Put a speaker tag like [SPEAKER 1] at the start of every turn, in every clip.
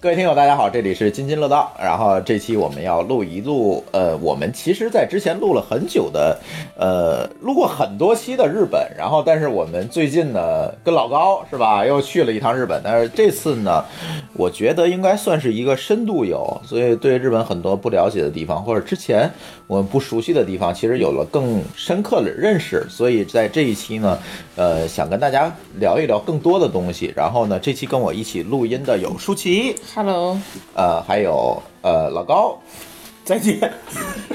[SPEAKER 1] 各位听友，大家好，这里是津津乐道。然后这期我们要录一录，呃，我们其实在之前录了很久的，呃，录过很多期的日本。然后，但是我们最近呢，跟老高是吧，又去了一趟日本。但是这次呢，我觉得应该算是一个深度游，所以对日本很多不了解的地方，或者之前我们不熟悉的地方，其实有了更深刻的认识。所以在这一期呢，呃，想跟大家聊一聊更多的东西。然后呢，这期跟我一呃起录音的有舒淇。
[SPEAKER 2] Hello，
[SPEAKER 1] 呃，还有呃老高，
[SPEAKER 3] 再见。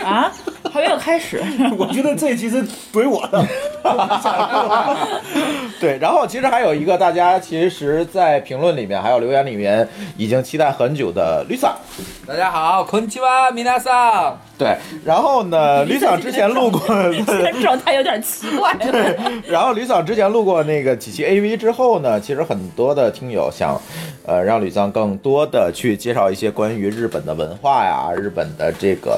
[SPEAKER 2] 啊，还没有 开始。
[SPEAKER 3] 我觉得这期是怼我的。
[SPEAKER 1] 对，然后其实还有一个大家其实，在评论里面还有留言里面已经期待很久的 Lisa。
[SPEAKER 4] 大家好，こんにちは，米娜桑。
[SPEAKER 1] 对，然后 呢，吕桑之前录过，
[SPEAKER 2] 这状态有点奇怪。
[SPEAKER 1] 对， 然后吕桑之前录过那个几期 AV 之后呢，其实很多的听友想，呃，让吕桑更多的去介绍一些关于日本的文化呀、日本的这个，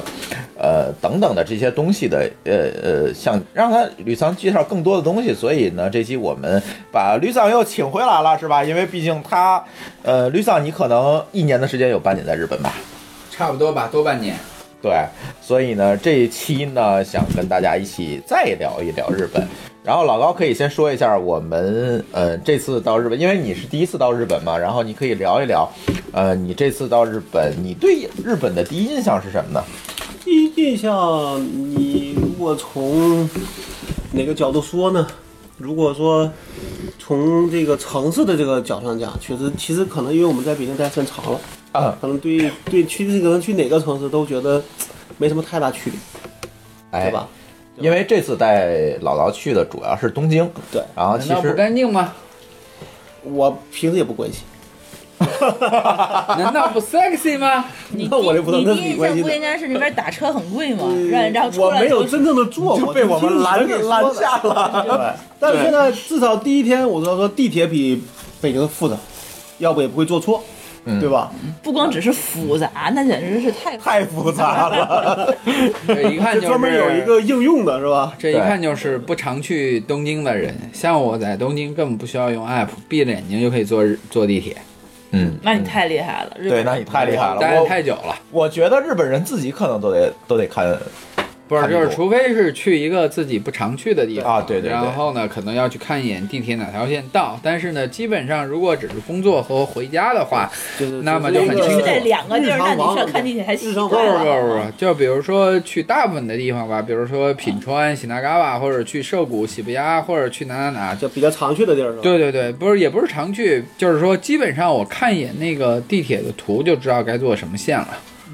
[SPEAKER 1] 呃，等等的这些东西的，呃呃，想让他吕桑介绍更多的东西，所以呢，这期我们把吕桑又请回来了，是吧？因为毕竟他，呃，吕桑你可能一年的时间有半年在日本吧，
[SPEAKER 4] 差不多吧，多半年。
[SPEAKER 1] 对，所以呢，这一期呢，想跟大家一起再聊一聊日本。然后老高可以先说一下我们呃这次到日本，因为你是第一次到日本嘛，然后你可以聊一聊，呃，你这次到日本，你对日本的第一印象是什么呢？
[SPEAKER 3] 第一印象，你如果从哪个角度说呢？如果说从这个城市的这个角上讲，确实，其实可能因为我们在北京待时间长了。
[SPEAKER 1] 啊，
[SPEAKER 3] 可能对对去可能去哪个城市都觉得没什么太大区别，
[SPEAKER 1] 哎，
[SPEAKER 3] 对吧？
[SPEAKER 1] 因为这次带姥姥去的主要是东京，
[SPEAKER 3] 对，
[SPEAKER 1] 然后
[SPEAKER 4] 难
[SPEAKER 1] 其
[SPEAKER 4] 道不
[SPEAKER 1] 实
[SPEAKER 4] 干净 吗？
[SPEAKER 3] 我平时也不关心。
[SPEAKER 4] 难道不 sexy 吗？
[SPEAKER 2] 你
[SPEAKER 3] 那我就不能跟
[SPEAKER 2] 你第
[SPEAKER 3] 你
[SPEAKER 2] 一印
[SPEAKER 3] 关
[SPEAKER 2] 象
[SPEAKER 3] 系
[SPEAKER 2] 不
[SPEAKER 3] 的
[SPEAKER 2] 应该是那边打车很贵吗？让人然后出
[SPEAKER 3] 我
[SPEAKER 2] 来
[SPEAKER 3] 没有
[SPEAKER 2] 都是
[SPEAKER 3] 真正的坐过，
[SPEAKER 1] 被我们拦
[SPEAKER 3] 给
[SPEAKER 1] 拦下
[SPEAKER 3] 了。但是现在至少第一天，我说说地铁比北京富的，要不也不会坐错，对吧？
[SPEAKER 2] 不光只是复杂，那简直是太
[SPEAKER 1] 太复杂了。
[SPEAKER 4] 这一看
[SPEAKER 3] 这
[SPEAKER 4] 就是
[SPEAKER 3] 专门有一，个应用的是吧？
[SPEAKER 4] 这一看就是不常去东京的人。像我在东京根本不需要用 app，闭着眼睛就可以坐日坐地铁，
[SPEAKER 1] 嗯，
[SPEAKER 2] 那你太厉害了，日
[SPEAKER 1] 对，
[SPEAKER 2] 本
[SPEAKER 1] 那你太厉害了。
[SPEAKER 4] 待得
[SPEAKER 1] 我
[SPEAKER 4] 太久了。
[SPEAKER 1] 我觉得日本人自己可能都得都得看
[SPEAKER 4] 不是，
[SPEAKER 1] 看
[SPEAKER 4] 就是
[SPEAKER 1] 过
[SPEAKER 4] 除非是去一个自己不常去的地方
[SPEAKER 1] 啊对对对
[SPEAKER 4] 然后呢，可能要去看一眼地铁哪条线到。但是呢，基本上如果只是工作和回家的话，
[SPEAKER 3] 就是
[SPEAKER 4] 那么
[SPEAKER 3] 就
[SPEAKER 4] 就是很
[SPEAKER 3] 一个
[SPEAKER 4] 清
[SPEAKER 2] 必
[SPEAKER 4] 楚
[SPEAKER 2] 须得两个地
[SPEAKER 3] 日
[SPEAKER 2] 儿，那
[SPEAKER 3] 常
[SPEAKER 2] 你
[SPEAKER 3] 王
[SPEAKER 2] 这看地铁还习
[SPEAKER 3] 日常
[SPEAKER 4] 不
[SPEAKER 2] 惯
[SPEAKER 3] 王
[SPEAKER 4] 是
[SPEAKER 2] 了
[SPEAKER 4] 不是不是，啊就比如说去大部分的地方吧，比如说品川、喜那嘎瓦，或者去涉谷、喜不压，或者去哪哪哪。
[SPEAKER 3] 就比较常去的地儿是吧？
[SPEAKER 4] 对对对，不是也不是常去，就是说基本上我看一眼那个地铁的图就知道该坐什么线了。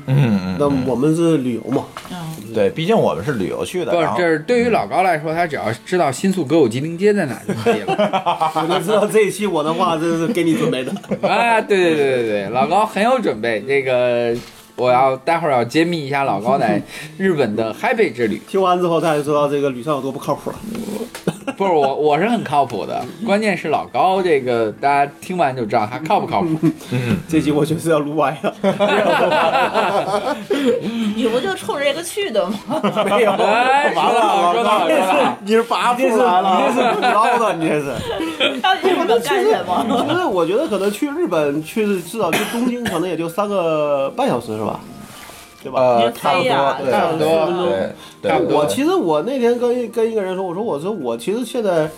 [SPEAKER 1] 嗯嗯，
[SPEAKER 3] 那我们是旅游嘛，
[SPEAKER 1] 对，毕竟我们是旅游去的，
[SPEAKER 4] 不是
[SPEAKER 1] 然，后
[SPEAKER 4] 这是对于老高来说，他只要知道新宿歌舞伎町街在哪就可以了。
[SPEAKER 3] 我就知道这一期我的话这是给你准备的。
[SPEAKER 4] 啊，对对对对对，老高很有准备。这个我要待会儿要揭秘一下老高在日本的 happy 之旅。
[SPEAKER 3] 听完之后，大家就知道这个吕尚有多不靠谱了。
[SPEAKER 4] 不是我，我是很靠 谱的，关键是老高这个，大家听完就知道他靠不靠 谱。
[SPEAKER 3] 这集我就是要撸歪了。
[SPEAKER 2] 你不就冲着这个去的吗？
[SPEAKER 3] 没有，
[SPEAKER 4] 哎，说得好，说得好，说得好。
[SPEAKER 3] 你是拔出来了，你这是补刀的，你这是。
[SPEAKER 2] 到底日本干什么？
[SPEAKER 3] 其实我觉得可能去日本去至少去东京可能也就三个半小时是吧？对吧？
[SPEAKER 1] 呃
[SPEAKER 2] 免
[SPEAKER 1] 差不
[SPEAKER 2] 费呀
[SPEAKER 1] 多，对
[SPEAKER 4] 差不多
[SPEAKER 1] 对对，
[SPEAKER 4] 差不多
[SPEAKER 3] 我其实我那天跟跟一个人说，我说我说我其实现在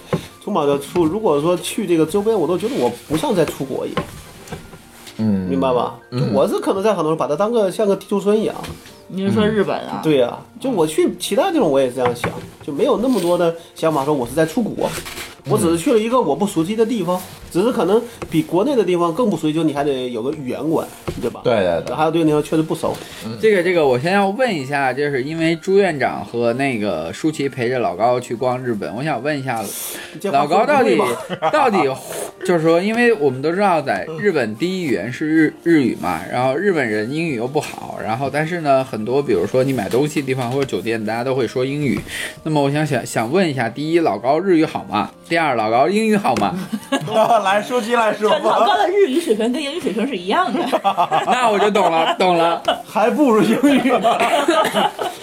[SPEAKER 3] 从马的出，如果说去这个周边，我都觉得我不像在出国一样，
[SPEAKER 1] 嗯，
[SPEAKER 3] 明白吗？我是可能在很多人把它当个像个地球村一样。
[SPEAKER 2] 你是说日本啊？
[SPEAKER 3] 对呀、就我去其他地方我也这样想，就没有那么多的想法说我是在出国，我只是去了一个我不熟悉的地方，只是可能比国内的地方更不熟悉，就你还得有个语言关，对吧？
[SPEAKER 1] 对对对
[SPEAKER 3] 还有对那地方确实不熟，
[SPEAKER 4] 这个这个，我先要问一下，就是因为朱院长和那个舒淇陪着老高去逛日本，我想问一下
[SPEAKER 3] 这话
[SPEAKER 4] 老高到底
[SPEAKER 3] 说得对吗
[SPEAKER 4] 到底就是说，因为我们都知道，在日本第一语言是日日语嘛，然后日本人英语又不好，然后但是呢，很多比如说你买东西的地方或者酒店，大家都会说英语。那么我想想想问一下，第一，老高日语好吗？第二，老高英语好吗？
[SPEAKER 1] 来，舒淇来说
[SPEAKER 2] 这 老高的日语水平跟英语水平是一样的，
[SPEAKER 4] 那我就懂了，懂了。
[SPEAKER 3] 还不如英语呢。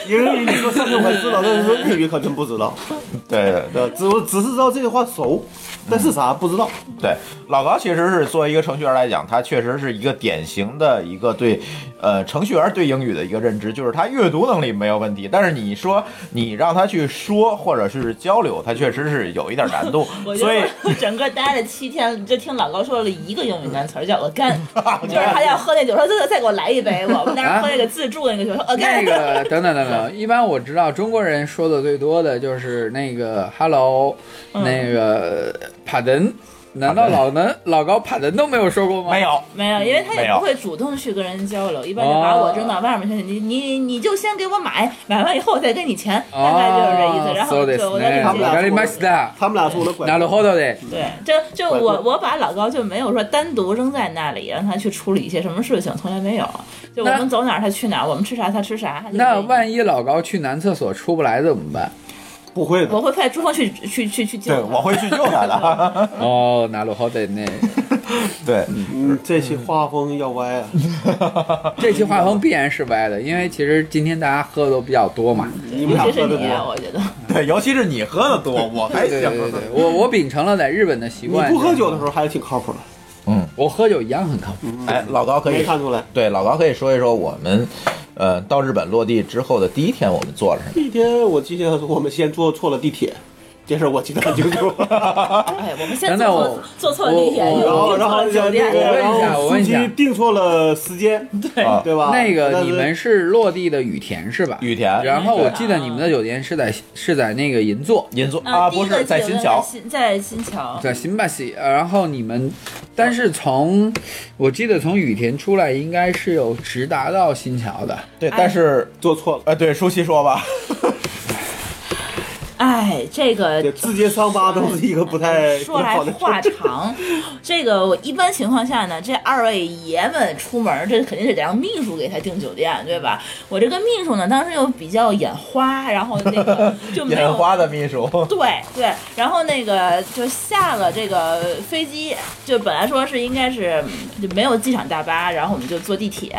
[SPEAKER 3] 英语你说上面我知道，但是说日语可真不知道。
[SPEAKER 1] 对对
[SPEAKER 3] 对，只我只是知道这句话熟，但是啥不知道。
[SPEAKER 1] 对，老高其实是作为一个程序员来讲，他确实是一个典型的一个对，呃，程序员对英语的一个认知，就是他阅读能力没有问题，但是你说你让他去说或者是交流，他确实是有一点难度
[SPEAKER 2] 我，就
[SPEAKER 1] 所以。
[SPEAKER 2] 整个待了七天，就听老高说了一个英语单词儿叫 again，就是他要喝那酒，说再再给我来一杯。我们那儿喝那个自助那个酒，说
[SPEAKER 4] 那
[SPEAKER 2] again，
[SPEAKER 4] 个等等等等，一般我知道中国人说的最多的就是那个 “hello”，、那
[SPEAKER 1] 嗯
[SPEAKER 4] 个呃 “pardon”。难道老能老高 “pardon” 都没有说过吗？
[SPEAKER 1] 没。有，
[SPEAKER 2] 没有，因为他
[SPEAKER 1] 没
[SPEAKER 2] 也
[SPEAKER 1] 有
[SPEAKER 2] 不会主动去跟人交流，一般就把我扔到外面去。你你你就先给我买， 买完以后我再给你钱，大概就是这意思。然后
[SPEAKER 4] so
[SPEAKER 2] 就我再给
[SPEAKER 3] 他们俩说
[SPEAKER 4] です
[SPEAKER 2] 你
[SPEAKER 4] ね。わかりました。
[SPEAKER 3] 他们俩是我的拐
[SPEAKER 4] なるほどで。
[SPEAKER 2] 对，这就
[SPEAKER 3] 怪
[SPEAKER 2] 我
[SPEAKER 3] 不
[SPEAKER 2] 我把老高就没有说单独扔在那里，让他去处理一些什么事情，从来没有。就我
[SPEAKER 4] 那
[SPEAKER 2] 们走哪儿他去哪儿，我们吃啥他吃啥。他就
[SPEAKER 4] 那
[SPEAKER 2] 是
[SPEAKER 4] 万一老高去男厕所出不来怎么办？
[SPEAKER 3] 不会的
[SPEAKER 2] 我。会派朱峰去去去去救
[SPEAKER 1] 对，
[SPEAKER 2] 他。
[SPEAKER 1] 我会去救他的。
[SPEAKER 4] 哦，なるほど ね。
[SPEAKER 1] 对，
[SPEAKER 3] 嗯，这期画风要歪啊！
[SPEAKER 4] 这期画风必然是歪的，因为其实今天大家喝的都比较多嘛。
[SPEAKER 3] 你们
[SPEAKER 2] 尤
[SPEAKER 3] 俩
[SPEAKER 2] 其是
[SPEAKER 3] 喝的
[SPEAKER 2] 你啊，
[SPEAKER 3] 多，
[SPEAKER 2] 我觉得
[SPEAKER 1] 对，尤其是你喝的多，我还
[SPEAKER 4] 对
[SPEAKER 1] 行。
[SPEAKER 4] 对对，我我秉承了在日本的习惯。
[SPEAKER 3] 你不喝酒的时候 还是挺靠谱的，
[SPEAKER 4] 我喝酒一样很靠谱。
[SPEAKER 1] 哎，老高可以
[SPEAKER 3] 没看出来。
[SPEAKER 1] 对，老高可以说一说我们，呃，到日本落地之后的第一天我们做了什么。
[SPEAKER 3] 那天我记得我们先坐错了地铁，这事儿我记得很清楚。
[SPEAKER 2] 哎，我们先
[SPEAKER 4] 等等
[SPEAKER 2] 坐
[SPEAKER 4] 我
[SPEAKER 2] 错坐错地铁，
[SPEAKER 4] 我
[SPEAKER 2] 又
[SPEAKER 3] 然后，
[SPEAKER 2] 坐
[SPEAKER 3] 然
[SPEAKER 2] 错
[SPEAKER 3] 后
[SPEAKER 2] 了酒
[SPEAKER 3] 那
[SPEAKER 2] 店
[SPEAKER 3] 个，
[SPEAKER 4] 我问一下
[SPEAKER 3] 然后
[SPEAKER 4] 我问一下
[SPEAKER 3] 司机定错了时间，
[SPEAKER 1] 啊
[SPEAKER 3] 对吧？
[SPEAKER 4] 那个
[SPEAKER 3] 但
[SPEAKER 4] 你
[SPEAKER 3] 是
[SPEAKER 4] 们是落地的羽田是吧？
[SPEAKER 1] 羽田
[SPEAKER 4] 然后我记得你们的酒店是在是在那个银座，
[SPEAKER 1] 银座
[SPEAKER 2] 嗯
[SPEAKER 1] 啊，
[SPEAKER 2] 第一
[SPEAKER 1] 不
[SPEAKER 2] 个
[SPEAKER 1] 是在
[SPEAKER 2] 酒
[SPEAKER 1] 新
[SPEAKER 2] 店
[SPEAKER 1] 桥，
[SPEAKER 2] 新在新桥。
[SPEAKER 4] 在新巴西。呃然后你们，但是从我记得从羽田出来应该是有直达到新桥的。
[SPEAKER 1] 对，但是
[SPEAKER 3] 坐错了，
[SPEAKER 1] 呃，对，舒淇说吧，
[SPEAKER 2] 哎，这个
[SPEAKER 3] 对，自揭伤疤都是一个不太
[SPEAKER 2] 说来
[SPEAKER 3] 哎好的
[SPEAKER 2] 话长，这个我一般情况下呢，这二位爷们出门，这肯定是得让秘书给他订酒店，对吧？我这个秘书呢，当时又比较眼花，然后那个就 没
[SPEAKER 1] 眼
[SPEAKER 2] 有
[SPEAKER 1] 花的秘书。
[SPEAKER 2] 对对，然后那个就下了这个飞机，就本来说是应该是嗯就没有机场大巴，然后我们就坐地铁。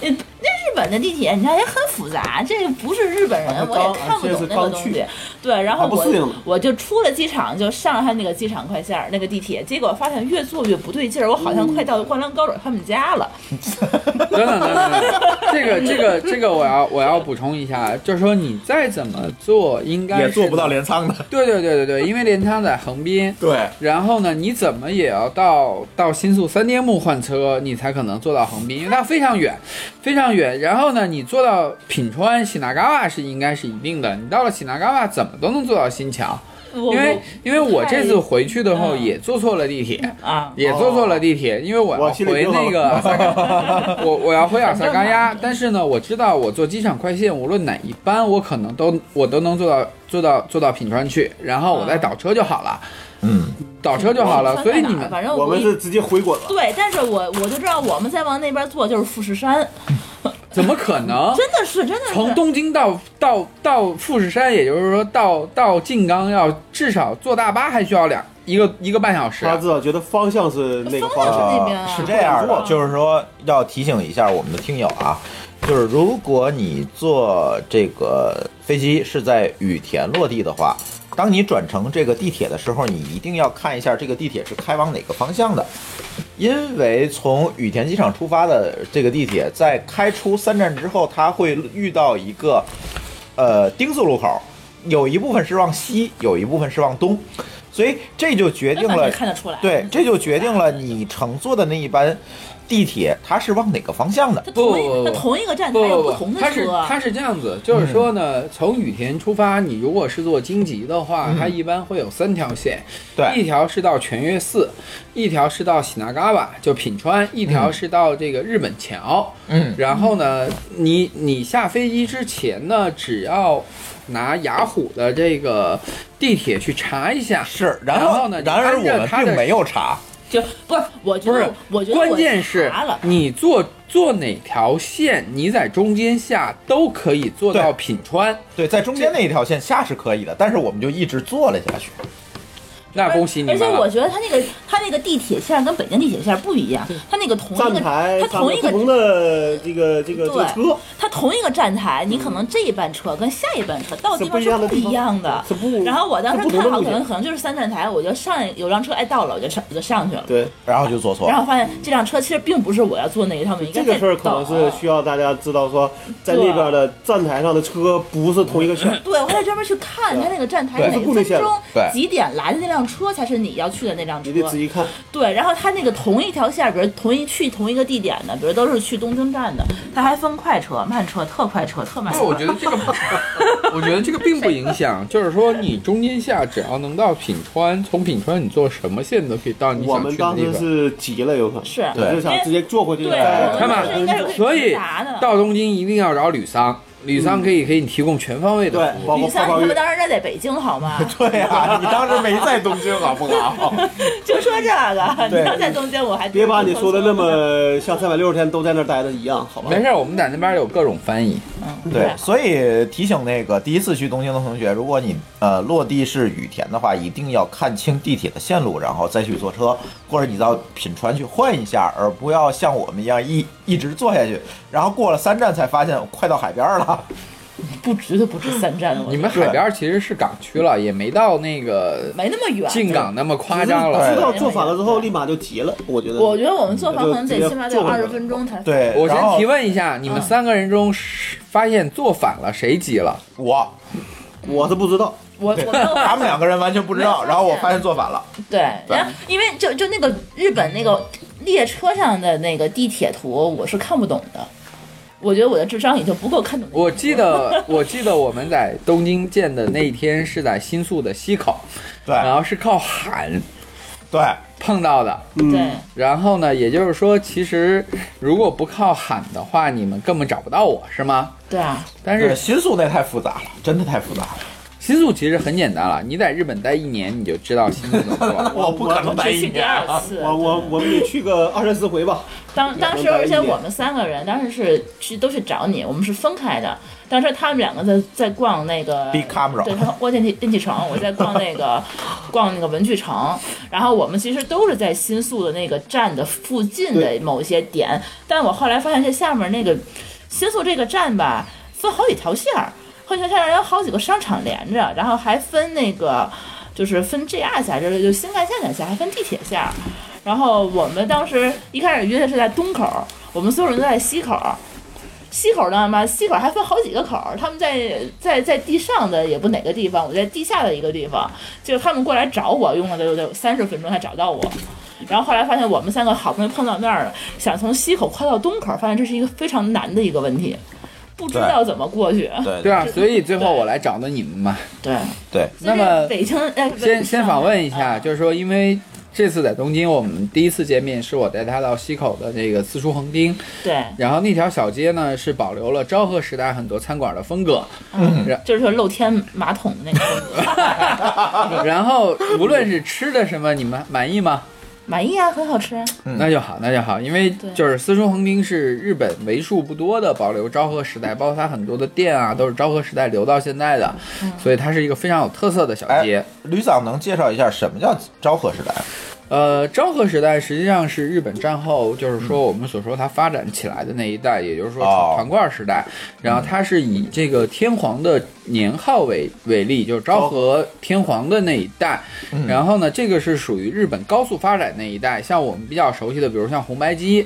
[SPEAKER 2] 那那日本的地铁，你知道也很复杂，这个不是日本
[SPEAKER 3] 啊
[SPEAKER 2] 人，我
[SPEAKER 3] 刚
[SPEAKER 2] 也看不
[SPEAKER 3] 啊这
[SPEAKER 2] 懂
[SPEAKER 3] 是
[SPEAKER 2] 那个
[SPEAKER 3] 刚
[SPEAKER 2] 东
[SPEAKER 3] 去
[SPEAKER 2] 西。对，然后
[SPEAKER 3] 还不
[SPEAKER 2] 我
[SPEAKER 3] 适应呢
[SPEAKER 2] 我就出了机场，就上了他那个机场快线儿那个地铁，结果发现越坐越不对劲儿，我好像快到灌篮高手他们家了。
[SPEAKER 4] 等等等等，等等，这个这个这个我要我要补充一下，就是说你再怎么做，应该
[SPEAKER 1] 也
[SPEAKER 4] 是
[SPEAKER 1] 做不到。镰仓的，
[SPEAKER 4] 对对对对对，因为镰仓在横滨。
[SPEAKER 1] 对，
[SPEAKER 4] 然后呢，你怎么也要到到新宿三丁目换车，你才可能坐到横滨，因为它非常远，非常远。然后呢，你坐到品川、喜纳嘎瓦是应该是一定的，你到了喜纳嘎瓦怎么都能坐到新桥，
[SPEAKER 2] 我
[SPEAKER 4] 因为因为我这次回去的后
[SPEAKER 2] 嗯
[SPEAKER 4] 也坐错了地铁。
[SPEAKER 2] 我啊，
[SPEAKER 4] 也坐错了地铁，因为我要
[SPEAKER 3] 我心里
[SPEAKER 4] 回
[SPEAKER 3] 平衡
[SPEAKER 4] 那个 我我要回阿萨嘎 呀。但是呢，我知道我坐机场快线，无论哪一班，我可能都我都能坐到坐到坐到品川去，然后我再倒车就好了，
[SPEAKER 1] 嗯，
[SPEAKER 4] 倒车就好了。
[SPEAKER 2] 啊我
[SPEAKER 4] 所以
[SPEAKER 2] 在哪
[SPEAKER 4] 你
[SPEAKER 2] 儿
[SPEAKER 4] 们
[SPEAKER 2] 反正
[SPEAKER 3] 我们
[SPEAKER 2] 一
[SPEAKER 3] 是直接回国了。
[SPEAKER 2] 对，但是我我就知道我们再往那边坐就是富士山，
[SPEAKER 4] 怎么可能？
[SPEAKER 2] 真的是真的是
[SPEAKER 4] 哦从东京到到到富士山，也就是说到到静冈要至少坐大巴还需要两一个一个半小时啊、
[SPEAKER 3] 他至少觉得方向是那个方
[SPEAKER 2] 是
[SPEAKER 3] 向，
[SPEAKER 2] 那边
[SPEAKER 1] 呃
[SPEAKER 2] 啊
[SPEAKER 1] 是这样的，就是说要提醒一下我们的听友啊，就是如果你坐这个飞机是在羽田落地的话。当你转乘这个地铁的时候，你一定要看一下这个地铁是开往哪个方向的，因为从羽田机场出发的这个地铁，在开出三站之后，它会遇到一个呃丁字路口，有一部分是往西，有一部分是往东，所以这就决定
[SPEAKER 2] 那
[SPEAKER 1] 了
[SPEAKER 2] 完全看得出来
[SPEAKER 1] 对，这就决定了你乘坐的那一班地铁它是往哪个方向的。
[SPEAKER 2] 它
[SPEAKER 4] 不
[SPEAKER 2] 同一它
[SPEAKER 4] 不
[SPEAKER 2] 同一个站台
[SPEAKER 4] 不
[SPEAKER 2] 有
[SPEAKER 4] 不
[SPEAKER 2] 同
[SPEAKER 4] 不，
[SPEAKER 2] 的
[SPEAKER 4] 它是
[SPEAKER 2] 车，啊
[SPEAKER 4] 它是这样子，
[SPEAKER 1] 嗯
[SPEAKER 4] 就是说呢，从羽田出发，你如果是坐京吉的话，它一般会有三条线，
[SPEAKER 1] 嗯对
[SPEAKER 4] 一条是到全月寺，一条是到喜纳嘎瓦，就品川，一条是到这个日本桥。
[SPEAKER 1] 嗯，
[SPEAKER 4] 然后呢，你你下飞机之前呢，只要拿雅虎的这个地铁去查一下，
[SPEAKER 1] 是，
[SPEAKER 4] 然
[SPEAKER 1] 然后
[SPEAKER 4] 呢，
[SPEAKER 1] 然而我们
[SPEAKER 4] 它
[SPEAKER 1] 并没
[SPEAKER 4] 的。
[SPEAKER 1] 有查，
[SPEAKER 2] 就不是，我觉
[SPEAKER 4] 不是
[SPEAKER 2] 得，我觉得
[SPEAKER 4] 关
[SPEAKER 2] 我
[SPEAKER 4] 键是
[SPEAKER 2] 查了，
[SPEAKER 4] 你坐坐哪条线，你在中间下都可以坐到
[SPEAKER 1] 对
[SPEAKER 4] 品川。
[SPEAKER 1] 对，在中间那一条线下是可以的，但是我们就一直坐了下去。
[SPEAKER 4] 那恭喜你们
[SPEAKER 2] 而且
[SPEAKER 4] 了
[SPEAKER 2] 我觉得它那个它那个地铁线跟北京地铁线不一样，它那个同
[SPEAKER 3] 站
[SPEAKER 2] 一个
[SPEAKER 3] 台
[SPEAKER 2] 它
[SPEAKER 3] 它
[SPEAKER 2] 同一
[SPEAKER 3] 不
[SPEAKER 2] 个
[SPEAKER 3] 同的这个这个这个
[SPEAKER 2] 对
[SPEAKER 3] 车，
[SPEAKER 2] 它同一个站台，你可能这一班车跟下一班车到的地方
[SPEAKER 3] 是不一样的
[SPEAKER 2] 不一样
[SPEAKER 3] 地
[SPEAKER 2] 的
[SPEAKER 3] 方是不。
[SPEAKER 2] 然后我当
[SPEAKER 3] 是
[SPEAKER 2] 时
[SPEAKER 3] 不同的
[SPEAKER 2] 看好
[SPEAKER 3] 路
[SPEAKER 2] 可
[SPEAKER 3] 线
[SPEAKER 2] 能可能就是三站台，我就上有辆车哎到了，我就上我就上去了。
[SPEAKER 3] 对。
[SPEAKER 1] 然后就坐错
[SPEAKER 2] 然
[SPEAKER 1] 了。
[SPEAKER 2] 后发现这辆车其实并不是我要坐那一趟，我应该
[SPEAKER 3] 这个
[SPEAKER 2] 再
[SPEAKER 3] 事儿可能
[SPEAKER 2] 等啊
[SPEAKER 3] 是需要大家知道说，在那边的站台上的车不是同一个 线，
[SPEAKER 2] 对，我还专门去看它那个站台
[SPEAKER 3] 对
[SPEAKER 2] 哪
[SPEAKER 3] 是固
[SPEAKER 2] 个
[SPEAKER 3] 定
[SPEAKER 2] 分
[SPEAKER 3] 线
[SPEAKER 2] 钟
[SPEAKER 1] 对
[SPEAKER 2] 几点来的那辆车才是你要去的那辆车
[SPEAKER 3] 你。得仔细看。
[SPEAKER 2] 对，然后它那个同一条线儿，比如同一去同一个地点的，比如都是去东京站的，它还分快车、慢车、特快车、特慢车。
[SPEAKER 4] 那我觉得这个， 我觉得这个并不影响，就是说你中间下只要能到品川，从品川你坐什么线都可以到你
[SPEAKER 3] 我
[SPEAKER 4] 想
[SPEAKER 3] 们
[SPEAKER 4] 去的
[SPEAKER 3] 当
[SPEAKER 4] 地
[SPEAKER 3] 时
[SPEAKER 4] 方。
[SPEAKER 3] 是急了，有可能
[SPEAKER 2] 是
[SPEAKER 3] 我就想直接坐回去。哎
[SPEAKER 2] 对
[SPEAKER 3] 再
[SPEAKER 2] 我
[SPEAKER 4] 看吧
[SPEAKER 2] 们是应该是
[SPEAKER 4] 所以
[SPEAKER 2] 直达的
[SPEAKER 4] 到东京一定要找吕桑，吕桑可以给你提供全方位的
[SPEAKER 3] 嗯对
[SPEAKER 4] 服，务。
[SPEAKER 3] 包括
[SPEAKER 2] 吕
[SPEAKER 3] 泡
[SPEAKER 2] 桑，
[SPEAKER 3] 泡
[SPEAKER 2] 你他
[SPEAKER 3] 浴
[SPEAKER 2] 妈，当时在北京 好吗？
[SPEAKER 1] 对啊，你当时没在东京好不好？
[SPEAKER 2] 就说这个，
[SPEAKER 1] 对
[SPEAKER 2] 你要在东京，我还
[SPEAKER 3] 别把你说的那
[SPEAKER 2] 嗯
[SPEAKER 3] 么像三百六十天都在那儿待着一样，好吧
[SPEAKER 4] 没？事儿，我们在那边有各种翻译。
[SPEAKER 1] 对，所以提醒那个第一次去东京的同学，如果你呃落地是羽田的话，一定要看清地铁的线路，然后再去坐车，或者你到品川去换一下，而不要像我们一样一一直坐下去，然后过了三站才发现快到海边了。
[SPEAKER 2] 不值得不止三站，我
[SPEAKER 4] 你们海边其实是港区了，也没到那个
[SPEAKER 2] 没那么远。
[SPEAKER 4] 进港那么夸张
[SPEAKER 3] 知
[SPEAKER 4] 了。哎
[SPEAKER 3] 道坐反了之后，立马就急了。我觉得，
[SPEAKER 2] 我觉得我们坐房可能
[SPEAKER 3] 就
[SPEAKER 2] 得
[SPEAKER 3] 直接
[SPEAKER 2] 起码得
[SPEAKER 3] 坐过
[SPEAKER 2] 二
[SPEAKER 3] 去
[SPEAKER 2] 十
[SPEAKER 3] 了
[SPEAKER 2] 分钟 才。，
[SPEAKER 1] 对，
[SPEAKER 4] 我先
[SPEAKER 1] 然后
[SPEAKER 4] 提问一下，你们三个人中发现坐反了谁急了？
[SPEAKER 1] 我，
[SPEAKER 3] 我是不知道，
[SPEAKER 2] 我 我没有
[SPEAKER 1] 他们两个人完全不知道，
[SPEAKER 2] 没有发现
[SPEAKER 1] 然后我发现坐反了。
[SPEAKER 2] 对，然后因为就就那个日本那个列车上的那个地铁图，我是看不懂的。我觉得我的智商已经不够看懂。
[SPEAKER 4] 我记得， 我记得我们在东京见的那一天是在新宿的西口，
[SPEAKER 1] 对
[SPEAKER 4] 然后是靠喊
[SPEAKER 1] 对，
[SPEAKER 4] 碰到的。
[SPEAKER 2] 对，
[SPEAKER 4] 然后呢，也就是说，其实如果不靠喊的话，你们根本找不到我，是吗？
[SPEAKER 2] 对啊，
[SPEAKER 4] 但
[SPEAKER 1] 对
[SPEAKER 4] 是
[SPEAKER 1] 新宿那太复杂了，真的太复杂了，
[SPEAKER 4] 新宿其实很简单了，你在日本待一年，你就知道新宿怎么做了。
[SPEAKER 1] 我不可能白
[SPEAKER 2] 只
[SPEAKER 1] 一
[SPEAKER 2] 去第
[SPEAKER 1] 年。
[SPEAKER 2] 二次。
[SPEAKER 3] 我我我们得去个二三十回吧。
[SPEAKER 2] 当当时，
[SPEAKER 3] 两个人
[SPEAKER 2] 而且
[SPEAKER 3] 一起
[SPEAKER 2] 我们三个人当时是去都去找你，我们是分开的。当时他们两个在在逛那个
[SPEAKER 1] Big Camera
[SPEAKER 2] 对，他逛电器电器城，我在逛那个逛那个文具城。然后我们其实都是在新宿的那个站的附近的
[SPEAKER 3] 对
[SPEAKER 2] 某一些点，但我后来发现这下面那个新宿这个站吧，分好几条线儿，好几条线儿有好几个商场连着，然后还分那个就是分 JR 线儿之类，就新干线的线儿，还分地铁线儿。然后我们当时一开始约的是在东口，我们所有人都在西口。西口呢嘛，西口还分好几个口，他们在在在地上的也不哪个地方，我在地下的一个地方，就是他们过来找我，用了得有得有三十分钟才找到我。然后后来发现我们三个好不容易碰到面了，想从西口跨到东口，发现这是一个非常难的一个问题，不知道怎么过去。
[SPEAKER 1] 对
[SPEAKER 4] 对啊，所以最后我来找的你们嘛。
[SPEAKER 2] 对，
[SPEAKER 1] 对，
[SPEAKER 4] 那么
[SPEAKER 2] 北京哎，
[SPEAKER 4] 先先访问一下，
[SPEAKER 2] 啊
[SPEAKER 4] 就是说，因为这次在东京，我们第一次见面是我带他到西口的这个四书横丁，
[SPEAKER 2] 对，
[SPEAKER 4] 然后那条小街呢是保留了昭和时代很多餐馆的风格，
[SPEAKER 2] 就是说露天马桶的那个风 格，
[SPEAKER 4] 然后无论是吃的什么，你们满意吗？
[SPEAKER 2] 满意啊，很好吃啊。
[SPEAKER 4] 那就好，那就好，因为
[SPEAKER 2] 对
[SPEAKER 4] 就是四书横丁是日本为数不多的保留昭和时代，包括它很多的店啊都是昭和时代留到现在的，所以它是一个非常有特色的小街。
[SPEAKER 1] 哎，吕桑能介绍一下什么叫昭和时代？
[SPEAKER 4] 呃，昭和时代实际上是日本战后，就是说我们所说它发展起来的那一代，也就是说
[SPEAKER 1] 哦
[SPEAKER 4] 团罐时代。然后它是以这个天皇的年号为为例，就是昭和天皇的那一代。然后呢，这个是属于日本高速发展那一代，像我们比较熟悉的，比如像红白机，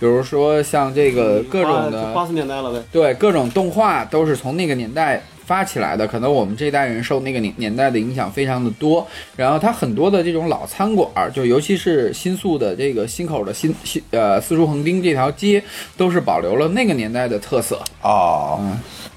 [SPEAKER 4] 比如说像这个各种的
[SPEAKER 3] 八十年代了呗。
[SPEAKER 4] 对，各种动画都是从那个年代发起来的，可能我们这一代人受那个年年代的影响非常的多。然后它很多的这种老餐馆儿，就尤其是新宿的这个新口的新新呃四叔横丁这条街，都是保留了那个年代的特色。
[SPEAKER 1] 哦，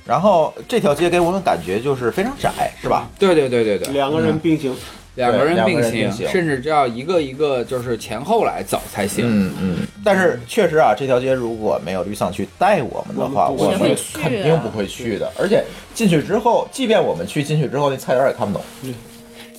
[SPEAKER 1] 然后这条街给我们感觉就是非常窄，是吧？
[SPEAKER 4] 对对对对对，
[SPEAKER 3] 两个人并行，
[SPEAKER 4] 两个
[SPEAKER 1] 对
[SPEAKER 4] 人
[SPEAKER 1] 两个
[SPEAKER 4] 并
[SPEAKER 1] 人
[SPEAKER 4] 行，
[SPEAKER 1] 并行
[SPEAKER 4] 甚至只要一个一个就是前后来走才行。
[SPEAKER 1] 嗯嗯，但是确实啊，这条街如果没有绿丧去带我们的话，
[SPEAKER 3] 我
[SPEAKER 1] 我
[SPEAKER 3] 们不
[SPEAKER 1] 们
[SPEAKER 3] 会
[SPEAKER 2] 去
[SPEAKER 1] 肯定不会去的。而且进去之后，即便我们去进去之后，那菜单也看不懂，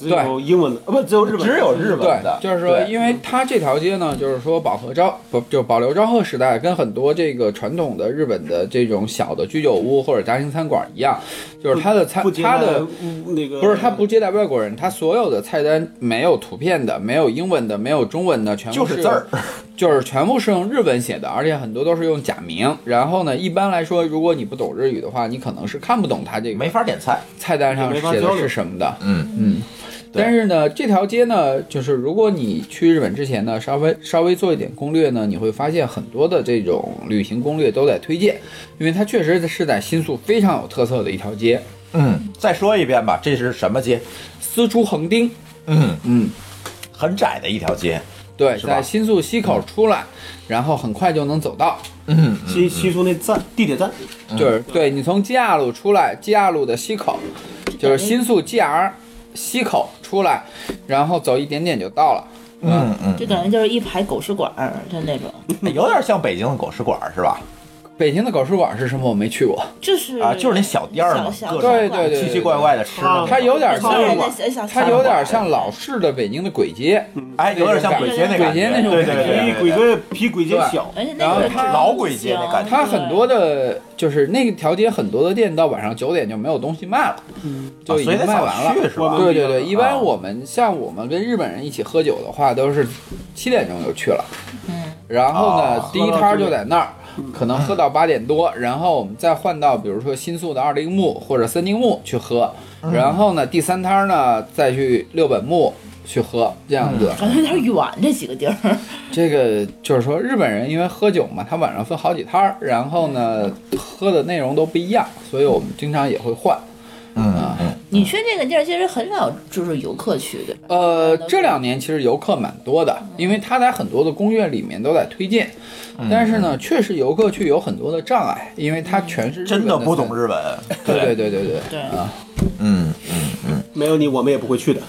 [SPEAKER 3] 只有英文的，啊不，只有日本的，
[SPEAKER 1] 只有日本的
[SPEAKER 4] 对，，就是说，
[SPEAKER 1] 对嗯
[SPEAKER 4] 因为它这条街呢，就是说保和昭不就保留昭和时代，跟很多这个传统的日本的这种小的居酒屋或者家庭餐馆一样，就是它的餐
[SPEAKER 3] 不接
[SPEAKER 4] 它的
[SPEAKER 3] 嗯那个
[SPEAKER 4] 不是它不接待外国人，它所有的菜单没有图片的，没有英文的，没有中文的，全部
[SPEAKER 1] 就是字儿。
[SPEAKER 4] 就是全部是用日文写的，而且很多都是用假名。然后呢，一般来说，如果你不懂日语的话，你可能是看不懂它这个
[SPEAKER 1] 没法点菜。
[SPEAKER 4] 菜单上
[SPEAKER 3] 没法
[SPEAKER 4] 写
[SPEAKER 3] 交
[SPEAKER 4] 的
[SPEAKER 3] 流
[SPEAKER 4] 是什么的。
[SPEAKER 1] 嗯
[SPEAKER 4] 嗯。
[SPEAKER 1] 对
[SPEAKER 4] 但是呢，这条街呢，就是如果你去日本之前呢，稍微稍微做一点攻略呢，你会发现很多的这种旅行攻略都在推荐，因为它确实是在新宿非常有特色的一条街，
[SPEAKER 1] 嗯，再说一遍吧，这是什么街？
[SPEAKER 4] 丝竹横町。
[SPEAKER 1] 嗯，
[SPEAKER 4] 嗯，
[SPEAKER 1] 很窄的一条街。
[SPEAKER 4] 对，
[SPEAKER 1] 是吧
[SPEAKER 4] 在新宿西口出来，然后很快就能走到。
[SPEAKER 1] 嗯，
[SPEAKER 3] 西西出那站地铁站，
[SPEAKER 4] 就是对你从基亚路出来，基亚路的西口，就是新宿 GR 西口出来，然后走一点点就到了。
[SPEAKER 1] 嗯
[SPEAKER 2] 就感觉就是一排狗食馆儿的那种，
[SPEAKER 1] 嗯，有 点像北京的狗食馆是吧？
[SPEAKER 4] 北京的狗食馆是什么？我没去过。
[SPEAKER 2] 就是
[SPEAKER 1] 啊，就是那小店儿嘛，
[SPEAKER 2] 小
[SPEAKER 1] 各
[SPEAKER 4] 对
[SPEAKER 1] 种
[SPEAKER 4] 对对对啊
[SPEAKER 1] 奇奇怪怪的吃的那种。
[SPEAKER 3] 它
[SPEAKER 4] 有点像
[SPEAKER 2] 对那小小
[SPEAKER 4] 它有点像老式的嗯北京的簋街，
[SPEAKER 1] 哎，有点像鬼街那感觉，
[SPEAKER 4] 鬼街那种
[SPEAKER 1] 对
[SPEAKER 4] 感觉
[SPEAKER 3] 比
[SPEAKER 1] 对对对
[SPEAKER 3] 鬼
[SPEAKER 1] 对。
[SPEAKER 3] 街比鬼街
[SPEAKER 4] 对
[SPEAKER 3] 小，
[SPEAKER 2] 而且那个
[SPEAKER 4] 然后它
[SPEAKER 1] 老鬼街那感觉
[SPEAKER 4] 它很多的，就是那条街很多的店到晚上九点就没有东西卖了，就已
[SPEAKER 1] 哦所以
[SPEAKER 4] 经
[SPEAKER 1] 得
[SPEAKER 4] 卖
[SPEAKER 1] 早
[SPEAKER 4] 完了。
[SPEAKER 1] 去是吧？
[SPEAKER 4] 对对对，一般
[SPEAKER 1] 啊
[SPEAKER 4] 嗯我们像我们跟日本人一起喝酒的话，都是七点钟就去了。嗯，然后呢，
[SPEAKER 1] 哦
[SPEAKER 4] 第一摊儿就在那儿，可能喝到八点多，然后我们再换到比如说新宿的二丁目或者三丁目去喝，
[SPEAKER 1] 嗯
[SPEAKER 4] 然后呢，第三摊儿呢再去六本木。去喝这样子，
[SPEAKER 2] 感觉有点远这几个地儿，
[SPEAKER 4] 这个就是说日本人因为喝酒嘛，他晚上分好几摊儿，然后呢喝的内容都不一样，所以我们经常也会换。啊
[SPEAKER 1] 嗯嗯
[SPEAKER 2] 你去那个地儿其实很少就是游客去的，
[SPEAKER 4] 呃，这两年其实游客蛮多的，因为它在很多的攻略里面都在推荐，
[SPEAKER 1] 嗯
[SPEAKER 4] 但是呢，确实游客去有很多的障碍，因为它全是日
[SPEAKER 1] 真
[SPEAKER 4] 本的
[SPEAKER 1] 的不懂
[SPEAKER 4] 菜
[SPEAKER 1] 日文。
[SPEAKER 4] 对对对对对
[SPEAKER 2] 对
[SPEAKER 4] 啊
[SPEAKER 1] 嗯，
[SPEAKER 3] 没有你我们也不会去的。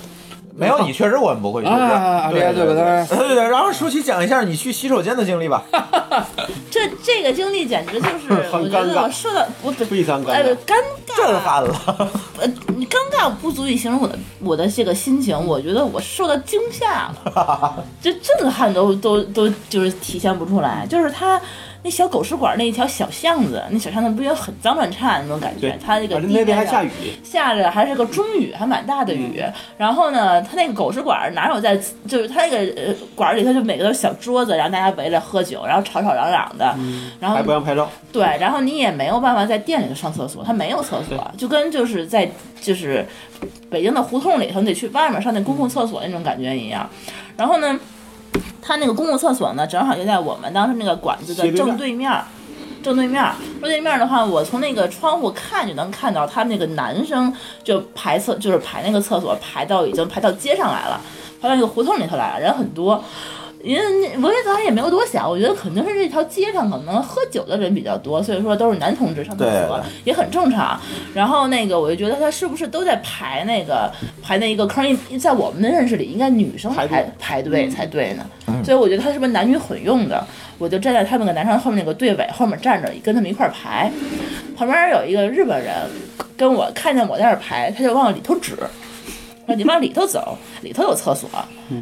[SPEAKER 1] 没有你确实我们不会去。
[SPEAKER 4] 啊啊啊啊！
[SPEAKER 1] 对
[SPEAKER 4] 对
[SPEAKER 1] 对
[SPEAKER 4] 对对，
[SPEAKER 1] 对对，然后舒淇讲一下你去洗手间的经历吧。
[SPEAKER 2] 这这个经历简直就是
[SPEAKER 3] 很
[SPEAKER 2] 我觉
[SPEAKER 3] 尴尬
[SPEAKER 2] 得我受到我不
[SPEAKER 3] 非常尴尬
[SPEAKER 2] 呃尴
[SPEAKER 1] 震
[SPEAKER 2] 尬
[SPEAKER 1] 撼了，
[SPEAKER 2] 呃尴尬不足以形容我的我的这个心情，我觉得我受到惊吓了， 这震撼都都都就是体现不出来，就是他。那小狗食馆那一条小巷子，那小巷子不也很脏乱差那种感觉
[SPEAKER 3] 对？，
[SPEAKER 2] 它那个
[SPEAKER 3] 反正
[SPEAKER 2] 地
[SPEAKER 3] 那
[SPEAKER 2] 面
[SPEAKER 3] 边还
[SPEAKER 2] 上
[SPEAKER 3] 下雨，
[SPEAKER 2] 下着还是个中雨，还蛮大的雨。然后呢，他那个狗食馆儿哪有在，就是他那个呃馆儿里头就每个都是小桌子，然后大家围着喝酒，然后吵吵嚷嚷的，然
[SPEAKER 3] 还
[SPEAKER 2] 后
[SPEAKER 3] 不让拍照，
[SPEAKER 2] 对，然后你也没有办法在店里头上厕所，它没有厕所，就跟就是在就是北京的胡同里头，你得去外面上那公共厕所那种感觉一样。然后呢，它那个公共厕所呢，正好就在我们当时那个馆子的
[SPEAKER 3] 斜对面
[SPEAKER 2] 正对面儿。正对面儿，正对面儿的话，我从那个窗户看就能看到他那个男生就排厕，就是排那个厕所，排到已经排到街上来了，排到那个胡同里头来了，人很多。因为我也当时也没有多想，我觉得肯定是这条街上可能喝酒的人比较多，所以说都是男同志上厕所
[SPEAKER 1] 对
[SPEAKER 2] 也很正常。然后那个我就觉得他是不是都在排那个排那一个坑？因在我们的认识里，应该女生
[SPEAKER 3] 排
[SPEAKER 2] 排
[SPEAKER 3] 队
[SPEAKER 2] 排队才对呢。所以我觉得他是不是男女混用的？我就站在他们那个男生后面那个队尾后面站着，跟他们一块儿排。旁边有一个日本人跟我看见我在那儿排，他就往里头指。说你往里头走，里头有厕所，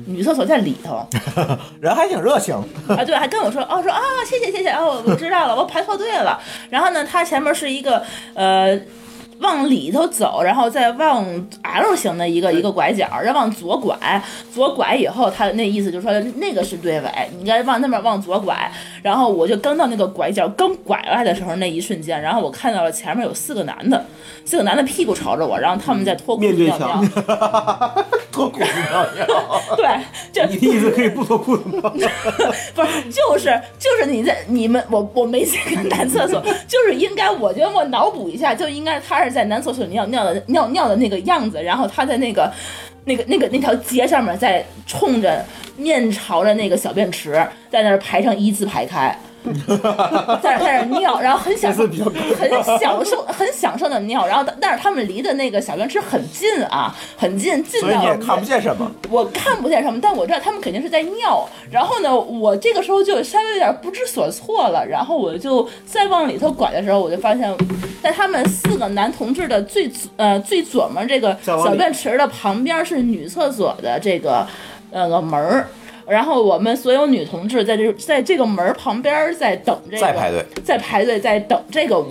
[SPEAKER 2] 女厕所在里头。
[SPEAKER 1] 人还挺热情。
[SPEAKER 2] 啊，对，还跟我说，哦，说啊，谢谢谢谢，哦，我知道了，我排错队了。然后呢，他前面是一个呃。往里头走，然后再往 L 型的一个一个拐角，然后往左拐，左拐以后，他那意思就是说那个是对尾，你应该往那边往左拐。然后。然后我就刚到那个拐角，刚拐过来的时候那一瞬间，然后我看到了前面有四个男的，四个男的屁股朝着我，然后他们在脱裤子
[SPEAKER 3] 面对
[SPEAKER 2] 尿尿
[SPEAKER 3] 墙。
[SPEAKER 1] 脱裤子尿 尿，
[SPEAKER 2] 对，这
[SPEAKER 3] 你的意思可以不脱裤子吗？
[SPEAKER 2] 不是，就是就是你在你们我我没见过男厕所，就是应该我觉得我脑补一下，就应该他是在男厕所尿尿的尿尿的那个样子，然后他在那个那个那个那条街上面在冲着面朝着那个小便池，在那儿排成一字排 开。在那在那尿，然后很享受，很享受，很享受的尿，然后但但是他们离的那个小便池很近啊，很近，近
[SPEAKER 1] 所以
[SPEAKER 2] 到
[SPEAKER 1] 你也看不见什么。
[SPEAKER 2] 我看不见什么，但我知道他们肯定是在尿。然后呢，我这个时候就稍微有点不知所措了。然后我就再往里头拐的时候，我就发现，在他们四个男同志的最左呃最左面这个
[SPEAKER 3] 再往里
[SPEAKER 2] 小便池的旁边是女厕所的这个呃个门儿。然后我们所有女同志在这在这个门儿旁边儿在等这个
[SPEAKER 1] 在排队，
[SPEAKER 2] 在排队在等这个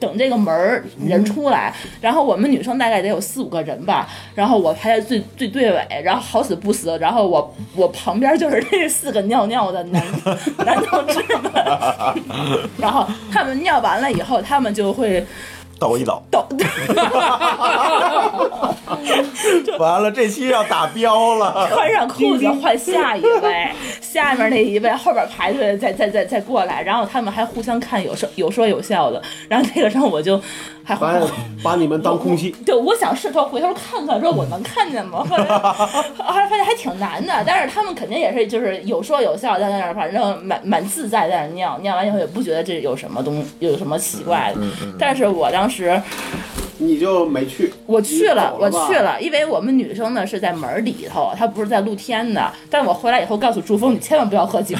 [SPEAKER 2] 等这个门儿人出来，然后我们女生大概得有四五个人吧，然后我排在最最队尾，然后好死不死， 然后我我旁边就是那四个尿尿的男男同志们，然后他们尿完了以后，他们就会
[SPEAKER 1] 抖一抖，
[SPEAKER 2] 抖，
[SPEAKER 1] 完了这期要打标了。
[SPEAKER 2] 穿上裤子换下一位，下面那一位后边排队再再再再过来，然后他们还互相看有说有说有笑的，然后那个时候我就还
[SPEAKER 3] 把把你们当空气。
[SPEAKER 2] 对，我想试图回头看看，说我能看见吗？后来 后来发现还挺难的，但是他们肯定也是就是有说有笑，在那儿反正蛮蛮自在，在那儿尿尿完以后也不觉得这有什么东有什么奇怪
[SPEAKER 4] 嗯
[SPEAKER 2] 的。但是我当时
[SPEAKER 3] 你就没去。
[SPEAKER 2] 我去
[SPEAKER 3] 你
[SPEAKER 2] 了，
[SPEAKER 3] 走
[SPEAKER 2] 我
[SPEAKER 3] 了吧
[SPEAKER 2] 去了，因为我们女生呢是在门儿里头，她不是在露天的。但我回来以后告诉朱峰，你千万不要喝 酒。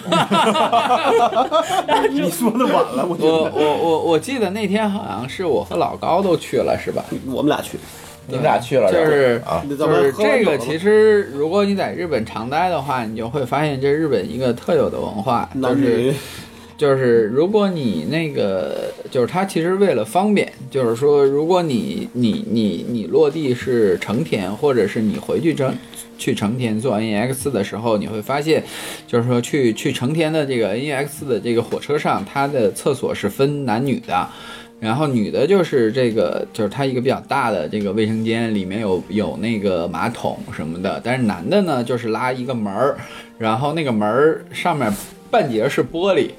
[SPEAKER 2] 然后
[SPEAKER 3] 你
[SPEAKER 2] 朱
[SPEAKER 3] 说的晚了，我觉
[SPEAKER 4] 我
[SPEAKER 3] 得
[SPEAKER 4] 我我我记得那天好像是我和老高都去了，是吧？
[SPEAKER 3] 我们俩去，
[SPEAKER 1] 你们俩去了
[SPEAKER 4] 就是
[SPEAKER 1] 啊，
[SPEAKER 4] 就是这个，其
[SPEAKER 3] 实
[SPEAKER 4] 实如果你在日本常待的话，你就会发现这日本一个特有的文化，就
[SPEAKER 3] 男
[SPEAKER 4] 是
[SPEAKER 3] 女
[SPEAKER 4] 就是如果你那个，就是他其实为了方便，就是说，如果你你你你落地是成田，或者是你回去成去成田做 NEX 的时候，你会发现，就是说去去成田的这个 NEX 的这个火车上，它的厕所是分男女的。然后女的就是这个，就是它一个比较大的这个卫生间，里面有有那个马桶什么的。但是男的呢，就是拉一个门儿，然后那个门儿上面半截是玻璃，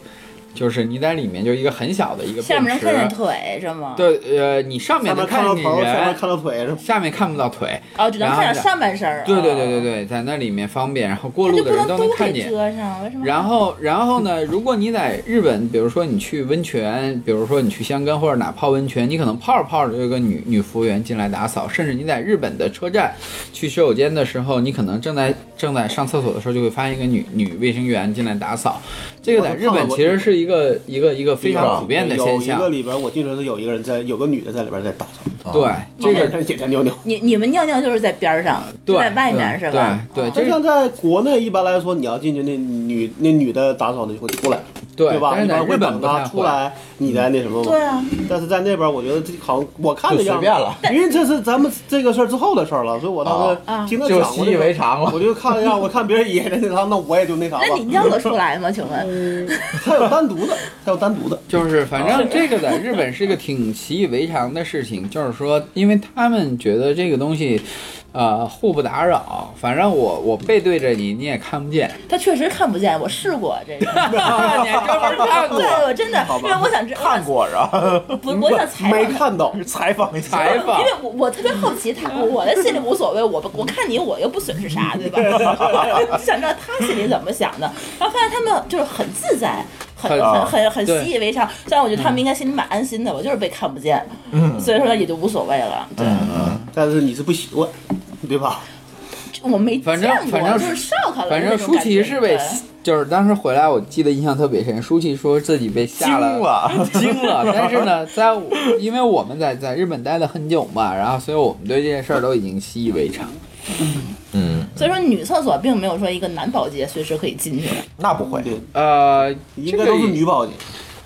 [SPEAKER 4] 就是你在里面就一个很小的一个
[SPEAKER 2] 下
[SPEAKER 4] 便
[SPEAKER 2] 面能看见
[SPEAKER 4] 池。
[SPEAKER 2] 腿是吗？，
[SPEAKER 4] 对，呃，你上面
[SPEAKER 3] 下面
[SPEAKER 4] 能
[SPEAKER 3] 看到
[SPEAKER 4] 见
[SPEAKER 3] 头，下面
[SPEAKER 4] 人，
[SPEAKER 3] 看到腿是吧？
[SPEAKER 4] 下面看不到腿。
[SPEAKER 2] 哦，只能
[SPEAKER 4] 然后
[SPEAKER 2] 看
[SPEAKER 4] 呢
[SPEAKER 2] 见上半身儿。
[SPEAKER 4] 对对对对
[SPEAKER 2] 对，
[SPEAKER 4] 对，在那里面方便，然后过路
[SPEAKER 2] 那就
[SPEAKER 4] 的
[SPEAKER 2] 不
[SPEAKER 4] 人
[SPEAKER 2] 能
[SPEAKER 4] 都能看
[SPEAKER 2] 给
[SPEAKER 4] 见。
[SPEAKER 2] 遮上，为什么？
[SPEAKER 4] 然后，然后呢？如果你在日本，比如说你去温泉，比如说你去香根或者哪泡温泉，你可能泡着泡着就有个女女服务员进来打扫，甚至你在日本的车站去洗手间的时候，你可能正在正在上厕所的时候，就会发现一个女女卫生员进来打扫。这个在日本其实是一个一个一个非常普遍的现象
[SPEAKER 3] 有一个。里边，我记得是有一个人在，有个女的在里边在打扫，
[SPEAKER 4] 对，这个
[SPEAKER 3] 也在尿尿。
[SPEAKER 2] 你你们尿尿就是在边儿上，
[SPEAKER 4] 对
[SPEAKER 2] 就在外面是吧？
[SPEAKER 4] 对对
[SPEAKER 2] 哦
[SPEAKER 4] 这
[SPEAKER 3] 就像在国内一般来说，你要进去，那女那女的打扫的就会出来，
[SPEAKER 4] 对
[SPEAKER 3] 对吧？
[SPEAKER 4] 但
[SPEAKER 3] 一
[SPEAKER 4] 是在
[SPEAKER 3] 般
[SPEAKER 4] 日
[SPEAKER 3] 会
[SPEAKER 4] 本
[SPEAKER 3] 等
[SPEAKER 4] 不太
[SPEAKER 3] 她
[SPEAKER 4] 会嗯
[SPEAKER 3] 出。来，你再那什么嘛。
[SPEAKER 2] 对啊，
[SPEAKER 3] 但是在那边，我觉得这好像我看的样子，
[SPEAKER 1] 就随便了，
[SPEAKER 3] 因为这是咱们这个事儿之后的事儿了，所以我当时
[SPEAKER 4] 哦
[SPEAKER 2] 啊
[SPEAKER 3] 听他
[SPEAKER 1] 就
[SPEAKER 3] 讲过
[SPEAKER 1] 习
[SPEAKER 3] 这
[SPEAKER 1] 以
[SPEAKER 3] 个
[SPEAKER 1] 为常了。
[SPEAKER 3] 我就看了一下，我看别人也在那啥，那我也就那啥吧
[SPEAKER 2] 那。你尿得出来吗？请问？
[SPEAKER 3] 他有单独的，他有单独的，
[SPEAKER 4] 就是反正这个在日本是一个挺习以为常的事情，就是说，因为他们觉得这个东西，呃，互不打扰，反正我我背对着你，你也看不见。
[SPEAKER 2] 他确实看不见，我试过这个。
[SPEAKER 4] 你还专门看
[SPEAKER 2] 对，我真的，因为我想知道，
[SPEAKER 1] 看过是吧？
[SPEAKER 2] 不，我想采
[SPEAKER 3] 没
[SPEAKER 2] 访他。
[SPEAKER 3] 看到。
[SPEAKER 1] 采访一下，
[SPEAKER 4] 采访
[SPEAKER 2] 因为我我特别好奇他，我的心里无所谓，我不我看你我又不损失啥，对吧？ 就想知道他心里怎么想的，然后发现他们就是很自在，很
[SPEAKER 4] 很
[SPEAKER 2] 很很很
[SPEAKER 4] 对
[SPEAKER 2] 习以为常。虽然我觉得他们应该心里蛮安心的，我就是被看不见，所以说也就无所谓了。对，
[SPEAKER 3] 但是你是不习惯，对吧？
[SPEAKER 2] 我没
[SPEAKER 4] 反正
[SPEAKER 2] 见过
[SPEAKER 4] 反正
[SPEAKER 2] 就是 shock 了。
[SPEAKER 4] 反正舒淇是被
[SPEAKER 2] 呗。，
[SPEAKER 4] 就是当时回来，我记得印象特别深。舒淇说自己被吓
[SPEAKER 1] 惊了
[SPEAKER 4] 惊了。但是呢，在我因为我们在在日本待了很久嘛，然后所以我们对这件事儿都已经习以为常。
[SPEAKER 1] 嗯，
[SPEAKER 2] 所以说女厕所并没有说一个男保洁随时可以进去的。
[SPEAKER 1] 那不会，
[SPEAKER 3] 对，
[SPEAKER 4] 呃，
[SPEAKER 3] 应该都是女保洁。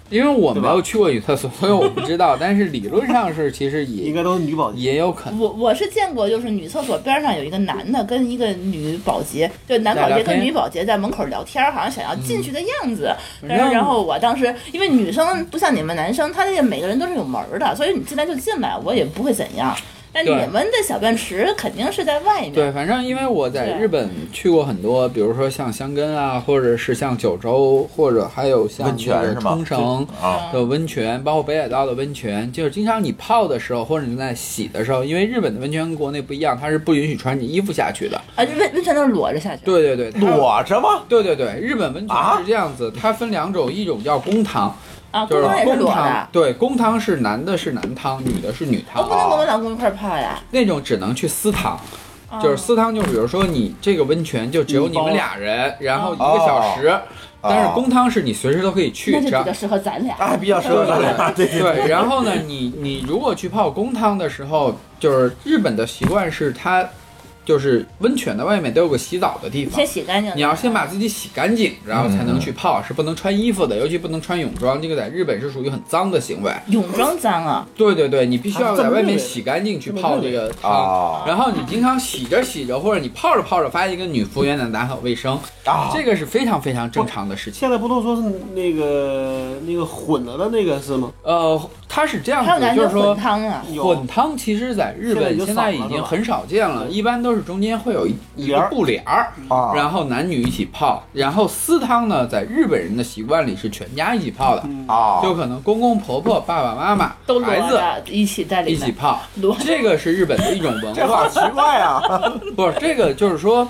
[SPEAKER 4] 因为我没有去过女厕所，所以我不知道。但是理论上是，其实
[SPEAKER 3] 应
[SPEAKER 4] 也
[SPEAKER 3] 该都是女保洁。
[SPEAKER 4] 也有可能。
[SPEAKER 2] 我我是见过，就是女厕所边上有一个男的跟一个女保洁，就男保
[SPEAKER 4] 在聊
[SPEAKER 2] 洁
[SPEAKER 4] 天嗯
[SPEAKER 2] 跟女保洁在门口聊天，好像想要进去的样子。然
[SPEAKER 4] 然后
[SPEAKER 2] 后然后我当时因为女生不像你们男生，他那个每个人都是有门儿的，所以你进来就进来，我也不会怎样。但你
[SPEAKER 4] 对
[SPEAKER 2] 们的小便池肯定是在外面，
[SPEAKER 4] 对，反正因为我在
[SPEAKER 2] 对
[SPEAKER 4] 日本去过很多，比如说像箱根啊，或者是像九州，或者还有像
[SPEAKER 1] 温泉
[SPEAKER 4] 这个
[SPEAKER 1] 是吗
[SPEAKER 4] 冲绳
[SPEAKER 1] 啊，
[SPEAKER 2] 嗯
[SPEAKER 4] 的温泉，包括北海道的温泉，就是经常你泡的时候，或者你在洗的时候，因为日本的温泉跟国内不一样，它是不允许穿你衣服下去的。
[SPEAKER 2] 啊，就温温泉都是裸着下去。
[SPEAKER 4] 对对对，它
[SPEAKER 1] 裸着吗？
[SPEAKER 4] 对对对，日本温泉
[SPEAKER 1] 啊
[SPEAKER 4] 是这样子，它分两种，一种叫公汤，
[SPEAKER 2] 啊，
[SPEAKER 4] 就
[SPEAKER 2] 公公也是
[SPEAKER 4] 公
[SPEAKER 2] 裸
[SPEAKER 4] 汤
[SPEAKER 2] 的，。
[SPEAKER 4] 对，公汤是男的是男汤，女的是女
[SPEAKER 2] 我
[SPEAKER 4] 汤
[SPEAKER 2] 啊不，能跟我老公一块儿泡呀。啊
[SPEAKER 4] 那种只能去私汤。
[SPEAKER 2] 嗯
[SPEAKER 4] 就是私汤，就比如说你这个温泉就只有你们俩人，然后一
[SPEAKER 1] 哦
[SPEAKER 4] 个小时，但是公汤是你随时都可以去，
[SPEAKER 2] 那就
[SPEAKER 4] 这
[SPEAKER 2] 比
[SPEAKER 4] 样
[SPEAKER 2] 较适合咱俩。
[SPEAKER 1] 啊，比较适合咱俩。对对
[SPEAKER 4] 对，然后呢，你你如果去泡公汤的时候，就是日本的习惯是它，就是温泉的外面都有个洗澡的地方
[SPEAKER 2] 先，洗干净。
[SPEAKER 4] 你要先把自己洗干净，然后才
[SPEAKER 1] 嗯
[SPEAKER 4] 能去泡，是不能穿衣服的，尤其不能穿泳装，这个在日本是属于很脏的行为。
[SPEAKER 2] 泳装脏啊，
[SPEAKER 4] 对对对，你必须要
[SPEAKER 3] 啊这
[SPEAKER 4] 在
[SPEAKER 3] 么
[SPEAKER 4] 外面
[SPEAKER 3] 热
[SPEAKER 4] 洗干净去
[SPEAKER 3] 这么
[SPEAKER 4] 泡
[SPEAKER 3] 热
[SPEAKER 4] 这个汤。
[SPEAKER 1] 啊
[SPEAKER 4] 然后你经常洗着洗着，或者你泡着泡着，发现一个女服务员在打扫卫生，
[SPEAKER 1] 啊，
[SPEAKER 4] 这个是非常非常正常的事情。
[SPEAKER 3] 现在不都说是那个那个混了的那个是吗？
[SPEAKER 4] 呃，它是这样
[SPEAKER 2] 还有
[SPEAKER 4] 子，
[SPEAKER 2] 男
[SPEAKER 4] 就
[SPEAKER 2] 生
[SPEAKER 4] 是说
[SPEAKER 2] 混汤啊，
[SPEAKER 3] 有
[SPEAKER 4] 混汤其实在日本现
[SPEAKER 3] 现
[SPEAKER 4] 在
[SPEAKER 3] 在
[SPEAKER 4] 已
[SPEAKER 3] 已经少了
[SPEAKER 4] 经很少见了，
[SPEAKER 3] 是吧
[SPEAKER 4] 一般都是中间会有一一
[SPEAKER 3] 帘
[SPEAKER 4] 个
[SPEAKER 3] 儿
[SPEAKER 4] 布帘儿，
[SPEAKER 1] 啊
[SPEAKER 4] 然后男女一起泡。然后私汤呢，在日本人的习惯里是全家一起泡的，
[SPEAKER 1] 啊，
[SPEAKER 4] 就可能公公婆婆、爸爸妈妈、
[SPEAKER 2] 都裸
[SPEAKER 4] 孩子
[SPEAKER 2] 着一起在里
[SPEAKER 4] 一
[SPEAKER 2] 面。
[SPEAKER 4] 起泡
[SPEAKER 2] 裸。
[SPEAKER 4] 这个是日本的一种文
[SPEAKER 1] 这好，
[SPEAKER 4] 化
[SPEAKER 1] 奇怪啊！
[SPEAKER 4] 不是这个就是说，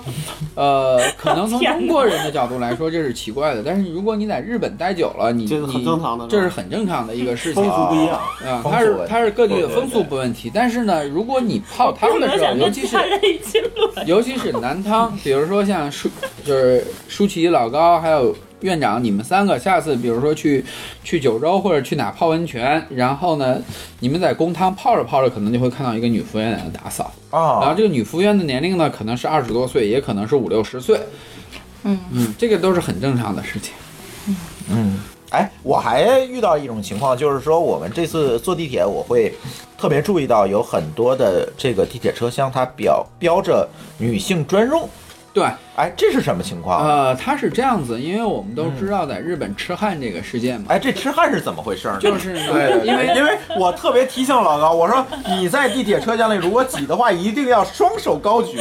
[SPEAKER 4] 呃，可能从
[SPEAKER 2] 天哪
[SPEAKER 4] 中国人的角度来说这是奇怪的，但是如果你在日本待久了，你
[SPEAKER 3] 这是很
[SPEAKER 4] 你
[SPEAKER 3] 正常的是吧
[SPEAKER 4] 这是很正常的一个事情
[SPEAKER 3] 风。俗不一样，
[SPEAKER 4] 啊，
[SPEAKER 1] 风
[SPEAKER 4] 它
[SPEAKER 1] 俗
[SPEAKER 4] 是
[SPEAKER 1] 问题
[SPEAKER 4] 它是各地的风俗不问题，但是呢，如果你泡汤的时候，尤其是
[SPEAKER 2] 一起裸
[SPEAKER 4] 尤其是男汤， 比如说像舒就是舒淇、老高还有院长，你们三个下次比如说去去九州或者去哪泡温泉，然后呢，你们在公汤泡着泡着，可能就会看到一个女服务员在那打扫，然后
[SPEAKER 1] 啊，
[SPEAKER 4] 这个女服务员的年龄呢，可能是二十多岁，也可能是五六十岁，
[SPEAKER 2] 嗯
[SPEAKER 4] 嗯，这个都是很正常的事情。
[SPEAKER 1] 嗯，哎，我还遇到一种情况，就是说我们这次坐地铁，我会特别注意到有很多的这个地铁车厢，它标标着女性专用。
[SPEAKER 4] 对，
[SPEAKER 1] 哎，这是什么情况？
[SPEAKER 4] 呃，它是这样子，因为我们都知道在日本痴汉这个事件嘛，
[SPEAKER 1] 哎，这痴汉是怎么回事呢？
[SPEAKER 4] 就是呢
[SPEAKER 1] 对，
[SPEAKER 4] 因为
[SPEAKER 1] 因为我特别提醒老高，我说你在地铁车厢里如果挤的话，一定要双手高举。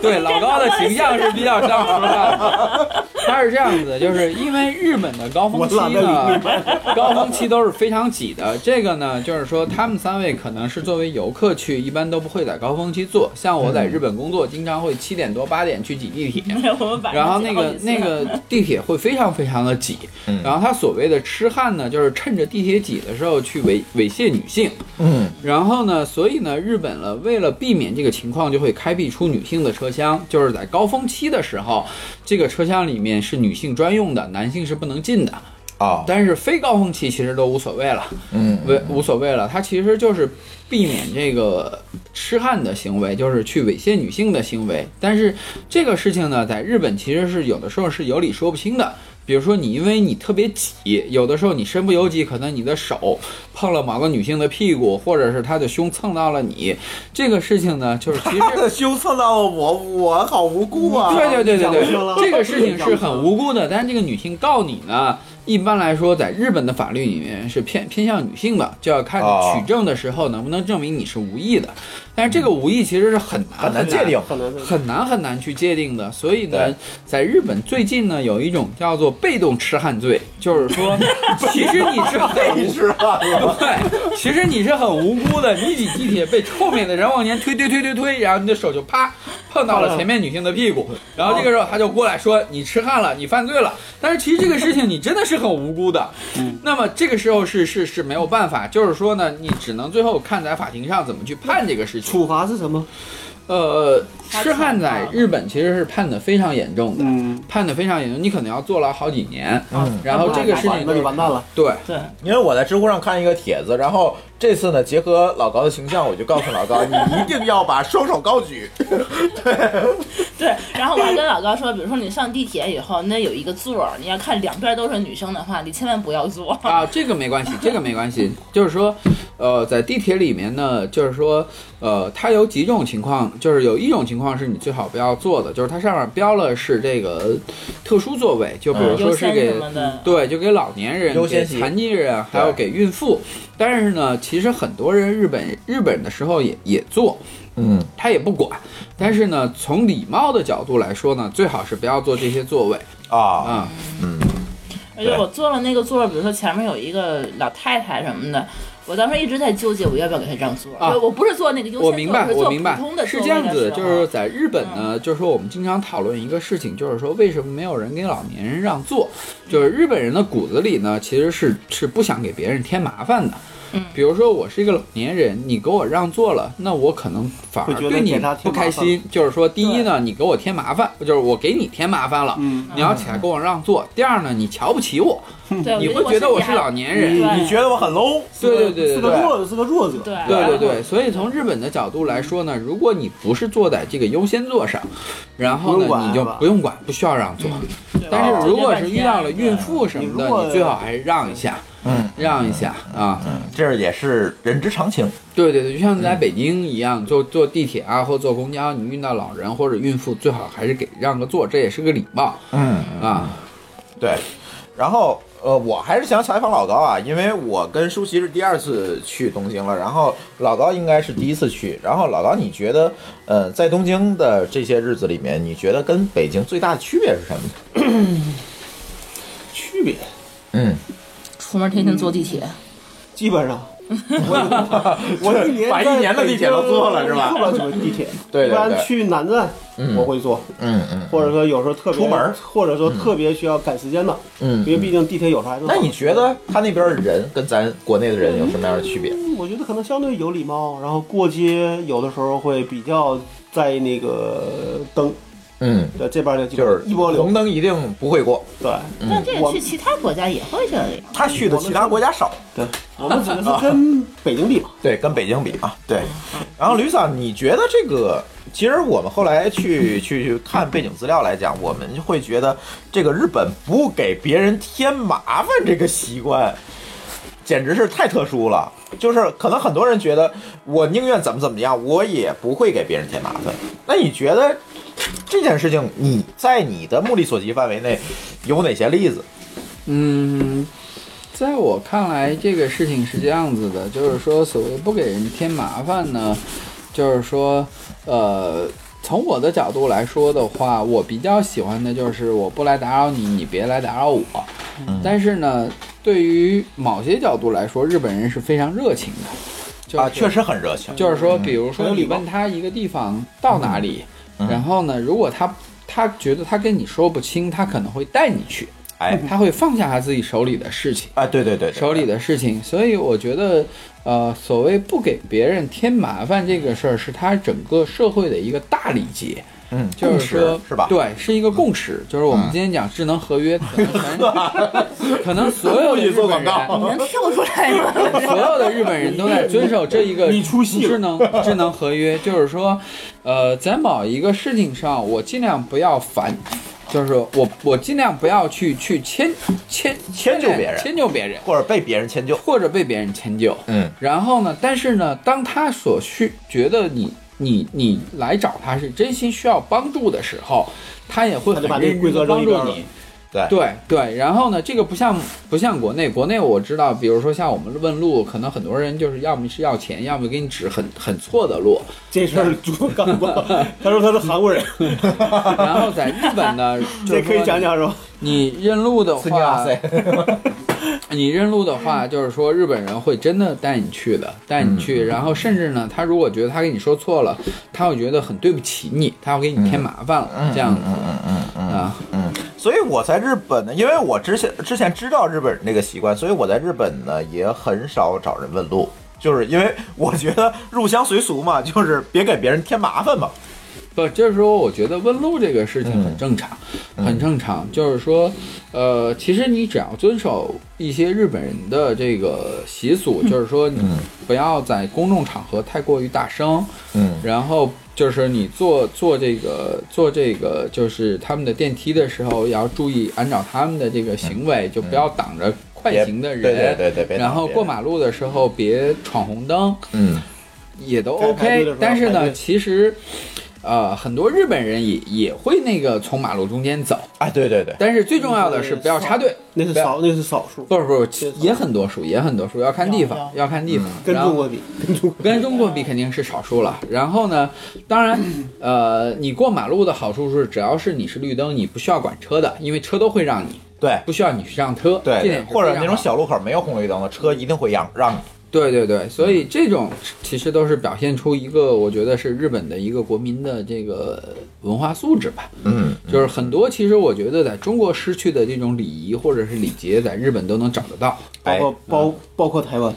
[SPEAKER 4] 对，老高的形象是比较像实的。他是这样子，就是因为日本的高峰期
[SPEAKER 3] 我懒得
[SPEAKER 4] 呢， 高峰期都是非常挤的。这个呢，就是说他们三位可能是作为游客去，一般都不会在高峰期坐。像我在日本工作，经常会七点多八点去挤地铁。
[SPEAKER 2] 着，我们 把
[SPEAKER 4] 然后那个那个地铁会非常非常的挤，
[SPEAKER 1] 嗯
[SPEAKER 4] 然后他所谓的痴汉呢，就是趁着地铁挤的时候去猥猥亵女性，
[SPEAKER 1] 嗯，
[SPEAKER 4] 然后呢，所以呢，日本了为了避免这个情况，就会开辟出女性的车厢，就是在高峰期的时候，这个车厢里面是女性专用的，男性是不能进的。
[SPEAKER 1] 啊，
[SPEAKER 4] 但是非高峰期其实都无所谓了，
[SPEAKER 1] 嗯
[SPEAKER 4] 为无所谓了。它其实就是避免这个痴汉的行为，就是去猥亵女性的行为。但是这个事情呢，在日本其实是有的时候是有理说不清的。比如说你因为你特别挤，有的时候你身不由己，可能你的手碰了某个女性的屁股，或者是她的胸蹭到了你，这个事情呢，就是其实
[SPEAKER 1] 羞涩到我，我好无辜啊！
[SPEAKER 4] 对对对对
[SPEAKER 3] 讲不清
[SPEAKER 4] 对，
[SPEAKER 3] 了
[SPEAKER 4] 这个事情是很无辜的，但是这个女性告你呢，一般来说在日本的法律里面是偏偏向女性的，就要看
[SPEAKER 1] 哦
[SPEAKER 4] 你取证的时候能不能证明你是无意的，但是这个无意其实是很难
[SPEAKER 1] 很难界定。
[SPEAKER 3] 可能是
[SPEAKER 4] 很难很难去界定的。所以呢
[SPEAKER 1] 对，
[SPEAKER 4] 在日本最近呢，有一种叫做被动痴汉罪，就是说， 其实你是很无
[SPEAKER 1] 痴汉
[SPEAKER 4] 对，其实你是很无辜的，你挤地铁被后面的人往前推推推推推，然后你的手就啪碰到了前面女性的屁股，然后这个时候他就过来说你痴汉了，你犯罪了。但是其实这个事情你真的是很无辜的，
[SPEAKER 1] 嗯
[SPEAKER 4] 那么这个时候是是是没有办法，就是说呢，你只能最后看在法庭上怎么去判这个事情。
[SPEAKER 3] 处罚是什么？
[SPEAKER 4] 呃，痴汉在日本其实是判的非常严重的，
[SPEAKER 3] 嗯，
[SPEAKER 4] 判的非常严重，你可能要坐牢好几年。
[SPEAKER 1] 嗯
[SPEAKER 4] 然后这个事情
[SPEAKER 3] 那
[SPEAKER 4] 就
[SPEAKER 3] 就是完蛋了。
[SPEAKER 4] 对
[SPEAKER 2] 对，
[SPEAKER 1] 因为我在知乎上看一个帖子，然后这次呢，结合老高的形象，我就告诉老高，你一定要把双手高举。
[SPEAKER 2] 对，然后我还跟老高说，比如说你上地铁以后，那有一个座儿，你要看两边都是女生的话，你千万不要坐。
[SPEAKER 4] 啊，这个没关系，这个没关系。就是说，呃，在地铁里面呢，就是说，呃，它有几种情况，就是有一种情况是你最好不要坐的，就是它上面标了是这个特殊座位，就比如说
[SPEAKER 2] 优
[SPEAKER 4] 是
[SPEAKER 2] 先
[SPEAKER 4] 给
[SPEAKER 2] 什么的，
[SPEAKER 4] 对，就给老年人、
[SPEAKER 1] 嗯优先
[SPEAKER 4] 给
[SPEAKER 1] 级
[SPEAKER 4] 残疾人，还有给孕妇。但是呢，其实很多人日本日本的时候也也做，
[SPEAKER 1] 嗯，
[SPEAKER 4] 他也不管。但是呢，从礼貌的角度来说呢，最好是不要坐这些座位
[SPEAKER 1] 啊，
[SPEAKER 4] 啊。
[SPEAKER 2] 而且我坐了那个座儿，比如说前面有一个老太太什么的，我当时一直在纠结我要不要给她让座。
[SPEAKER 4] 啊
[SPEAKER 2] 我我不是坐那个优先座，
[SPEAKER 4] 我明白，
[SPEAKER 2] 是坐
[SPEAKER 4] 我明白
[SPEAKER 2] 普通的，座
[SPEAKER 4] 是
[SPEAKER 2] 位
[SPEAKER 4] 这
[SPEAKER 2] 的
[SPEAKER 4] 样子，
[SPEAKER 2] 时候嗯
[SPEAKER 4] 就是在日本呢，就是说我们经常讨论一个事情，就是说为什么没有人给老年人让座？就是日本人的骨子里呢，其实是是不想给别人添麻烦的。
[SPEAKER 2] 嗯
[SPEAKER 4] 比如说我是一个老年人，你给我让座了，那我可能反而
[SPEAKER 3] 会觉得
[SPEAKER 4] 对你
[SPEAKER 3] 给他
[SPEAKER 4] 不
[SPEAKER 3] 添麻
[SPEAKER 4] 开
[SPEAKER 3] 烦
[SPEAKER 4] 心。就是说，第一呢，你给我添麻烦，就是我给你添麻烦了，
[SPEAKER 3] 嗯，
[SPEAKER 4] 你要起来给我让座。第二呢，你瞧不起我，
[SPEAKER 2] 对，
[SPEAKER 4] 你
[SPEAKER 2] 我
[SPEAKER 4] 会觉得我是
[SPEAKER 2] 身体
[SPEAKER 4] 老
[SPEAKER 2] 还
[SPEAKER 4] 年人。
[SPEAKER 2] 对
[SPEAKER 1] 你觉得我很 low？
[SPEAKER 4] 对对对
[SPEAKER 3] 是
[SPEAKER 4] 对对
[SPEAKER 3] 个。弱是个弱者，
[SPEAKER 2] 对
[SPEAKER 4] 对对 对，所以从日本的角度来说呢，如果你不是坐在这个优先座上，然后
[SPEAKER 3] 不
[SPEAKER 4] 呢
[SPEAKER 3] 用管
[SPEAKER 4] 你就是
[SPEAKER 3] 吧嗯
[SPEAKER 4] 不用管，不需要让座。
[SPEAKER 2] 对
[SPEAKER 4] 但
[SPEAKER 2] 我
[SPEAKER 4] 是
[SPEAKER 2] 就
[SPEAKER 4] 如果
[SPEAKER 2] 半
[SPEAKER 4] 是遇
[SPEAKER 2] 天
[SPEAKER 4] 到了孕
[SPEAKER 2] 对
[SPEAKER 4] 妇什么
[SPEAKER 3] 你
[SPEAKER 4] 的，
[SPEAKER 3] 如果
[SPEAKER 4] 你最好还是让一下，
[SPEAKER 1] 嗯，
[SPEAKER 4] 让一下啊。
[SPEAKER 1] 这也是人之常情。
[SPEAKER 4] 对对对，就像在
[SPEAKER 3] 嗯
[SPEAKER 4] 北京一样，坐坐地铁啊或坐公交，你遇到老人或者孕妇，最好还是给让个座，这也是个礼貌
[SPEAKER 1] 嗯，
[SPEAKER 4] 啊。
[SPEAKER 1] 对。然后呃，我还是想采访老高啊，因为我跟舒淇是第二次去东京了，然后老高应该是第一次去。然后老高，你觉得呃，在东京的这些日子里面，你觉得跟北京最大的区别是什么？
[SPEAKER 3] 区别
[SPEAKER 1] 嗯，
[SPEAKER 2] 出门天天坐地铁，
[SPEAKER 3] 基本上。我我一年
[SPEAKER 1] 把一年的地铁都坐了是吧
[SPEAKER 3] 坐了几回地铁，
[SPEAKER 1] 对对对
[SPEAKER 3] 一般去南站
[SPEAKER 1] 嗯
[SPEAKER 3] 我会坐，
[SPEAKER 1] 嗯嗯
[SPEAKER 3] 或者说有时候特别
[SPEAKER 1] 出门儿
[SPEAKER 3] 或者说特别需要赶时间的，
[SPEAKER 1] 嗯
[SPEAKER 3] 因为毕竟地铁有时候还是
[SPEAKER 1] 那你觉得他那边的人跟咱国内的人有什么样的区别？
[SPEAKER 3] 嗯我觉得可能相对有礼貌，然后过街有的时候会比较在那个灯，
[SPEAKER 1] 嗯，
[SPEAKER 3] 对这边的基本
[SPEAKER 1] 就是
[SPEAKER 3] 一波流
[SPEAKER 1] 红，灯一定不会过。
[SPEAKER 3] 对
[SPEAKER 2] 但这
[SPEAKER 3] 我
[SPEAKER 2] 个去其他国家也会这样。
[SPEAKER 1] 他去的其他国家少，
[SPEAKER 3] 对，我们只能是跟北京比嘛，
[SPEAKER 1] 对，跟北京比啊，对。然后吕嫂，你觉得这个？其实我们后来去去去看背景资料来讲，我们会觉得这个日本不给别人添麻烦这个习惯，简直是太特殊了。就是可能很多人觉得，我宁愿怎么怎么样，我也不会给别人添麻烦。那你觉得这件事情，你在你的目力所及范围内有哪些例子？
[SPEAKER 4] 嗯，在我看来，这个事情是这样子的，就是说，所谓不给人添麻烦呢，就是说，呃，从我的角度来说的话，我比较喜欢的就是我不来打扰你，你别来打扰我。
[SPEAKER 1] 嗯
[SPEAKER 4] 但是呢，对于某些角度来说，日本人是非常热情的，就是、
[SPEAKER 1] 啊，确实嗯很热情。
[SPEAKER 4] 就是说，比如
[SPEAKER 3] 很
[SPEAKER 4] 说
[SPEAKER 3] 有礼
[SPEAKER 4] 你
[SPEAKER 3] 貌
[SPEAKER 4] 问他一个地方到哪里，
[SPEAKER 1] 嗯
[SPEAKER 4] 然后呢，如果他他觉得他跟你说不清，他可能会带你去。
[SPEAKER 1] 哎，
[SPEAKER 4] 他会放下他自己手里的事情，
[SPEAKER 1] 啊，对对对对，
[SPEAKER 4] 手里的事情。所以我觉得，呃，所谓不给别人添麻烦这个事儿，是他整个社会的一个大礼节。
[SPEAKER 1] 嗯，
[SPEAKER 4] 就
[SPEAKER 1] 共
[SPEAKER 4] 是
[SPEAKER 1] 识
[SPEAKER 4] 说，
[SPEAKER 1] 是吧？
[SPEAKER 4] 对，是一个共识。就是我们
[SPEAKER 1] 嗯
[SPEAKER 4] 今天讲智能合约，可 能全可能所有的
[SPEAKER 1] 不许
[SPEAKER 4] 日
[SPEAKER 1] 做
[SPEAKER 4] 本
[SPEAKER 1] 广告
[SPEAKER 4] 人
[SPEAKER 2] 你能跳出来吗？
[SPEAKER 4] 所有的日本人 都在遵守这一个智能智能合约，就是说，呃，在某一个事情上，我尽量不要烦，就是我我尽量不要去去迁迁
[SPEAKER 1] 迁就别人
[SPEAKER 4] 迁就别人，
[SPEAKER 1] 或者被别人迁就。
[SPEAKER 4] 或者被别人迁就。
[SPEAKER 1] 嗯
[SPEAKER 4] 然后呢，但是呢，当他所需觉得你你你来找他是真心需要帮助的时候，他也会
[SPEAKER 3] 他
[SPEAKER 4] 很
[SPEAKER 3] 就把这
[SPEAKER 4] 认
[SPEAKER 3] 规
[SPEAKER 4] 真
[SPEAKER 3] 则
[SPEAKER 4] 的
[SPEAKER 3] 扔
[SPEAKER 4] 帮
[SPEAKER 3] 一
[SPEAKER 4] 助
[SPEAKER 3] 边
[SPEAKER 4] 你
[SPEAKER 3] 了。
[SPEAKER 1] 对
[SPEAKER 4] 对对，然后呢，这个不像不像国内，国内我知道，比如说像我们问路，可能很多人就是要么是要钱，要么给你指很很错的路。
[SPEAKER 3] 这事儿猪干过，他说他是韩国人，
[SPEAKER 4] 然后在日本呢，就
[SPEAKER 3] 这
[SPEAKER 4] 是
[SPEAKER 3] 可以
[SPEAKER 4] 说
[SPEAKER 3] 讲讲是吧？
[SPEAKER 4] 你认路的
[SPEAKER 1] 次哇
[SPEAKER 4] 话，
[SPEAKER 1] 塞，
[SPEAKER 4] 你认路的话，就是说日本人会真的带你去的，带你去，然后甚至呢，他如果觉得他跟你说错了，他会觉得很对不起你，他会给你添麻烦了，这样子，嗯嗯嗯啊，
[SPEAKER 1] 所以我在日本呢，因为我之前之前知道日本人这个习惯，所以我在日本呢也很少找人问路，就是因为我觉得入乡随俗嘛，就是别给别人添麻烦嘛。
[SPEAKER 4] 不，就是说，我觉得问路这个事情
[SPEAKER 1] 嗯
[SPEAKER 4] 很正常，很正常。就是说，呃，其实你只要遵守一些日本人的这个习俗，
[SPEAKER 1] 嗯
[SPEAKER 4] 就是说，你不要在公众场合太过于大声，
[SPEAKER 1] 嗯
[SPEAKER 4] 然后就是你坐坐这个坐这个就是他们的电梯的时候，也要注意按照他们的这个行为，就不要挡着快行的
[SPEAKER 1] 嗯
[SPEAKER 4] 人，
[SPEAKER 1] 别对对对对别挡
[SPEAKER 4] 然后
[SPEAKER 1] 别人
[SPEAKER 4] 过马路的时候别闯红灯，
[SPEAKER 1] 嗯
[SPEAKER 4] 也都
[SPEAKER 3] 该排队的时
[SPEAKER 4] OK
[SPEAKER 3] 候。
[SPEAKER 4] 但是
[SPEAKER 3] 排
[SPEAKER 4] 呢，
[SPEAKER 3] 队
[SPEAKER 4] 其实。呃，很多日本人也也会那个从马路中间走，
[SPEAKER 1] 啊，对对对，
[SPEAKER 4] 但是最重要
[SPEAKER 3] 嗯
[SPEAKER 4] 的是不要插队，
[SPEAKER 3] 那是
[SPEAKER 4] 不要
[SPEAKER 3] 少，那是少数，
[SPEAKER 4] 不是不是，也很多数，也很多数，要看地方，要看地方。
[SPEAKER 3] 嗯跟
[SPEAKER 4] 然后
[SPEAKER 3] 中国比，跟中国
[SPEAKER 4] 跟中国比肯定是少数了。然后呢，当 然，呃，你过马路的好处是，只要是你是绿灯，你不需要管车的，因为车都会让你，
[SPEAKER 1] 对
[SPEAKER 4] 不需要你去让车。
[SPEAKER 1] 对
[SPEAKER 4] 这
[SPEAKER 1] 对，
[SPEAKER 4] 点
[SPEAKER 1] 或者
[SPEAKER 4] 是非
[SPEAKER 1] 那
[SPEAKER 4] 常
[SPEAKER 1] 种
[SPEAKER 4] 好
[SPEAKER 1] 小路口没有红绿灯的车一定会让让你。
[SPEAKER 4] 对对对，所以这种其实都是表现出一个，我觉得是日本的一个国民的这个文化素质吧。
[SPEAKER 1] 嗯，
[SPEAKER 4] 就是很多其实我觉得在中国失去的这种礼仪或者是礼节，在日本都能找得到。
[SPEAKER 3] 包
[SPEAKER 1] 哎
[SPEAKER 3] 括包包括台湾，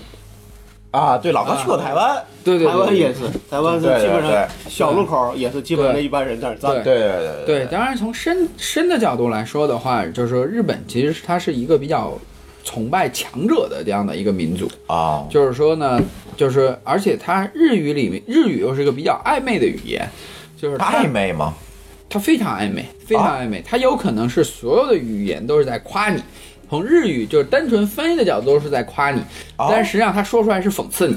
[SPEAKER 1] 啊，对，老高去过台湾，
[SPEAKER 4] 对对对，
[SPEAKER 3] 台湾也
[SPEAKER 4] 对
[SPEAKER 3] 是，台湾是
[SPEAKER 1] 对对
[SPEAKER 3] 基本
[SPEAKER 1] 对
[SPEAKER 3] 上小路口也是基本上一般人在那儿站着。
[SPEAKER 4] 对
[SPEAKER 1] 对对对
[SPEAKER 4] 对，当然从深深的角度来说的话，就是说日本其实它是一个比较崇拜强者的这样的一个民族，
[SPEAKER 1] 啊，
[SPEAKER 4] 就是说呢，就是而且它日语里面日语又是一个比较暧昧的语言，就是它
[SPEAKER 1] 暧，昧吗？
[SPEAKER 4] 它非常暧昧，非常暧昧，它有可能是所有的语言都是在夸你。从日语就是单纯翻译的角度都是在夸你，
[SPEAKER 1] 哦
[SPEAKER 4] 但实际上他说出来是讽刺你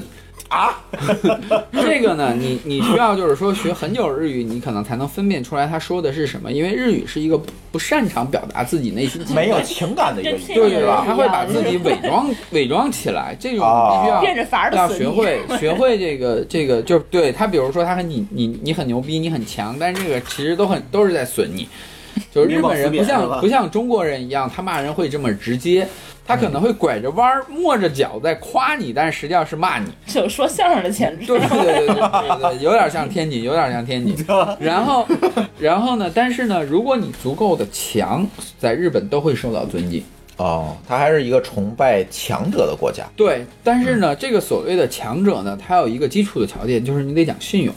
[SPEAKER 4] 啊。 这个呢，你你需要就是说学很久日语，你可能才能分辨出来他说的是什么，因为日语是一个不不擅长表达自己内 心情
[SPEAKER 1] 没
[SPEAKER 4] 感
[SPEAKER 1] 有
[SPEAKER 4] 的
[SPEAKER 1] 情感的一个语
[SPEAKER 2] 这
[SPEAKER 4] 对
[SPEAKER 1] 言
[SPEAKER 4] 对
[SPEAKER 1] 是
[SPEAKER 4] 对，啊
[SPEAKER 1] 吧？
[SPEAKER 4] 他会把自己伪装 伪装起来，这种
[SPEAKER 1] 哦
[SPEAKER 4] 你必须要
[SPEAKER 2] 变着法儿地
[SPEAKER 4] 要
[SPEAKER 2] 损
[SPEAKER 4] 学
[SPEAKER 2] 你
[SPEAKER 4] 会学会这个这个，就是对他，比如说他很你你你很牛逼，你很强，但是这个其实都很都是在损你。就是日本人不
[SPEAKER 3] 民法思辨是
[SPEAKER 4] 像
[SPEAKER 3] 吧
[SPEAKER 4] 不像中国人一样，他骂人会这么直接，他可能会拐着弯儿摸着脚在夸你，但是实际上是骂你。
[SPEAKER 2] 是有说相声的潜质。
[SPEAKER 4] 对对对对对对对，有点像天津，有点像天津。然后，然后呢？但是呢，如果你足够的强，在日本都会受到尊敬。
[SPEAKER 1] 哦，他还是一个崇拜强者的国家。
[SPEAKER 4] 对，但是呢，这个所谓的强者呢，他有一个基础的条件，就是你得讲信用。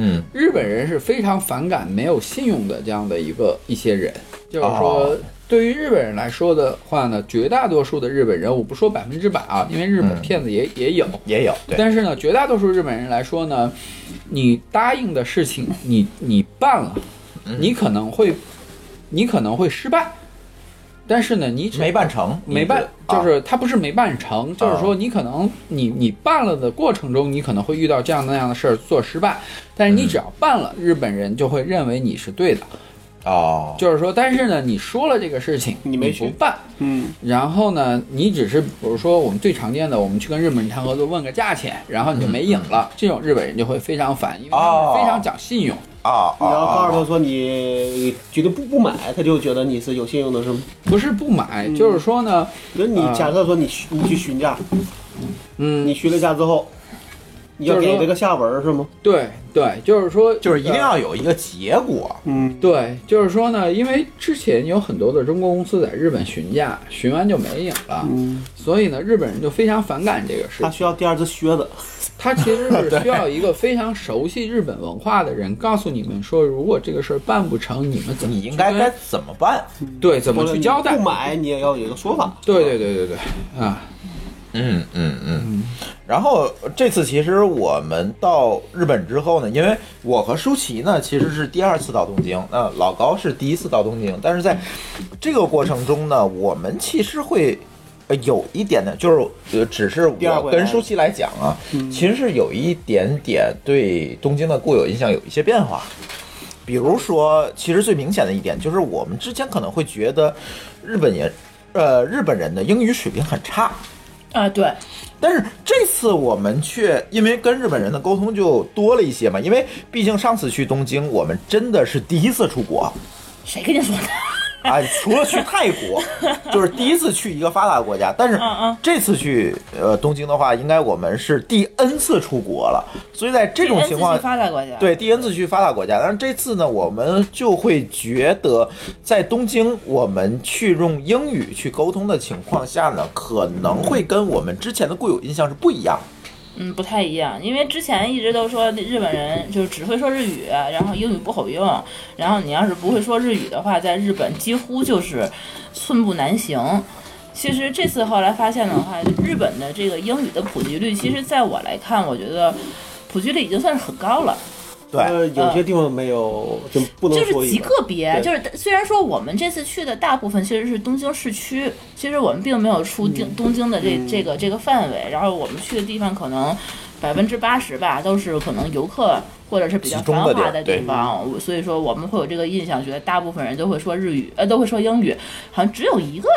[SPEAKER 1] 嗯，
[SPEAKER 4] 日本人是非常反感没有信用的这样的一个一些人，就是说
[SPEAKER 1] 哦，
[SPEAKER 4] 对于日本人来说的话呢，绝大多数的日本人，我不说百分之百啊，因为日本
[SPEAKER 1] 嗯
[SPEAKER 4] 骗子也、也有，
[SPEAKER 1] 也有对，
[SPEAKER 4] 但是呢，绝大多数日本人来说呢，你答应的事情，你你办了，
[SPEAKER 1] 嗯
[SPEAKER 4] 你可能会，你可能会失败，但是呢，你只
[SPEAKER 1] 没办成，
[SPEAKER 4] 没办，
[SPEAKER 1] 你
[SPEAKER 4] 就
[SPEAKER 1] 啊
[SPEAKER 4] 是它不是没办成，就是说你可能你你办了的过程中，你可能会遇到这样那样的事儿做失败，但是你只要办了，日本人就会认为你是对的，
[SPEAKER 1] 哦，
[SPEAKER 4] 就是说，但是呢，你说了这个事情，
[SPEAKER 3] 你没
[SPEAKER 4] 不
[SPEAKER 3] 去
[SPEAKER 4] 办，
[SPEAKER 3] 嗯，
[SPEAKER 4] 然后呢，你只是比如说我们最常见的，我们去跟日本人谈合作，问个价钱，然后你就没影了，这种日本人就会非常烦，因为他
[SPEAKER 1] 嗯哦
[SPEAKER 4] 们非常讲信用。
[SPEAKER 1] 啊啊
[SPEAKER 3] 你要告诉
[SPEAKER 1] 啊
[SPEAKER 3] 他说你觉得不不买，他就觉得你是有信用的，是吗？
[SPEAKER 4] 不是不买，就是说呢，
[SPEAKER 3] 那你
[SPEAKER 4] 啊
[SPEAKER 3] 假设说你询你去询价，
[SPEAKER 4] 嗯，
[SPEAKER 3] 你询了价之后，你要
[SPEAKER 4] 就是说
[SPEAKER 3] 给这个下文儿是吗？
[SPEAKER 4] 对对，就是说，
[SPEAKER 1] 就是一定
[SPEAKER 4] 呃
[SPEAKER 1] 要有一个结果。
[SPEAKER 3] 嗯，
[SPEAKER 4] 对，就是说呢，因为之前有很多的中国公司在日本询价，询完就没影了，所以呢，日本人就非常反感这个事
[SPEAKER 3] 他
[SPEAKER 4] 情。
[SPEAKER 3] 需要第二只靴子，
[SPEAKER 4] 他其实是需要一个非常熟悉日本文化的人，告诉你们说，如果这个事儿办不成，你们怎么
[SPEAKER 1] 你应该
[SPEAKER 4] 去
[SPEAKER 1] 该
[SPEAKER 4] 跟
[SPEAKER 1] 怎么办？
[SPEAKER 4] 对怎
[SPEAKER 3] 或
[SPEAKER 4] 么
[SPEAKER 3] 者
[SPEAKER 4] 去
[SPEAKER 3] 你
[SPEAKER 4] 交代
[SPEAKER 3] 不？买你也要有一个说法。
[SPEAKER 4] 对对对对对，啊，
[SPEAKER 1] 嗯嗯嗯。然后这次其实我们到日本之后呢，因为我和舒淇呢其实是第二次到东京，那老高是第一次到东京，但是在这个过程中呢，我们其实会。呃，有一点呢，就是呃，只是
[SPEAKER 3] 第二
[SPEAKER 1] 我
[SPEAKER 3] 回
[SPEAKER 1] 跟
[SPEAKER 3] 来
[SPEAKER 1] 舒淇来讲啊，其实是有一点点对东京的固有印象有一些变化。比如说，其实最明显的一点就是，我们之前可能会觉得日本人，呃，日本人的英语水平很差，
[SPEAKER 2] 啊，对，
[SPEAKER 1] 但是这次我们却因为跟日本人的沟通就多了一些嘛，因为毕竟上次去东京，我们真的是第一次出 国
[SPEAKER 2] 谁跟你说的？
[SPEAKER 1] 啊，除了去泰 国，就是第一次去一个发达国家。但是
[SPEAKER 2] 嗯
[SPEAKER 1] 这次去呃东京的话，应该我们是第 N 次出国了，所以在这种情况
[SPEAKER 2] 第 N 次去发达国家，
[SPEAKER 1] 对，第 N 次去发达国家，但是这次呢，我们就会觉得，在东京，我们去用英语去沟通的情况下呢，可能会跟我们之前的固有印象是不一样的。
[SPEAKER 2] 嗯，不太一样，因为之前一直都说日本人就只会说日语，然后英语不好用，然后你要是不会说日语的话，在日本几乎就是寸步难行。其实这次后来发现的话，日本的这个英语的普及率，其实在我来看，我觉得普及率已经算是很高了。
[SPEAKER 1] 对，
[SPEAKER 3] 呃，
[SPEAKER 4] 嗯
[SPEAKER 3] 有些地方没有，就不能
[SPEAKER 2] 就
[SPEAKER 3] 说
[SPEAKER 2] 是极
[SPEAKER 3] 一
[SPEAKER 2] 个
[SPEAKER 3] 个。
[SPEAKER 2] 别，
[SPEAKER 3] 对
[SPEAKER 2] 就是虽然说我们这次去的大部分其实是东京市区，其实我们并没有出定东京的这、这个这个范围，然后我们去的地方可能百分之八十吧，都是可能游客或者是比较
[SPEAKER 1] 集中的
[SPEAKER 2] 繁
[SPEAKER 1] 地儿
[SPEAKER 2] 华的地方，我所以说我们会有这个印象，觉得大部分人都会说日语，呃，都会说英语，好像只有一个。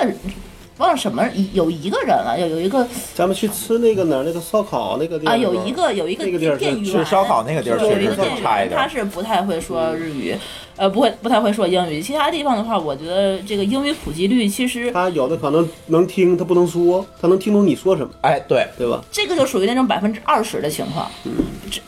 [SPEAKER 2] 忘了什么，有一个人了，有有一个
[SPEAKER 3] 咱们去吃那个哪儿那个烧烤那个地方
[SPEAKER 2] 啊，有一个有一个
[SPEAKER 3] 那个地儿是
[SPEAKER 2] 店员，
[SPEAKER 1] 吃烧烤那个地儿
[SPEAKER 2] 有
[SPEAKER 1] 确
[SPEAKER 2] 一
[SPEAKER 1] 实
[SPEAKER 2] 个
[SPEAKER 1] 更
[SPEAKER 2] 店
[SPEAKER 1] 差一
[SPEAKER 2] 员，
[SPEAKER 1] 点
[SPEAKER 2] 他
[SPEAKER 1] 儿。嗯
[SPEAKER 2] 是不太会说日语，呃，不会不太会说英语。其他地方的话，我觉得这个英语普及率其实
[SPEAKER 3] 他有的可能能听，他不能说，他能听懂你说什么，
[SPEAKER 1] 哎，对，
[SPEAKER 3] 对吧？
[SPEAKER 2] 这个就属于那种百分之二十的情况，
[SPEAKER 1] 嗯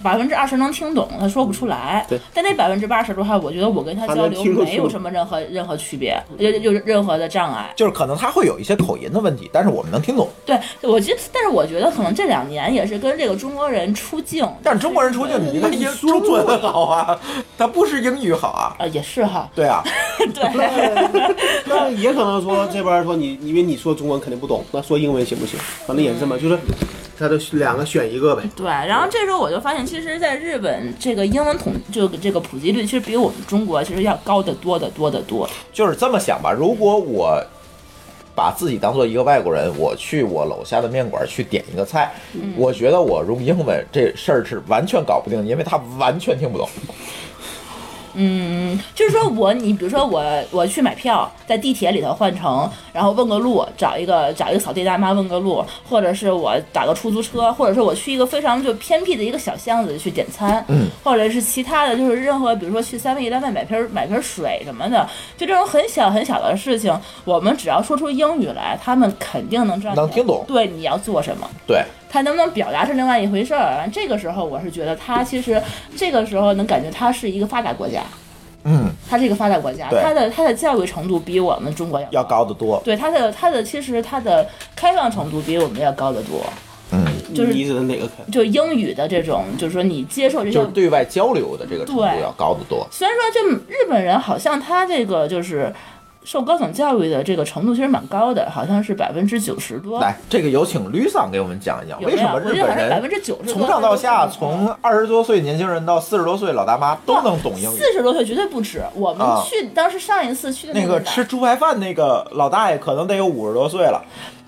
[SPEAKER 2] 百分之二十能听懂，他说不出来。
[SPEAKER 3] 对
[SPEAKER 2] 但那百分之八十的话，我觉得我跟他
[SPEAKER 3] 他
[SPEAKER 2] 交
[SPEAKER 3] 能
[SPEAKER 2] 流
[SPEAKER 3] 听得
[SPEAKER 2] 没有
[SPEAKER 3] 出
[SPEAKER 2] 什么任何任何区别，有有任何的障碍。
[SPEAKER 1] 就是可能他会有一些口音的问题，但是我们能听懂。
[SPEAKER 2] 对，我觉得，但是我觉得可能这两年也是跟这个中国人出境，
[SPEAKER 1] 但是中国人出去，你 那英中文好啊，他不是英语好啊。
[SPEAKER 2] 啊也是哈，
[SPEAKER 1] 对啊，
[SPEAKER 3] 那也可能说这边说你，因为你说中文肯定不懂，那说英文行不行？反正也是这么，就是他的两个选一个呗。
[SPEAKER 2] 对，然后这时候我就发现，其实，在日本这个英文统这个这个普及率，其实比我们中国其实要高得多得多得多。
[SPEAKER 1] 就是这么想吧。如果我把自己当做一个外国人，我去我楼下的面馆去点一个菜，
[SPEAKER 2] 嗯
[SPEAKER 1] 我觉得我用英文这事儿是完全搞不定，因为他完全听不懂。
[SPEAKER 2] 嗯，就是说我你比如说我我去买票，在地铁里头换乘，然后问个路，找一个找一个扫地大妈问个路，或者是我打个出租车，或者是我去一个非常就偏僻的一个小巷子去点餐，嗯，或者是其他的就是任何比如说去 Seven Eleven 买瓶买瓶水什么的，就这种很小很小的事情，我们只要说出英语来，他们肯定能知道你
[SPEAKER 1] 能听懂
[SPEAKER 2] 对你要做什么。
[SPEAKER 1] 对，
[SPEAKER 2] 他能不能表达是另外一回事儿。这个时候，我是觉得他其实这个时候能感觉他是一个发达国家，
[SPEAKER 1] 嗯，
[SPEAKER 2] 他是一个发达国家，
[SPEAKER 1] 对
[SPEAKER 2] 他的他的教育程度比我们中国要
[SPEAKER 1] 要高得多。
[SPEAKER 2] 对他的他的其实他的开放程度比我们要高得多。就是
[SPEAKER 3] 你指的哪个开？
[SPEAKER 2] 就英语的这种，就是说你接受这些
[SPEAKER 1] 就是对外交流的这个程度
[SPEAKER 2] 对
[SPEAKER 1] 要高得多。
[SPEAKER 2] 虽然说这日本人好像他这个就是受高等教育的这个程度其实蛮高的，好像是百分之九十多。
[SPEAKER 1] 来，这个有请吕桑给我们讲一讲，
[SPEAKER 2] 有
[SPEAKER 1] 为
[SPEAKER 2] 没
[SPEAKER 1] 什
[SPEAKER 2] 有？
[SPEAKER 1] 么
[SPEAKER 2] 我
[SPEAKER 1] 日
[SPEAKER 2] 记得好
[SPEAKER 1] 本
[SPEAKER 2] 像百分
[SPEAKER 1] 人
[SPEAKER 2] 之九十
[SPEAKER 1] 从上到
[SPEAKER 2] 嗯
[SPEAKER 1] 下，从二十多岁年轻人到四十多岁老大妈都能懂英语？
[SPEAKER 2] 四十多岁绝对不止。我们
[SPEAKER 1] 啊
[SPEAKER 2] 去、当时上一次去的
[SPEAKER 1] 那
[SPEAKER 2] 个
[SPEAKER 1] 个
[SPEAKER 2] 哪儿
[SPEAKER 1] 吃猪排饭那个老大爷可能得有五十多岁了，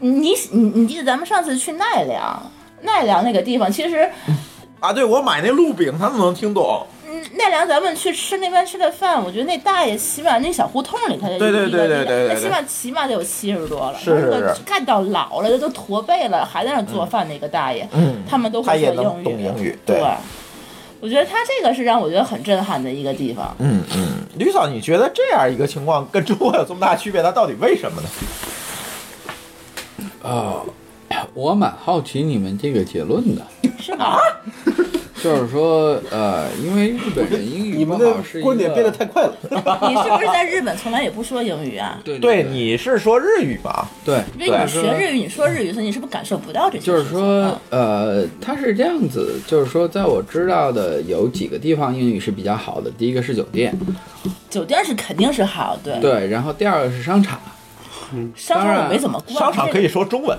[SPEAKER 2] 你你你记得咱们上次去奈良，奈良那个地方，其实
[SPEAKER 1] 啊，对我买那鹿饼，他们能听懂。
[SPEAKER 2] 嗯奈良咱们去吃那边吃的饭，我觉得那大爷起码那小胡同里他就
[SPEAKER 1] 对对
[SPEAKER 2] 一
[SPEAKER 1] 对对
[SPEAKER 2] 个一个
[SPEAKER 1] 对对
[SPEAKER 2] 那
[SPEAKER 1] 对
[SPEAKER 2] 起码起码得有七十多了，
[SPEAKER 1] 是是
[SPEAKER 2] 那个
[SPEAKER 1] 是
[SPEAKER 2] 干到老了都驼背了还在那儿做饭那个大爷，
[SPEAKER 1] 嗯
[SPEAKER 2] 他们都
[SPEAKER 1] 他
[SPEAKER 2] 会
[SPEAKER 1] 也
[SPEAKER 2] 说
[SPEAKER 1] 能
[SPEAKER 2] 英
[SPEAKER 1] 懂
[SPEAKER 2] 语，
[SPEAKER 1] 英语
[SPEAKER 2] 对
[SPEAKER 1] 对
[SPEAKER 2] 我觉得他这个是让我觉得很震撼的一个地 方。
[SPEAKER 1] 嗯嗯，吕嫂，你觉得这样一个情况跟中国有这么大区别，它到底为什么呢？
[SPEAKER 4] 我蛮好奇你们这个结论的，是吗？就是说，呃，因为日本人英语
[SPEAKER 3] 你
[SPEAKER 4] 不
[SPEAKER 3] 们的
[SPEAKER 4] 好是一个
[SPEAKER 3] 观点变得太快了。
[SPEAKER 2] 你是不是在日本从来也不说英语啊？
[SPEAKER 4] 对
[SPEAKER 1] 对，
[SPEAKER 4] 对
[SPEAKER 1] 你是说日语吧？
[SPEAKER 4] 对，
[SPEAKER 2] 因为你
[SPEAKER 4] 是
[SPEAKER 2] 学日语，你说日语，所以你是不是感受不到这些事情
[SPEAKER 4] 就
[SPEAKER 2] 啊？
[SPEAKER 4] 是说，呃，它是这样子，就是说，在我知道的有几个地方英语是比较好的，第一个是酒店，
[SPEAKER 2] 酒店是肯定是好，对。
[SPEAKER 4] 对，然后第二个是商场，
[SPEAKER 2] 商场我没怎么逛，
[SPEAKER 1] 商场可以
[SPEAKER 2] 这
[SPEAKER 1] 说中文，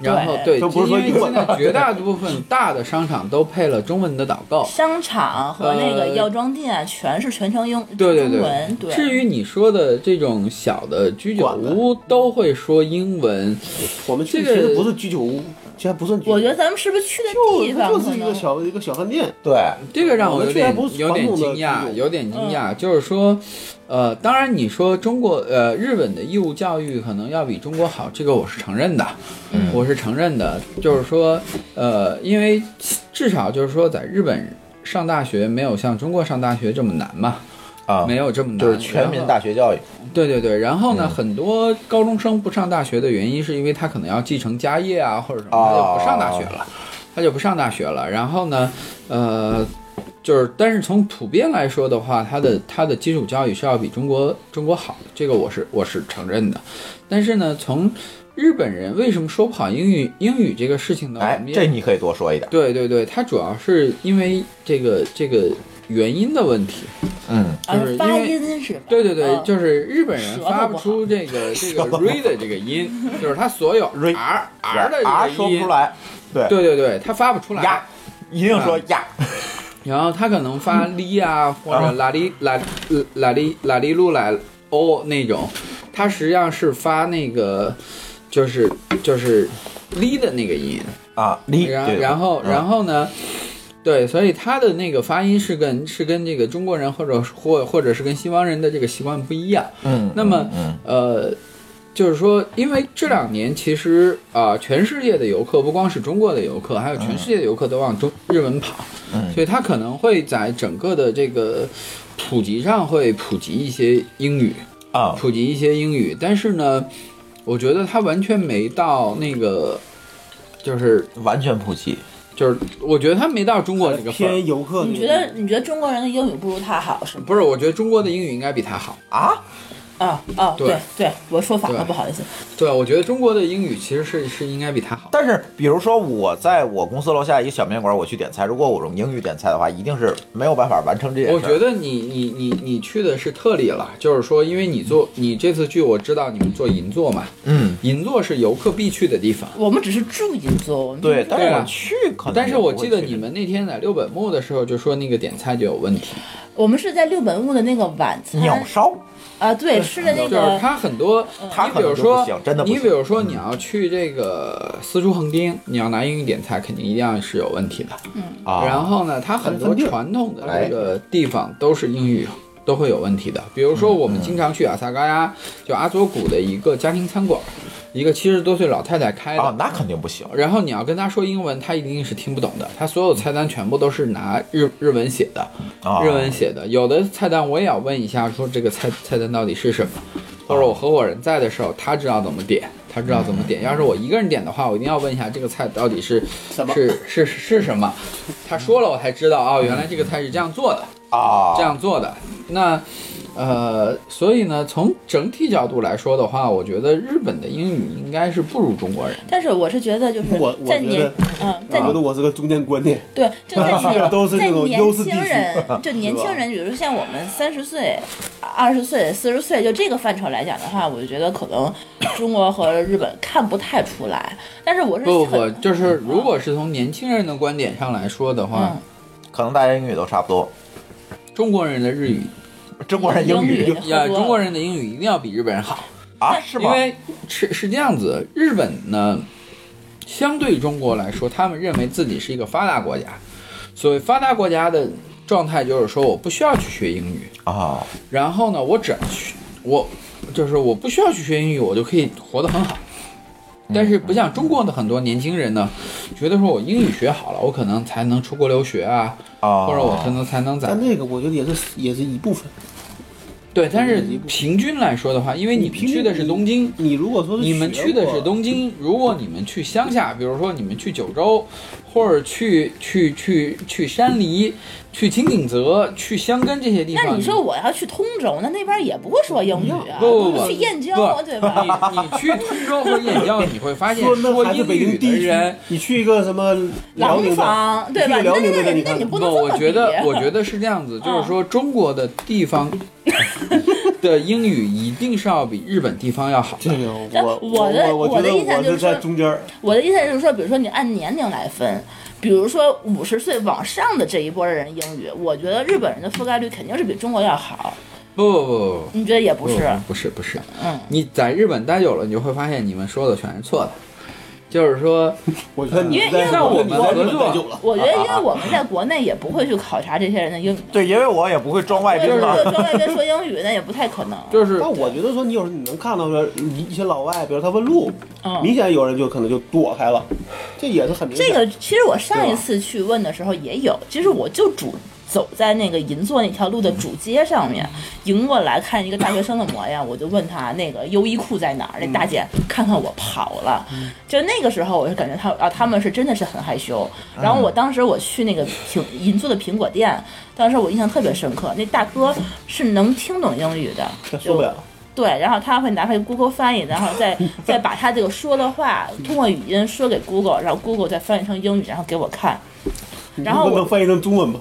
[SPEAKER 4] 然后对，
[SPEAKER 3] 都不是说
[SPEAKER 4] 因为
[SPEAKER 3] 英文
[SPEAKER 4] 现在绝大部分大的商场都配了中文的导 购
[SPEAKER 2] 个。商场和那个
[SPEAKER 4] 呃
[SPEAKER 2] 药妆店全是全程英
[SPEAKER 4] 对呃对
[SPEAKER 2] 中
[SPEAKER 4] 对
[SPEAKER 2] 文，对。
[SPEAKER 4] 至于你说的这种小的居酒屋都会说英文，
[SPEAKER 3] 我们去
[SPEAKER 4] 这
[SPEAKER 3] 其
[SPEAKER 4] 个
[SPEAKER 3] 实不是居酒屋，这还不算居酒屋。
[SPEAKER 2] 我觉得咱们是不是去的地方
[SPEAKER 3] 就就
[SPEAKER 2] 可
[SPEAKER 3] 是一个
[SPEAKER 2] 能
[SPEAKER 3] 小一个小饭店，
[SPEAKER 1] 对，
[SPEAKER 4] 这个让我有点
[SPEAKER 3] 我们去
[SPEAKER 4] 有
[SPEAKER 3] 还不是传
[SPEAKER 4] 点惊
[SPEAKER 3] 统的
[SPEAKER 4] 讶，
[SPEAKER 3] 这种
[SPEAKER 4] 有点惊讶。就是说，呃，当然你说中国呃日本的义务教育可能要比中国好，这个我是承认的，
[SPEAKER 1] 嗯
[SPEAKER 4] 我是承认的。就是说，呃，因为至少就是说在日本上大学没有像中国上大学这么难嘛，
[SPEAKER 1] 啊，
[SPEAKER 4] 没有这么难，
[SPEAKER 1] 就是全民大学教育，
[SPEAKER 4] 对对对，然后呢，
[SPEAKER 1] 嗯
[SPEAKER 4] 很多高中生不上大学的原因，是因为他可能要继承家业
[SPEAKER 1] 哦
[SPEAKER 4] 啊，或者什么，他就不上大学了，他就不上大学了。然后呢，呃，就是，但是从普遍来说的话，它的它的基础教育是要比中国中国好的，这个我是我是承认的。但是呢，从日本人为什么说不好英语英语这个事情呢？我
[SPEAKER 1] 哎
[SPEAKER 4] 们，也
[SPEAKER 1] 这你可以多说一点。
[SPEAKER 4] 对对对，它主要是因为这个这个原因的问题。
[SPEAKER 1] 嗯，
[SPEAKER 2] 啊
[SPEAKER 4] 就是因为
[SPEAKER 2] 发音是吧？
[SPEAKER 4] 对对对，
[SPEAKER 2] 嗯
[SPEAKER 4] 就是日本人
[SPEAKER 2] 舌头
[SPEAKER 4] 发
[SPEAKER 2] 不
[SPEAKER 4] 不
[SPEAKER 2] 好
[SPEAKER 4] 出 这个这个 r 的这个音，就是他所有
[SPEAKER 1] Re-
[SPEAKER 4] r
[SPEAKER 1] 儿
[SPEAKER 4] r 的
[SPEAKER 1] 儿
[SPEAKER 4] 这
[SPEAKER 1] 说
[SPEAKER 4] 个
[SPEAKER 1] 不
[SPEAKER 4] 音
[SPEAKER 1] 出，来，对，
[SPEAKER 4] 对对对，他发不出来
[SPEAKER 1] 呀。，一定说
[SPEAKER 4] 嗯
[SPEAKER 1] 呀，
[SPEAKER 4] 然后他可能
[SPEAKER 1] 嗯
[SPEAKER 4] 发哩啊，或者
[SPEAKER 1] 啊
[SPEAKER 4] 拉哩拉呃拉哩拉哩噜来哦那种，他实际上是发那个就是就是哩的那个音。
[SPEAKER 1] 啊，离，
[SPEAKER 4] 然然后
[SPEAKER 1] 嗯
[SPEAKER 4] 然后呢？对，所以他的那个发音是跟是跟这个中国人或者或或者是跟西方人的这个习惯不一样。
[SPEAKER 1] 嗯，
[SPEAKER 4] 那么
[SPEAKER 1] 嗯
[SPEAKER 4] 呃，就是说，因为这两年其实啊、全世界的游客不光是中国的游客，还有全世界的游客都往中日本跑，
[SPEAKER 1] 嗯
[SPEAKER 4] 所以他可能会在整个的这个普及上会普及一些英语，
[SPEAKER 1] 啊，
[SPEAKER 4] 普及一些英语，但是呢，我觉得他完全没到那个。就是
[SPEAKER 1] 完全不及，
[SPEAKER 4] 就是，我觉得他没到中国那个份儿
[SPEAKER 3] 偏游客那种。
[SPEAKER 2] 你觉得你觉得中国人的英语不如他好是吗？
[SPEAKER 4] 不是，我觉得中国的英语应该比他好。
[SPEAKER 1] 啊，
[SPEAKER 2] 啊哦，
[SPEAKER 4] 对
[SPEAKER 2] 对对，我说反了，
[SPEAKER 4] 对
[SPEAKER 2] 不好意思。
[SPEAKER 4] 对，啊我觉得中国的英语其实是是应该比他好。
[SPEAKER 1] 但是比如说我在我公司楼下一个小面馆，我去点菜，如果我用英语点菜的话，一定是没有办法完成这件事。
[SPEAKER 4] 我觉得你你你你去的是特例了，就是说，因为你做你这次去，我知道你们做银座嘛，
[SPEAKER 1] 嗯，
[SPEAKER 4] 银座是游客必去的地方。
[SPEAKER 2] 我们只是住银座，我们
[SPEAKER 1] 对，但
[SPEAKER 4] 对
[SPEAKER 1] 是
[SPEAKER 4] 啊
[SPEAKER 1] 我去可能也不会去，
[SPEAKER 4] 但是我记得你们那天在六本木的时候就说那个点菜就有问题，
[SPEAKER 2] 我们是在六本木的那个晚餐
[SPEAKER 1] 鸟烧，
[SPEAKER 2] 啊，对，吃的那
[SPEAKER 4] 就是
[SPEAKER 2] 个
[SPEAKER 4] 它很多，
[SPEAKER 1] 它
[SPEAKER 4] 你
[SPEAKER 1] 嗯
[SPEAKER 4] 比
[SPEAKER 1] 可能
[SPEAKER 4] 如
[SPEAKER 1] 就不
[SPEAKER 4] 说
[SPEAKER 1] 行，真的不
[SPEAKER 4] 你
[SPEAKER 1] 行。嗯
[SPEAKER 4] 比如说你要去这个私厨横丁，你要拿英语点菜，肯定一定是有问题的。
[SPEAKER 1] 啊，
[SPEAKER 4] 然后呢，它很多传统的这个地方都是英语都会有问题的。比如说，我们经常去阿萨嘎呀，就阿佐谷的一个家庭餐馆，一个七十多岁老太太开
[SPEAKER 1] 啊
[SPEAKER 4] 的。，
[SPEAKER 1] 那肯定不行。
[SPEAKER 4] 然后你要跟她说英文，她一定是听不懂的。她所有菜单全部都是拿日日文写的，
[SPEAKER 1] 啊
[SPEAKER 4] 日文写的。有的菜单我也要问一下，说这个菜菜单到底是什么，或者我合伙人在的时候，他知道怎么点，他知道怎么点。
[SPEAKER 1] 啊
[SPEAKER 4] 要是我一个人点的话，我一定要问一下这个菜到底是
[SPEAKER 3] 什么
[SPEAKER 4] 是是是是什么。他说了，我才知道哦，原来这个菜是这样做的，
[SPEAKER 1] 啊，
[SPEAKER 4] 这样做的。那呃，所以呢，从整体角度来说的话，我觉得日本的英语应该是不如中国人。
[SPEAKER 2] 但是我是觉得，就是
[SPEAKER 3] 我我
[SPEAKER 2] 在
[SPEAKER 3] 觉
[SPEAKER 2] 年
[SPEAKER 3] 得，
[SPEAKER 2] 嗯，
[SPEAKER 3] 我
[SPEAKER 4] 啊
[SPEAKER 2] 在
[SPEAKER 3] 觉得我是个中间观 念，
[SPEAKER 2] 对，就 在年
[SPEAKER 3] 都是
[SPEAKER 2] 在
[SPEAKER 3] 这种
[SPEAKER 2] 年
[SPEAKER 3] 优势地
[SPEAKER 2] 轻
[SPEAKER 3] 区
[SPEAKER 2] 人，就年轻人，比如说像我们三十岁、二十岁、四十岁，就这个范畴来讲的话，我就觉得可能中国和日本看不太出来。但是我是
[SPEAKER 4] 不不不，
[SPEAKER 2] 很
[SPEAKER 4] 就是啊如果是从年轻人的观点上来说的话
[SPEAKER 2] 嗯，，
[SPEAKER 1] 可能大家英语都差不多，
[SPEAKER 4] 中国人的日语
[SPEAKER 1] 中国人英
[SPEAKER 2] 英
[SPEAKER 1] 语
[SPEAKER 2] 语
[SPEAKER 4] 呀，
[SPEAKER 2] 很多
[SPEAKER 4] 中国人的英语一定要比日本人好，
[SPEAKER 1] 啊，是
[SPEAKER 4] 因
[SPEAKER 1] 吗？
[SPEAKER 4] 为是是这样子，日本呢，相对中国来说，他们认为自己是一个发达国家，所谓发达国家的状态就是说，我不需要去学英语，
[SPEAKER 1] 啊，
[SPEAKER 4] 然后呢，我只要去，我就是我不需要去学英语，我就可以活得很好。但是不像中国的很多年轻人呢，觉得说我英语学好了，我可能才能出国留学啊，
[SPEAKER 1] 啊，
[SPEAKER 4] 或者我可能才能在
[SPEAKER 3] 但那个我觉得也是也是一部分。
[SPEAKER 4] 对。但是
[SPEAKER 3] 一部分
[SPEAKER 4] 平均来说的话，因为你们
[SPEAKER 3] 平均
[SPEAKER 4] 去的是东京，
[SPEAKER 3] 你如果说是
[SPEAKER 4] 你们
[SPEAKER 3] 学
[SPEAKER 4] 去的
[SPEAKER 3] 过
[SPEAKER 4] 是东京，如果你们去乡下，比如说你们去九州，或者去去去去山梨、去青井泽、去箱根这些地
[SPEAKER 2] 那
[SPEAKER 4] 方，
[SPEAKER 2] 你说我要去通州，那那边也不会说英语啊，
[SPEAKER 4] 不不不
[SPEAKER 2] 去燕郊
[SPEAKER 4] 不
[SPEAKER 2] 对吧？
[SPEAKER 4] 你你去通州和燕郊，你会发现
[SPEAKER 3] 说那还是
[SPEAKER 4] 英
[SPEAKER 3] 北
[SPEAKER 4] 语
[SPEAKER 3] 京
[SPEAKER 4] 的
[SPEAKER 3] 地区
[SPEAKER 4] 人。，
[SPEAKER 3] 你去一个什么辽宁的，
[SPEAKER 2] 廊坊对吧？
[SPEAKER 3] 去
[SPEAKER 2] 那
[SPEAKER 3] 辽
[SPEAKER 2] 那
[SPEAKER 3] 宁的
[SPEAKER 2] 那
[SPEAKER 3] 你
[SPEAKER 2] 那
[SPEAKER 3] 看
[SPEAKER 2] 你不
[SPEAKER 4] 不，
[SPEAKER 2] 能这
[SPEAKER 4] 我
[SPEAKER 2] 么
[SPEAKER 4] 觉
[SPEAKER 2] 比。 嗯
[SPEAKER 4] 得我觉得是这样子，就是说中国的地方的英语一定是要比日本地方要好
[SPEAKER 3] 这
[SPEAKER 4] 的。
[SPEAKER 3] 个
[SPEAKER 2] 哎但
[SPEAKER 3] 我
[SPEAKER 2] 我的
[SPEAKER 3] 我
[SPEAKER 2] 我
[SPEAKER 3] 觉
[SPEAKER 2] 的
[SPEAKER 3] 得
[SPEAKER 2] 印象
[SPEAKER 3] 我
[SPEAKER 2] 就是是说
[SPEAKER 3] 在中间儿，
[SPEAKER 2] 我的意思就是说，比如说你按年龄来分，比如说五十岁往上的这一波的人英语，我觉得日本人的覆盖率肯定是比中国要好。
[SPEAKER 4] 不不不不
[SPEAKER 2] 你觉得也
[SPEAKER 4] 不
[SPEAKER 2] 不是？
[SPEAKER 4] 不是不是，
[SPEAKER 2] 嗯，
[SPEAKER 4] 你在日本待久了，你就会发现你们说的全是错的，就是说。
[SPEAKER 3] 我觉得你
[SPEAKER 2] 因为
[SPEAKER 3] 在
[SPEAKER 2] 因为
[SPEAKER 3] 我
[SPEAKER 4] 我
[SPEAKER 3] 你
[SPEAKER 4] 们
[SPEAKER 3] 在
[SPEAKER 4] 合
[SPEAKER 3] 日本
[SPEAKER 4] 作
[SPEAKER 3] 待久了，
[SPEAKER 2] 我觉得因为我们在国内也不会去考察这些人的英语，
[SPEAKER 1] 对，因为我也不会装
[SPEAKER 5] 哎
[SPEAKER 1] 外
[SPEAKER 2] 对，
[SPEAKER 1] 宾
[SPEAKER 2] 如
[SPEAKER 1] 嘛。
[SPEAKER 2] 果装外边说英语，那也不太可能。
[SPEAKER 4] 就是
[SPEAKER 3] 但我觉得说你有时候你能看到说一些老外，比如他问路，明
[SPEAKER 2] 嗯。
[SPEAKER 3] 显有人就可能就躲开了，这也是很明显
[SPEAKER 2] 这
[SPEAKER 3] 的。
[SPEAKER 2] 个其实我上一次去问的时候也有，其实我就主走在那个银座那条路的主街上面，迎过来看一个大学生的模样，我就问他那个优衣库在哪儿？那大姐看看我跑了，就那个时候我就感觉他啊，他们是真的是很害羞。然后我当时我去那个苹银座的苹果店，当时我印象特别深刻，那大哥是能听懂英语的，
[SPEAKER 3] 但受不了。
[SPEAKER 2] 对，然后他会拿出 Google 翻译，然后再再把他这个说的话通过语音说给 Google，然后 Google 再翻译成英语，然后给我看。然后
[SPEAKER 3] 你不
[SPEAKER 2] 我
[SPEAKER 3] 能翻译成中文吗？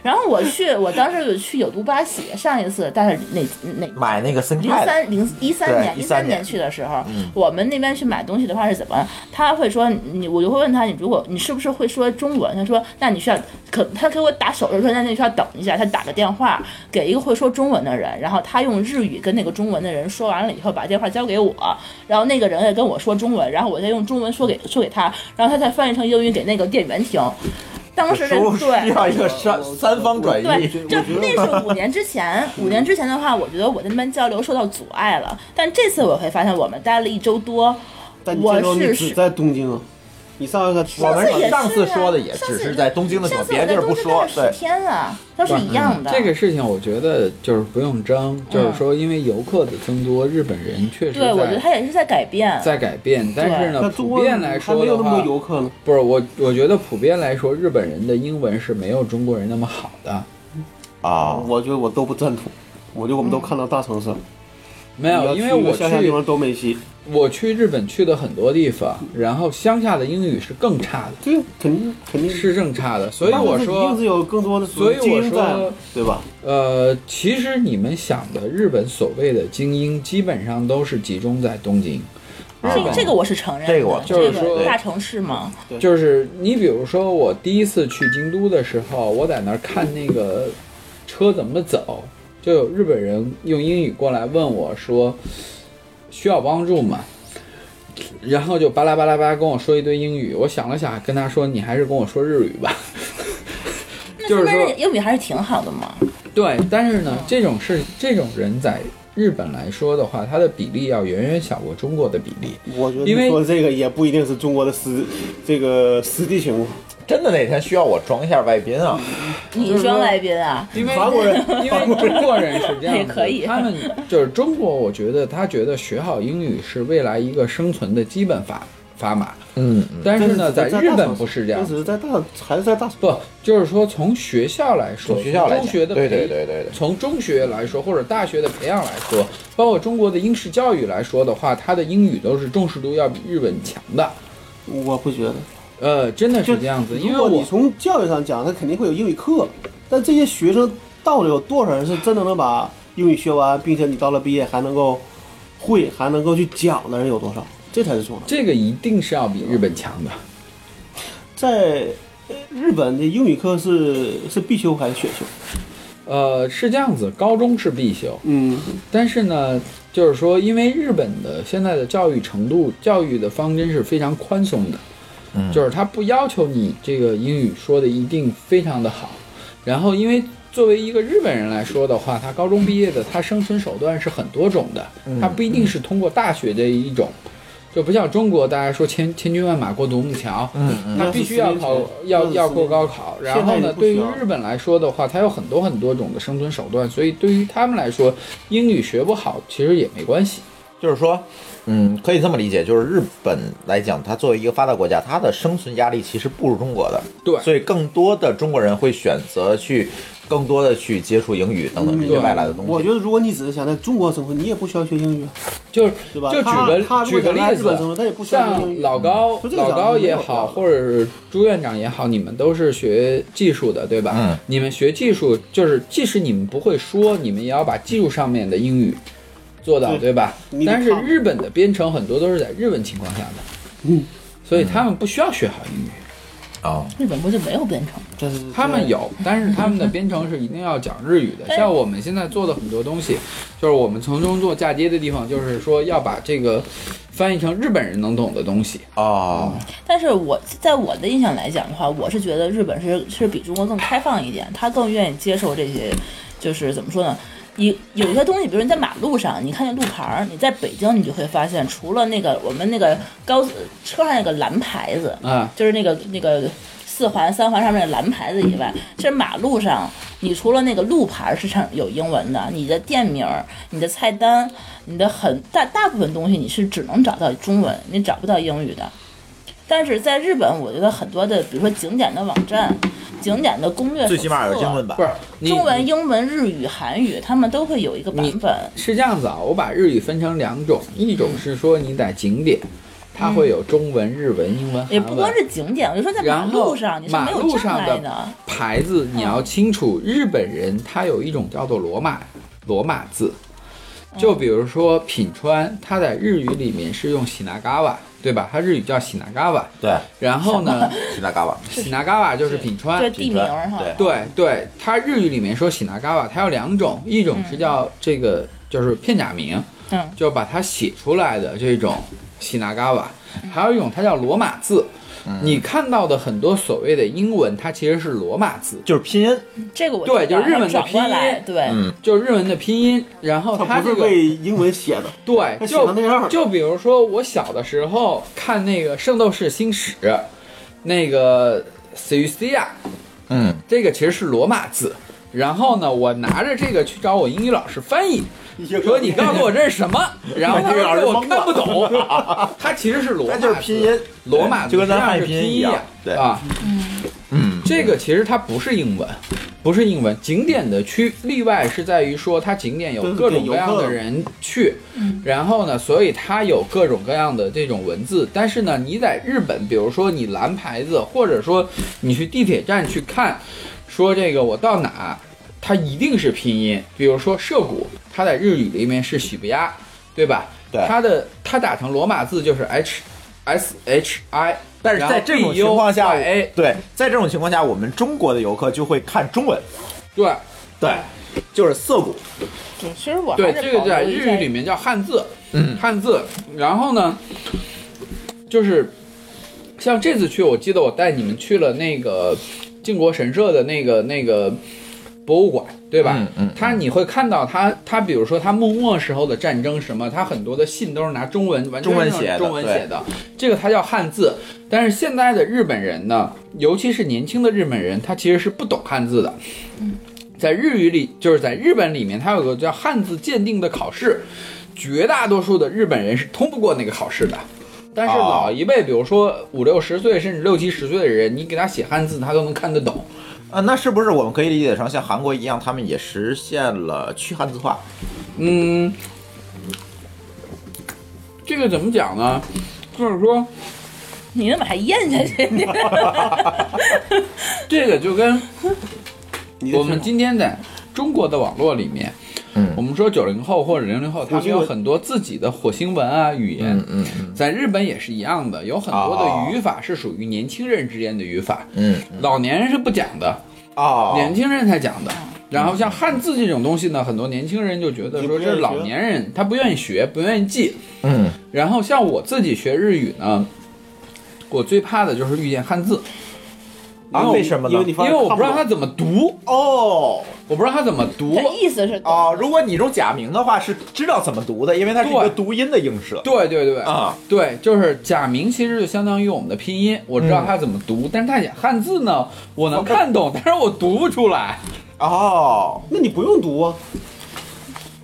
[SPEAKER 2] 然后我去，我当时有去有都巴喜，上一次但是哪哪
[SPEAKER 1] 买那个生
[SPEAKER 2] 零
[SPEAKER 1] 态的，
[SPEAKER 2] 三零一三
[SPEAKER 1] 对
[SPEAKER 2] 年一
[SPEAKER 1] 13
[SPEAKER 2] 三
[SPEAKER 1] 年
[SPEAKER 2] 年嗯去的时候，我们那边去买东西的话是怎么？他会说你，我就会问他，你如果你是不是会说中文？他说那你需要可他给我打手势说那你需要等一下，他打个电话给一个会说中文的人，然后他用日语跟那个中文的人说完了以后，把电话交给我，然后那个人也跟我说中文，然后我再用中文说给说给他，然后他再翻译成英语给那个店员听。当时
[SPEAKER 1] 收
[SPEAKER 2] 那
[SPEAKER 1] 入需
[SPEAKER 2] 对，
[SPEAKER 1] 要一个三三方转
[SPEAKER 2] 对
[SPEAKER 1] 移，，
[SPEAKER 2] 就那是五年 之前，五年之前的话，我觉得我在那边交流受到阻碍了。但这次我会发现，我们待了一周多，
[SPEAKER 3] 但你这周
[SPEAKER 2] 我
[SPEAKER 3] 你
[SPEAKER 2] 是
[SPEAKER 3] 只在东京啊，你上一个
[SPEAKER 1] 我们
[SPEAKER 2] 上次也是啊
[SPEAKER 1] 上次说的也
[SPEAKER 2] 上
[SPEAKER 1] 只
[SPEAKER 2] 次
[SPEAKER 1] 是在东京的时候，
[SPEAKER 2] 上次我
[SPEAKER 1] 别
[SPEAKER 2] 在
[SPEAKER 1] 地儿
[SPEAKER 2] 东
[SPEAKER 1] 不
[SPEAKER 2] 京
[SPEAKER 1] 说
[SPEAKER 2] 待了。
[SPEAKER 1] 对
[SPEAKER 2] 十，天啊，都是一样的。
[SPEAKER 4] 嗯这个事情，我觉得就是不用争，就是
[SPEAKER 2] 嗯
[SPEAKER 4] 说，因为游客的增多，日本人确实
[SPEAKER 2] 对，我觉得
[SPEAKER 4] 在
[SPEAKER 2] 他也是在改变。
[SPEAKER 4] 在改变，但
[SPEAKER 3] 那
[SPEAKER 4] 是呢，
[SPEAKER 3] 中
[SPEAKER 4] 普
[SPEAKER 3] 国
[SPEAKER 4] 遍来
[SPEAKER 3] 还
[SPEAKER 4] 说
[SPEAKER 3] 没有
[SPEAKER 4] 的
[SPEAKER 3] 那么
[SPEAKER 4] 话
[SPEAKER 3] 多，游客呢。
[SPEAKER 4] 不是我，我觉得普遍来说，日本人的英文是没有中国人那么好的。
[SPEAKER 1] 啊，
[SPEAKER 3] 我觉得我都不赞同，我觉得我们
[SPEAKER 2] 嗯
[SPEAKER 3] 都看到大城市了，
[SPEAKER 4] 没有，
[SPEAKER 3] 你
[SPEAKER 4] 因
[SPEAKER 3] 要
[SPEAKER 4] 为
[SPEAKER 3] 去一个
[SPEAKER 4] 我
[SPEAKER 3] 乡下地
[SPEAKER 4] 去
[SPEAKER 3] 方都没戏。
[SPEAKER 4] 我去日本去的很多地方，然后乡下的英语是更差的，
[SPEAKER 3] 对，肯定肯定。
[SPEAKER 4] 是更差的。所以我
[SPEAKER 3] 一定
[SPEAKER 4] 说
[SPEAKER 3] 是，有更多的
[SPEAKER 4] 所以我
[SPEAKER 3] 精英在
[SPEAKER 4] 说，
[SPEAKER 3] 对吧？
[SPEAKER 4] 呃，其实你们想的日本所谓的精英，基本上都是集中在东京。日
[SPEAKER 2] 这
[SPEAKER 4] 本
[SPEAKER 2] 这个我是承认的，
[SPEAKER 1] 这个我
[SPEAKER 4] 就是说
[SPEAKER 2] 这个大城市嘛，
[SPEAKER 4] 就是你比如说，我第一次去京都的时候，我在那儿看那个车怎么走，就有日本人用英语过来问我说：“需要帮助吗？”然后就巴拉巴拉巴拉跟我说一堆英语。我想了想，跟他说：“你还是跟我说日语吧。
[SPEAKER 2] 那
[SPEAKER 4] 就是
[SPEAKER 2] 说明
[SPEAKER 4] 说
[SPEAKER 2] 英语还是挺好的嘛。”
[SPEAKER 4] 对，但是呢，这种事这种人在日本来说的话，他的比例要远远小过中国的比例。
[SPEAKER 3] 我觉得
[SPEAKER 4] 因为
[SPEAKER 3] 你说这个也不一定是中国的实这个实际情况。
[SPEAKER 1] 真的那天需要我装一下外宾啊，
[SPEAKER 2] 你装外宾啊，
[SPEAKER 4] 因为
[SPEAKER 3] 韩国人，
[SPEAKER 4] 因为中国人是 这样子
[SPEAKER 2] 也可以
[SPEAKER 4] 他们就是中国，我觉得他觉得学好英语是未来一个生存的基本法砝码，
[SPEAKER 1] 嗯，
[SPEAKER 4] 但是呢，
[SPEAKER 3] 但
[SPEAKER 4] 在
[SPEAKER 3] 是只
[SPEAKER 4] 日
[SPEAKER 3] 大
[SPEAKER 4] 本
[SPEAKER 3] 城市
[SPEAKER 4] 不是这样
[SPEAKER 3] 但
[SPEAKER 4] 子。
[SPEAKER 3] 只是在大还是在大城市。
[SPEAKER 4] 不，就是说从学校来说，
[SPEAKER 1] 从学校来
[SPEAKER 4] 中
[SPEAKER 1] 讲
[SPEAKER 4] 学的
[SPEAKER 1] 对
[SPEAKER 4] 培
[SPEAKER 1] 对对对对
[SPEAKER 4] 从中学来说或者大学的培养来说，包括中国的应试教育来说的话，它的英语都是重视度要比日本强的。
[SPEAKER 3] 我不觉得。
[SPEAKER 4] 呃，真的是这样子，因为
[SPEAKER 3] 如果
[SPEAKER 4] 我
[SPEAKER 3] 你从教育上讲，他肯定会有英语课，但这些学生到底有多少人是真的能把英语学完，并且你到了毕业还能够会，还能够去讲的人有多少？这才是重要的。
[SPEAKER 4] 这个一定是要比日本强的。
[SPEAKER 3] 在呃日本的英语课是是必修还是选修？
[SPEAKER 4] 呃，是这样子，高中是必修，
[SPEAKER 3] 嗯，
[SPEAKER 4] 但是呢，就是说，因为日本的现在的教育程度、教育的方针是非常宽松的，
[SPEAKER 1] 嗯
[SPEAKER 4] 就是他不要求你这个英语说的一定非常的好。然后，因为作为一个日本人来说的话，他高中毕业的，他生存手段是很多种的，
[SPEAKER 1] 嗯
[SPEAKER 4] 他不一定是通过大学这一种。就不像中国，大家说千千军万马过独木桥，
[SPEAKER 1] 嗯
[SPEAKER 4] 他必须要考，要要过高考。然后
[SPEAKER 3] 现在
[SPEAKER 4] 呢，
[SPEAKER 3] 也不
[SPEAKER 4] 对
[SPEAKER 3] 需
[SPEAKER 4] 于
[SPEAKER 3] 要
[SPEAKER 4] 日本来说的话，它有很多很多种的生存手段，所以对于他们来说，英语学不好其实也没关系。
[SPEAKER 1] 就是说，嗯，可以这么理解，就是日本来讲，它作为一个发达国家，它的生存压力其实不如中国的，
[SPEAKER 4] 对
[SPEAKER 1] 所以更多的中国人会选择去更多的去接触英语等等这些
[SPEAKER 4] 对
[SPEAKER 1] 外来的东西。
[SPEAKER 3] 我觉得如果你只是想在中国生活，你也不需要学英语啊，
[SPEAKER 4] 就是
[SPEAKER 3] 对吧
[SPEAKER 4] 就举
[SPEAKER 3] 他他
[SPEAKER 4] 个
[SPEAKER 3] 如
[SPEAKER 4] 举
[SPEAKER 3] 果
[SPEAKER 4] 个
[SPEAKER 3] 想来
[SPEAKER 4] 例
[SPEAKER 3] 日本生活
[SPEAKER 4] 子
[SPEAKER 3] 他也，不需要英
[SPEAKER 4] 像
[SPEAKER 3] 语
[SPEAKER 4] 老高
[SPEAKER 3] 就这个
[SPEAKER 4] 老
[SPEAKER 3] 角度
[SPEAKER 4] 高
[SPEAKER 3] 没有
[SPEAKER 4] 也
[SPEAKER 3] 必要
[SPEAKER 4] 好，或者是朱院长也好，你们都是学技术的，对吧？
[SPEAKER 1] 嗯
[SPEAKER 4] 你们学技术就是，即使你们不会说，你们也要把技术上面的英语做到，
[SPEAKER 3] 对
[SPEAKER 4] 对吧
[SPEAKER 3] 你？得
[SPEAKER 4] 但是
[SPEAKER 3] 看
[SPEAKER 4] 日本的编程很多都是在日本情况下的，
[SPEAKER 3] 嗯，
[SPEAKER 4] 所以他们不需要学好英语。
[SPEAKER 1] 啊、
[SPEAKER 2] 日本不就没有编程吗？
[SPEAKER 3] 嗯这是
[SPEAKER 4] 他们有，但是他们的编程是一定要讲日语的。
[SPEAKER 2] 对
[SPEAKER 4] 像我们现在做的很多东西，就是我们从中做嫁接的地方，就是说要把这个翻译成日本人能懂的东西。
[SPEAKER 1] 哦，
[SPEAKER 2] 但是我在我的印象来讲的话，我是觉得日本是是比中国更开放一点，他更愿意接受这些，就是怎么说呢？有有一些东西，比如你在马路上，你看见路牌儿，你在北京你就会发现，除了那个我们那个高车上那个蓝牌子，
[SPEAKER 4] 啊，
[SPEAKER 2] 就是那个那个四环、三环上面的蓝牌子以外，其实马路上，你除了那个路牌是上有英文的，你的店名儿、你的菜单、你的很大大部分东西，你是只能找到中文，你找不到英语的。但是在日本，我觉得很多的，比如说景点的网站、景点的攻略，
[SPEAKER 1] 最起码有英文。版
[SPEAKER 4] 不。是你
[SPEAKER 2] 中文、英文、日语、韩语，他们都会有一个版本。
[SPEAKER 4] 是这样子啊，我把日语分成两种，一种是说你在景点，它会有中文、日文、英文、
[SPEAKER 2] 也
[SPEAKER 4] 韩
[SPEAKER 2] 不光
[SPEAKER 4] 文。
[SPEAKER 2] 是景点，我就说在马
[SPEAKER 4] 然后
[SPEAKER 2] 路上，你是
[SPEAKER 4] 马
[SPEAKER 2] 没有
[SPEAKER 4] 路
[SPEAKER 2] 障
[SPEAKER 4] 上
[SPEAKER 2] 碍的
[SPEAKER 4] 的。牌子，你要清楚，日本人他有一种叫做罗马罗马字，就比如说品川，它在日语里面是用喜纳嘎瓦，对吧？它日语叫喜纳嘎瓦。
[SPEAKER 1] 对，
[SPEAKER 4] 然后呢，
[SPEAKER 1] 是那嘎巴。
[SPEAKER 4] 喜纳嘎瓦就是品川
[SPEAKER 2] 这，地名儿哈，
[SPEAKER 1] 对
[SPEAKER 4] 对对，它日语里面说喜纳嘎瓦，它有两种，一种是叫这个就是片假名，
[SPEAKER 2] 嗯，
[SPEAKER 4] 就把它写出来的这种喜纳嘎瓦，还有一种它叫罗马字。你看到的很多所谓的英文，它其实是罗马字，
[SPEAKER 1] 就是拼音，
[SPEAKER 2] 这个我
[SPEAKER 4] 对
[SPEAKER 2] 知道
[SPEAKER 4] 就是日
[SPEAKER 2] 它
[SPEAKER 4] 文的
[SPEAKER 2] 转过
[SPEAKER 4] 拼
[SPEAKER 2] 来，
[SPEAKER 4] 音
[SPEAKER 2] 对，
[SPEAKER 1] 嗯
[SPEAKER 4] 就是日文的拼音。然后
[SPEAKER 3] 它
[SPEAKER 4] 它
[SPEAKER 3] 不
[SPEAKER 4] 这
[SPEAKER 3] 是
[SPEAKER 4] 个
[SPEAKER 3] 为英文写的，
[SPEAKER 4] 对，
[SPEAKER 3] 它写
[SPEAKER 4] 就
[SPEAKER 3] 成那样了
[SPEAKER 4] 就比如说我小的时候看那个《圣斗士星矢》，那个 c u c i a
[SPEAKER 1] 嗯，
[SPEAKER 4] 这个其实是罗马字。然后呢，我拿着这个去找我英语老师翻译，说你告诉我这 是什么？然后他
[SPEAKER 1] 英语老师
[SPEAKER 4] 说我
[SPEAKER 1] 懵了
[SPEAKER 4] 看不懂， 它其实是罗马
[SPEAKER 1] 那
[SPEAKER 4] 字，
[SPEAKER 1] 就是拼音，
[SPEAKER 4] 罗马字
[SPEAKER 1] 就跟咱
[SPEAKER 4] 实际上
[SPEAKER 1] 汉语
[SPEAKER 4] 是
[SPEAKER 1] 拼音一
[SPEAKER 4] 一
[SPEAKER 1] 样
[SPEAKER 4] 样，
[SPEAKER 1] 对
[SPEAKER 4] 啊，
[SPEAKER 1] 嗯，
[SPEAKER 4] 这个其实它不是英文，不是英文。景点的区例外是在于说，它景点有
[SPEAKER 3] 对
[SPEAKER 4] 各种
[SPEAKER 3] 给
[SPEAKER 4] 各
[SPEAKER 3] 游
[SPEAKER 4] 样
[SPEAKER 3] 客
[SPEAKER 4] 的人去，
[SPEAKER 1] 嗯
[SPEAKER 4] 然后呢，所以它有各种各样的这种文字。但是呢，你在日本，比如说你蓝牌子，或者说你去地铁站去看，说这个我到哪，它一定是拼音。比如说涉谷，它在日语里面是喜不压，对吧？
[SPEAKER 1] 对
[SPEAKER 4] 它的它打成罗马字就是 H S H I，
[SPEAKER 1] 但是在这种情况下，
[SPEAKER 4] 哎，
[SPEAKER 1] 对，在这种情况下，我们中国的游客就会看中文，
[SPEAKER 4] 对。
[SPEAKER 1] 对，就是涩谷，
[SPEAKER 2] 对其实我还
[SPEAKER 4] 对，
[SPEAKER 2] 是
[SPEAKER 4] 这个
[SPEAKER 2] 保
[SPEAKER 4] 在
[SPEAKER 2] 留一
[SPEAKER 4] 日
[SPEAKER 2] 下
[SPEAKER 4] 语里面叫汉字，
[SPEAKER 1] 嗯
[SPEAKER 4] 汉字。然后呢，就是像这次去，我记得我带你们去了那个靖国神社的那个那个博物馆，对吧？
[SPEAKER 1] 嗯嗯
[SPEAKER 4] 它你会看到它，它比如说它幕末时候的战争什么，它很多的信都是拿中文完全
[SPEAKER 1] 中文
[SPEAKER 4] 是
[SPEAKER 1] 写的
[SPEAKER 4] 中文
[SPEAKER 1] 对
[SPEAKER 4] 写的，这个它叫汉字。但是现在的日本人呢，尤其是年轻的日本人，他其实是不懂汉字的。
[SPEAKER 1] 嗯
[SPEAKER 4] 在日语里，就是在日本里面，它有个叫汉字鉴定的考试，绝大多数的日本人是通不过那个考试的。但是
[SPEAKER 1] 哦
[SPEAKER 4] 老一辈，比如说五六十岁甚至六七十岁的人，你给他写汉字，他都能看得懂。
[SPEAKER 1] 啊，那是不是我们可以理解成像韩国一样，他们也实现了去汉字化？
[SPEAKER 4] 嗯，这个怎么讲呢？就是说，
[SPEAKER 2] 你怎么还咽下 去？你
[SPEAKER 4] 这个就跟
[SPEAKER 3] 你
[SPEAKER 4] 我们今天在中国的网络里面，
[SPEAKER 1] 嗯
[SPEAKER 4] 我们说九零后或者零零后，他们
[SPEAKER 3] 星文
[SPEAKER 4] 有很多自己的火星文啊语言，
[SPEAKER 1] 嗯嗯
[SPEAKER 4] 在日本也是一样的，有很多
[SPEAKER 1] 哦
[SPEAKER 4] 的语法是属于年轻人之间的语法，
[SPEAKER 1] 嗯，
[SPEAKER 4] 老年人是不讲的，
[SPEAKER 1] 哦，
[SPEAKER 4] 年轻人才讲的。然后像汉字这种东西呢，很多年轻人就觉得
[SPEAKER 3] 就
[SPEAKER 4] 说
[SPEAKER 3] 不愿
[SPEAKER 4] 这
[SPEAKER 3] 意
[SPEAKER 4] 是老
[SPEAKER 3] 学
[SPEAKER 4] 年人，他不愿意学，不愿意记。
[SPEAKER 1] 嗯，
[SPEAKER 4] 然后像我自己学日语呢，我最怕的就是遇见汉字，
[SPEAKER 1] 啊，为什么呢
[SPEAKER 3] 因为？你
[SPEAKER 4] 因
[SPEAKER 3] 发
[SPEAKER 4] 为
[SPEAKER 3] 现
[SPEAKER 4] 我
[SPEAKER 3] 看
[SPEAKER 4] 不知道它
[SPEAKER 3] 懂
[SPEAKER 4] 怎么读，
[SPEAKER 1] 哦
[SPEAKER 4] 我不知道它怎么读
[SPEAKER 2] 他。意思是
[SPEAKER 1] 哦，如果你用假名的话，是知道怎么读的，因为它是一个
[SPEAKER 4] 对
[SPEAKER 1] 读音的映射
[SPEAKER 4] 对对对，
[SPEAKER 1] 啊。
[SPEAKER 4] 对，就是假名其实就相当于我们的拼音，我知道它怎么读，但是它写汉字呢，我能看懂，但是我读不出来。
[SPEAKER 1] 哦，
[SPEAKER 3] 那你不用读啊。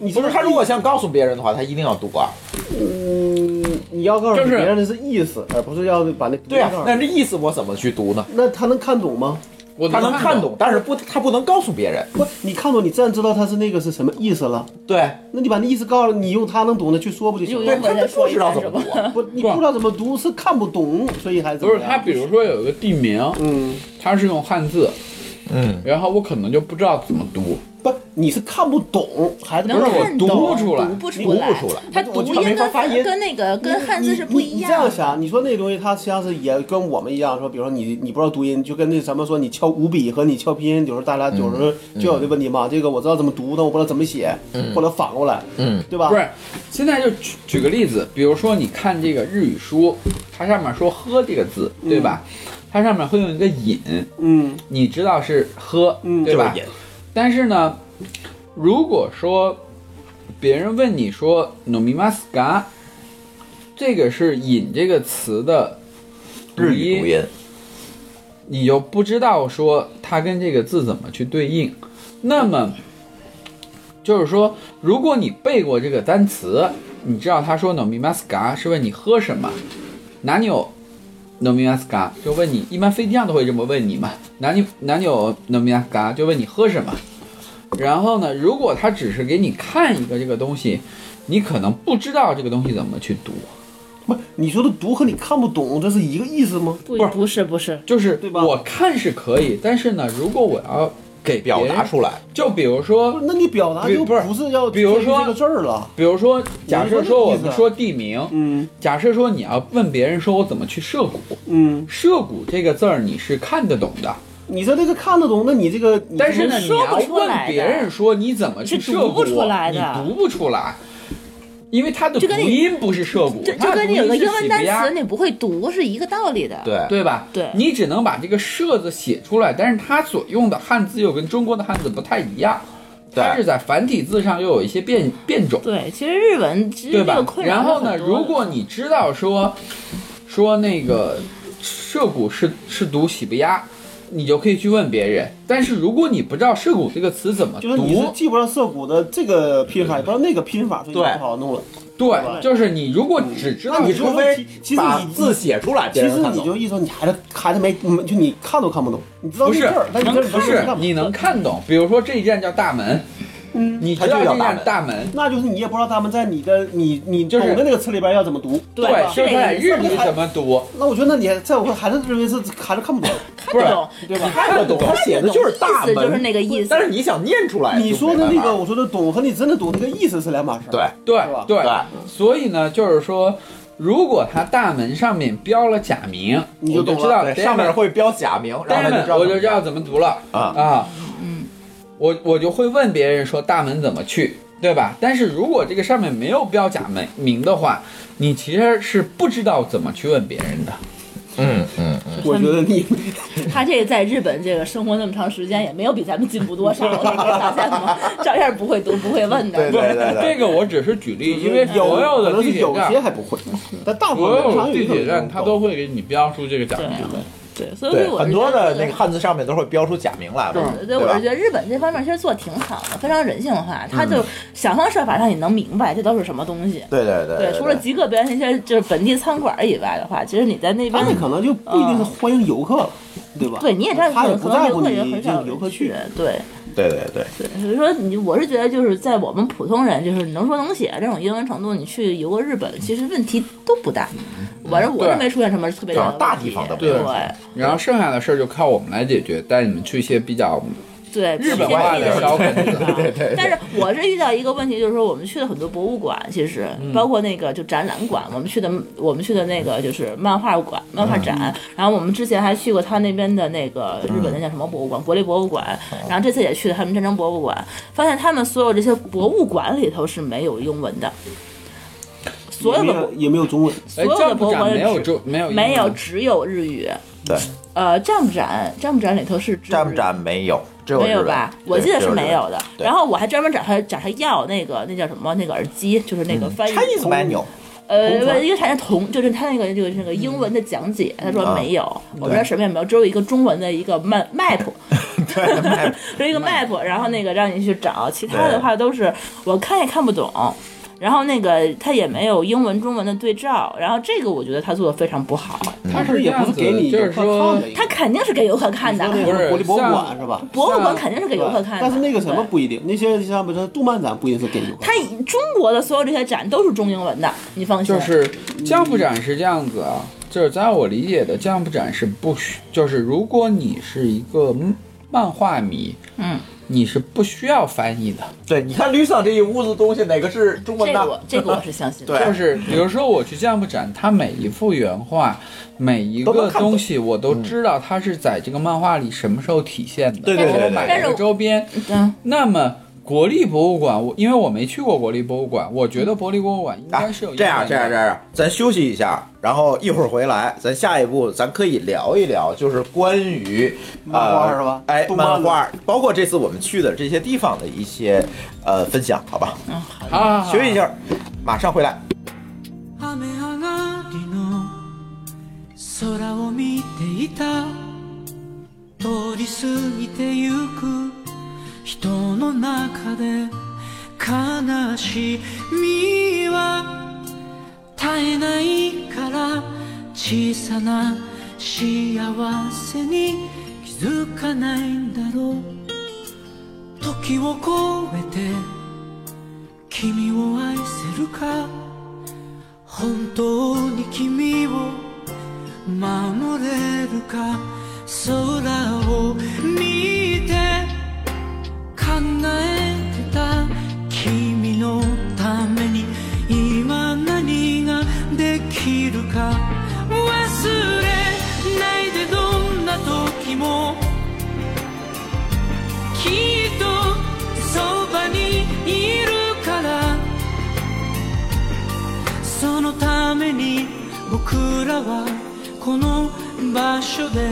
[SPEAKER 3] 你
[SPEAKER 1] 不是，
[SPEAKER 3] 就是
[SPEAKER 1] 他如果想告诉别人的话，他一定要读啊。
[SPEAKER 3] 嗯，你要告诉
[SPEAKER 4] 就是
[SPEAKER 3] 别人的是意思，而不是要把那
[SPEAKER 1] 对啊
[SPEAKER 3] 那，
[SPEAKER 1] 那这意思我怎么去读呢？
[SPEAKER 3] 那他能看懂吗？
[SPEAKER 4] 我
[SPEAKER 1] 他能看
[SPEAKER 4] 看
[SPEAKER 1] 懂，，但是不，他不能告诉别人。
[SPEAKER 3] 不，你看懂，你自然知道他是那个是什么意思了。
[SPEAKER 1] 对，
[SPEAKER 3] 那你把那意思告诉你，用他能懂的去说不就行
[SPEAKER 2] 用
[SPEAKER 3] 了？
[SPEAKER 1] 对，他
[SPEAKER 2] 再
[SPEAKER 1] 就
[SPEAKER 2] 说
[SPEAKER 1] 不
[SPEAKER 2] 一
[SPEAKER 1] 知道
[SPEAKER 2] 遍
[SPEAKER 1] 怎
[SPEAKER 2] 是
[SPEAKER 1] 么
[SPEAKER 2] 吧
[SPEAKER 1] 读啊。
[SPEAKER 3] 不，你不知道怎么读是看不懂，所以还是怎
[SPEAKER 4] 不
[SPEAKER 3] 么
[SPEAKER 4] 是
[SPEAKER 3] 样
[SPEAKER 4] 它，比如说有一个地名，
[SPEAKER 3] 嗯，
[SPEAKER 4] 它是用汉字，
[SPEAKER 1] 嗯，
[SPEAKER 4] 然后我可能就不知道怎么读。
[SPEAKER 3] 不，你是看不懂，孩子
[SPEAKER 2] 能
[SPEAKER 4] 是我
[SPEAKER 2] 看
[SPEAKER 4] 读
[SPEAKER 2] 懂
[SPEAKER 4] 不出来
[SPEAKER 2] 读不
[SPEAKER 1] 你读
[SPEAKER 2] 出
[SPEAKER 1] 不
[SPEAKER 2] 来
[SPEAKER 1] 出来，
[SPEAKER 2] 它
[SPEAKER 1] 我
[SPEAKER 2] 读
[SPEAKER 1] 觉得没
[SPEAKER 2] 音
[SPEAKER 1] 法发音
[SPEAKER 2] 跟跟那个跟汉字是不一
[SPEAKER 3] 你
[SPEAKER 2] 样
[SPEAKER 3] 这
[SPEAKER 2] 的。
[SPEAKER 3] 样想，你说那东西它实际上是也跟我们一样，说比如说你你不知道读音，就跟那什么说你敲五笔和你敲拼音，有时候大
[SPEAKER 1] 嗯
[SPEAKER 3] 家有时候就有这问题嘛。这个我知道怎么读，但我不知道怎么写，或者反过来，
[SPEAKER 1] 嗯，
[SPEAKER 3] 对吧？
[SPEAKER 4] 不是，现在就举举个例子，比如说你看这个日语书，它上面说“喝”这个字，对吧？它上面会用一个“饮
[SPEAKER 3] 嗯，”，
[SPEAKER 4] 你知道是“喝”，
[SPEAKER 3] 嗯
[SPEAKER 4] 对
[SPEAKER 1] 就是
[SPEAKER 4] 吧？
[SPEAKER 1] 引
[SPEAKER 4] 但是呢，如果说别人问你说 “nomimas ga”，这个是“引”这个词的
[SPEAKER 1] 日语读
[SPEAKER 4] 音，
[SPEAKER 1] 音，
[SPEAKER 4] 你又不知道说它跟这个字怎么去对应，那么就是说，如果你背过这个单词，你知道他说 “no mi mas ga” 是问你喝什么，哪里有 “no mi mas ga” 就问你，一般飞机上都会这么问你嘛，哪里哪里有 “no mi mas ga” 就问你喝什么。然后呢，如果他只是给你看一个这个东西，你可能不知道这个东西怎么去读，
[SPEAKER 3] 不，你说的读和你看不懂，这是一个意思吗？
[SPEAKER 2] 不
[SPEAKER 4] 不是
[SPEAKER 2] 不是不是，
[SPEAKER 4] 就是
[SPEAKER 3] 对吧
[SPEAKER 4] 我看是可以，但是呢，如果我要给别
[SPEAKER 1] 表
[SPEAKER 4] 人
[SPEAKER 1] 达出来，
[SPEAKER 4] 就比如说
[SPEAKER 3] 不是，那你表达
[SPEAKER 4] 比
[SPEAKER 3] 就
[SPEAKER 4] 不是
[SPEAKER 3] 不是要
[SPEAKER 4] 比如
[SPEAKER 3] 在意
[SPEAKER 4] 说
[SPEAKER 3] 这个字儿了。
[SPEAKER 4] 比如说，假设说我
[SPEAKER 3] 我就说这个意思
[SPEAKER 4] 们说地名，
[SPEAKER 3] 嗯
[SPEAKER 4] 假设说你要问别人说我怎么去涉谷，
[SPEAKER 3] 嗯，
[SPEAKER 4] 涉谷这个字儿你是看得懂的，
[SPEAKER 3] 你说这个看得懂，那你这个，你
[SPEAKER 4] 但是呢，你
[SPEAKER 2] 说
[SPEAKER 4] 要
[SPEAKER 2] 不出来的
[SPEAKER 4] 问别人说你怎么去涉
[SPEAKER 2] 是读
[SPEAKER 4] 谷，
[SPEAKER 2] 不出来的
[SPEAKER 4] 你读不出来，因为它的
[SPEAKER 6] 就跟
[SPEAKER 4] 读
[SPEAKER 6] 你
[SPEAKER 4] 音不是涉谷，
[SPEAKER 6] 就
[SPEAKER 4] 它
[SPEAKER 6] 就
[SPEAKER 4] 的
[SPEAKER 6] 跟
[SPEAKER 4] 读
[SPEAKER 6] 你
[SPEAKER 4] 音
[SPEAKER 6] 有个
[SPEAKER 4] 是
[SPEAKER 6] 英文
[SPEAKER 4] 喜
[SPEAKER 6] 单
[SPEAKER 4] 不压
[SPEAKER 6] 词你不会读是一个道理的。
[SPEAKER 1] 对，
[SPEAKER 4] 对吧？
[SPEAKER 2] 对
[SPEAKER 4] 你只能把这个“社”字写出来，但是它所用的汉字又跟中国的汉字不太一样，
[SPEAKER 1] 对
[SPEAKER 4] 它是在繁体字上又有一些变变种，
[SPEAKER 2] 对，其实日文其实
[SPEAKER 4] 对
[SPEAKER 2] 这个
[SPEAKER 4] 吧
[SPEAKER 2] 困？扰
[SPEAKER 4] 然
[SPEAKER 2] 是
[SPEAKER 4] 后呢，
[SPEAKER 2] 很多的
[SPEAKER 4] 如果你知道说说那个涉谷是是读喜不压，你就可以去问别人。但是如果你不知道涉谷这个词怎么
[SPEAKER 3] 就是你是
[SPEAKER 4] 读，
[SPEAKER 3] 记不上涩谷的这个拼法，也不知道那个拼法，所以就
[SPEAKER 1] 对
[SPEAKER 3] 不好弄了。
[SPEAKER 4] 对，就是你如果只知道
[SPEAKER 3] 那
[SPEAKER 1] 你
[SPEAKER 3] 你
[SPEAKER 1] 除
[SPEAKER 3] 除
[SPEAKER 1] 非
[SPEAKER 3] 非其实
[SPEAKER 1] 把
[SPEAKER 3] 你
[SPEAKER 1] 字写出来，
[SPEAKER 3] 其
[SPEAKER 1] 别人
[SPEAKER 3] 实
[SPEAKER 1] 看
[SPEAKER 3] 你
[SPEAKER 1] 懂
[SPEAKER 3] 就意思说你孩子孩子没，没就你看都看不懂，你知道
[SPEAKER 4] 不
[SPEAKER 3] 那
[SPEAKER 4] 是
[SPEAKER 3] 字儿，但你
[SPEAKER 4] 能
[SPEAKER 3] 这
[SPEAKER 4] 不是你能看懂，比如说这一站叫大门，
[SPEAKER 3] 嗯
[SPEAKER 4] 你知道这一站大门。
[SPEAKER 3] 那就是你也不知道他们在你的你你
[SPEAKER 4] 就
[SPEAKER 3] 懂
[SPEAKER 4] 是
[SPEAKER 3] 的那个词里边要怎么读。
[SPEAKER 4] 对，就是它在日语怎么读？
[SPEAKER 3] 那我觉得那你还在我看孩子认为是孩子看不 懂。
[SPEAKER 4] 不是
[SPEAKER 2] 看懂，
[SPEAKER 3] 对吧
[SPEAKER 1] 看得懂，他写的就是大
[SPEAKER 6] 意
[SPEAKER 1] 门，
[SPEAKER 6] 思就是那个意思
[SPEAKER 1] 但是你想念出
[SPEAKER 4] 哎
[SPEAKER 1] 来，
[SPEAKER 3] 你说的
[SPEAKER 1] 就没
[SPEAKER 3] 那
[SPEAKER 1] 办
[SPEAKER 3] 个，
[SPEAKER 1] 法
[SPEAKER 3] 我说的懂和你真的懂那个意思是两码事。
[SPEAKER 1] 对，
[SPEAKER 4] 对
[SPEAKER 3] 是吧
[SPEAKER 4] 对
[SPEAKER 1] 对
[SPEAKER 4] 所以呢，就是说，如果它大门上面标了假名，
[SPEAKER 3] 你就
[SPEAKER 4] 我
[SPEAKER 3] 懂
[SPEAKER 4] 就
[SPEAKER 3] 了
[SPEAKER 4] 知道
[SPEAKER 1] 对上面会标假名，然后他
[SPEAKER 4] Damon，
[SPEAKER 1] 就知道
[SPEAKER 4] 我就知道怎么读了
[SPEAKER 1] 啊
[SPEAKER 4] 啊，我我就会问别人说大门怎么去，对吧？但是如果这个上面没有标假门名的话，你其实是不知道怎么去问别人的。
[SPEAKER 1] 嗯嗯嗯，
[SPEAKER 3] 我觉得你
[SPEAKER 2] 他这在日本这个生活那么长时间，也没有比咱们进步多少，你发现吗？照样不会读，不会问
[SPEAKER 1] 对
[SPEAKER 2] 的。
[SPEAKER 1] 对对对，
[SPEAKER 4] 这个我只是举例， 因为
[SPEAKER 3] 哎有
[SPEAKER 4] 所有
[SPEAKER 3] 可
[SPEAKER 4] 的
[SPEAKER 3] 能
[SPEAKER 4] 地
[SPEAKER 3] 是
[SPEAKER 4] 铁
[SPEAKER 3] 有些
[SPEAKER 4] 站，
[SPEAKER 3] 还不 会，但大部
[SPEAKER 4] 所
[SPEAKER 3] 分
[SPEAKER 4] 有
[SPEAKER 3] 汉
[SPEAKER 4] 的
[SPEAKER 3] 语
[SPEAKER 4] 地
[SPEAKER 3] 可能
[SPEAKER 4] 铁站它
[SPEAKER 3] 懂
[SPEAKER 4] 都会给你标出这个假
[SPEAKER 2] 对
[SPEAKER 4] 名来。
[SPEAKER 2] 对，所以
[SPEAKER 1] 对
[SPEAKER 2] 我是
[SPEAKER 1] 很多
[SPEAKER 2] 觉得
[SPEAKER 1] 的那个汉字上面都会标出假名来嘛，
[SPEAKER 2] 对，
[SPEAKER 1] 对
[SPEAKER 2] 我
[SPEAKER 1] 吧
[SPEAKER 2] 是？觉得日本这方面其实做得挺好的，非常人性化，他就想方设法让你能明白这都是什么东西。
[SPEAKER 1] 对对对
[SPEAKER 2] 对，除了极个别那些就是本地餐馆以外的话，其实你在那
[SPEAKER 3] 他
[SPEAKER 2] 边
[SPEAKER 3] 们可能就不一定是
[SPEAKER 4] 嗯
[SPEAKER 3] 欢迎游客了，对吧？
[SPEAKER 2] 对，你也知道，
[SPEAKER 3] 他也不
[SPEAKER 2] 可能
[SPEAKER 3] 在
[SPEAKER 2] 游
[SPEAKER 3] 乎
[SPEAKER 2] 客
[SPEAKER 3] 你
[SPEAKER 2] 也很少
[SPEAKER 3] 这游客
[SPEAKER 2] 去
[SPEAKER 3] 去。。
[SPEAKER 2] 对
[SPEAKER 1] 对对对，
[SPEAKER 2] 对，所以说你，我是觉得就是在我们普通人，就是能说能写这种英文程度，你去游个日本，其实问题都不大。反正我
[SPEAKER 4] 对
[SPEAKER 2] 是没出现什么特别
[SPEAKER 1] 就是
[SPEAKER 2] 大的
[SPEAKER 1] 大
[SPEAKER 2] 问
[SPEAKER 1] 地方都没
[SPEAKER 2] 对
[SPEAKER 4] 有然后剩下的事儿就靠我们来解决，带你们去一些比较
[SPEAKER 2] 对
[SPEAKER 4] 日本
[SPEAKER 2] 世界
[SPEAKER 4] 化
[SPEAKER 2] 地
[SPEAKER 4] 的
[SPEAKER 2] 理
[SPEAKER 4] 烧烤店。
[SPEAKER 1] 对对对
[SPEAKER 2] 但是我是遇到一个问题，就是说我们去了很多博物馆，其实
[SPEAKER 1] 嗯
[SPEAKER 2] 包括那个就展览馆，我们去的我们去的那个就是漫画馆、漫
[SPEAKER 1] 嗯
[SPEAKER 2] 画展，然后我们之前还去过他那边的那个日本的
[SPEAKER 1] 嗯
[SPEAKER 2] 叫什么博物馆，国立博物馆，
[SPEAKER 1] 哦
[SPEAKER 2] 然后这次也去了他们战争博物馆，发现他们所有这些博物馆里头是没有英文的，所有
[SPEAKER 3] 也没有也没
[SPEAKER 2] 的博
[SPEAKER 3] 有中文，
[SPEAKER 4] 哎
[SPEAKER 2] 所，有
[SPEAKER 4] 教
[SPEAKER 2] 的
[SPEAKER 4] 部
[SPEAKER 2] 博物
[SPEAKER 4] 长
[SPEAKER 2] 馆
[SPEAKER 4] 没
[SPEAKER 2] 里
[SPEAKER 4] 有
[SPEAKER 2] 只
[SPEAKER 4] 中没有英
[SPEAKER 2] 没有
[SPEAKER 4] 文
[SPEAKER 2] 只有日语，
[SPEAKER 1] 对，
[SPEAKER 2] 呃，占展占展里头是只有日
[SPEAKER 1] 站
[SPEAKER 2] 语
[SPEAKER 1] 展没有，只有
[SPEAKER 2] 没有
[SPEAKER 1] 日本
[SPEAKER 2] 吧？我记得是没有。的。
[SPEAKER 1] 对
[SPEAKER 2] 然后我还专门找他找他要那个那叫什么那个耳机，就是
[SPEAKER 3] 嗯
[SPEAKER 2] 那个翻译
[SPEAKER 1] 只有日本 Chinese menu，
[SPEAKER 2] 呃
[SPEAKER 3] 同传
[SPEAKER 2] 不一个产业同，就是他那个就是那
[SPEAKER 3] 嗯
[SPEAKER 2] 个英文的讲解，他
[SPEAKER 3] 啊
[SPEAKER 2] 说没有，我不知道什么也没有，只有一个中文的一个 map map，
[SPEAKER 1] 对，
[SPEAKER 2] 只有一个 map，然后那个让你去找，其他的话都是我看也看不懂。然后那个他也没有英文中文的对照，然后这个我觉得他做的非常不好，
[SPEAKER 4] 它是
[SPEAKER 3] 也不是给你
[SPEAKER 4] 这样
[SPEAKER 3] 游
[SPEAKER 4] 子
[SPEAKER 3] 客
[SPEAKER 4] 就是说
[SPEAKER 3] 看的一个。
[SPEAKER 2] 他肯定是给游客看的，
[SPEAKER 3] 那
[SPEAKER 4] 不是
[SPEAKER 3] 个国立博物
[SPEAKER 4] 像
[SPEAKER 3] 馆是吧？
[SPEAKER 2] 博物馆肯定是给
[SPEAKER 3] 对
[SPEAKER 2] 游
[SPEAKER 3] 吧
[SPEAKER 2] 客看的，
[SPEAKER 3] 但是那个什么
[SPEAKER 2] 对
[SPEAKER 3] 不一定，那些像比如说动漫展不一定是给游客
[SPEAKER 2] 它
[SPEAKER 3] 看的。
[SPEAKER 2] 以中国的所有这些展都是中英文的，你放心。
[SPEAKER 4] 就是降部展是这样子啊，就是在我理解的降部展是不需，就是如果你是一个漫画迷，
[SPEAKER 2] 嗯，
[SPEAKER 4] 你是不需要翻译的。
[SPEAKER 1] 对，你看吕桑这一屋子东西，哪个是中
[SPEAKER 2] 这
[SPEAKER 1] 文
[SPEAKER 2] 个
[SPEAKER 1] 的
[SPEAKER 2] 我？这个我是相信的。
[SPEAKER 1] 对
[SPEAKER 4] 就是比如说我去降部展，它每一幅原画，每一
[SPEAKER 1] 都能
[SPEAKER 4] 个
[SPEAKER 1] 看懂
[SPEAKER 4] 东西我都知道它是在这个漫画里什么时候体现的，
[SPEAKER 1] 对对对对
[SPEAKER 4] 我买
[SPEAKER 1] 但
[SPEAKER 2] 是
[SPEAKER 4] 了个周边，
[SPEAKER 2] 嗯，
[SPEAKER 4] 那么。国立博物馆，我因为我没去过国立博物馆，我觉得国立博物馆应
[SPEAKER 1] 啊
[SPEAKER 4] 该是有、，
[SPEAKER 1] 这样这样这，样，咱休息一下，然后一会儿回来，咱下一步咱可以聊一聊，就是关于
[SPEAKER 3] 漫画是吧
[SPEAKER 1] 呃哎，
[SPEAKER 3] 动漫
[SPEAKER 1] 漫
[SPEAKER 3] 的
[SPEAKER 1] 画，包括这次我们去的这些地方的一些呃分享，好吧？
[SPEAKER 4] 好好好，
[SPEAKER 1] 休息一下，马上回来。
[SPEAKER 7] 雨上がりの空を見ていた通り過ぎてゆく人の中で悲しみは絶えないから小さな幸せに気づかないんだろう時を越えて君を愛せるか本当に君を守れるか空を見て考えてた君のために今何ができるか忘れないでどんな時もきっとそばにいるからそのために僕らはこの場所で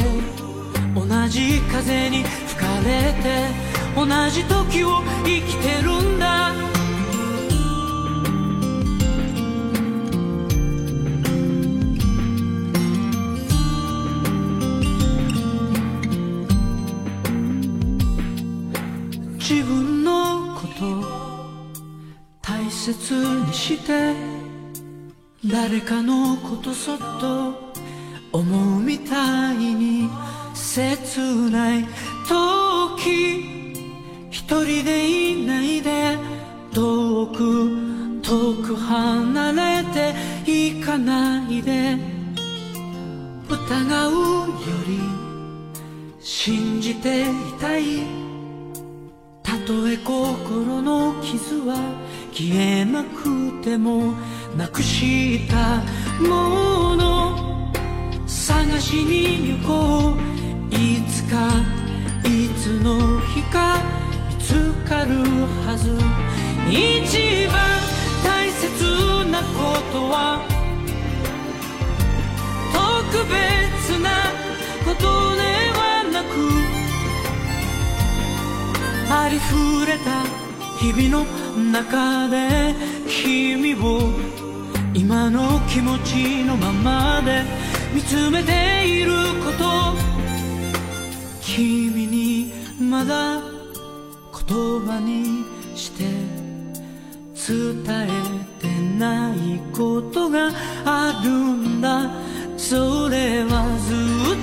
[SPEAKER 7] 同じ風に吹かれて同じ時を生きてるんだ自分のこと大切にして誰かのことそっと思うみたいに切ない時一人でいないで遠く遠く離れて行かないで疑うより信じていたいたとえ心の傷は消えなくてもなくしたもの探しに行こういつかいつの日か見つかるはず一番大切なことは特別なことではなくありふれた日々の中で君を今の気持ちのままで見つめていること君にまだ言葉にして伝えてないことがあるんだそれはずっ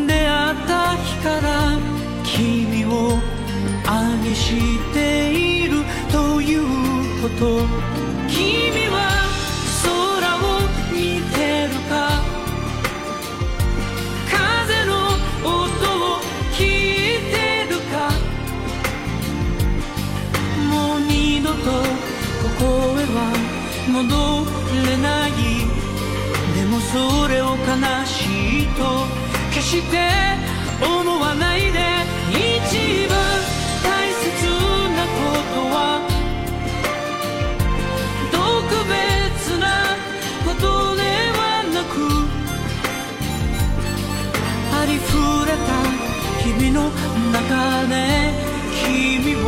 [SPEAKER 7] と出会った日から君を愛しているということ君は空を見てるか風の音を聞いてるかもう二度とここへは戻れないでもそれを悲しいと決して思わないで一番大切なことは特別なことではなくありふれた日々の中で君を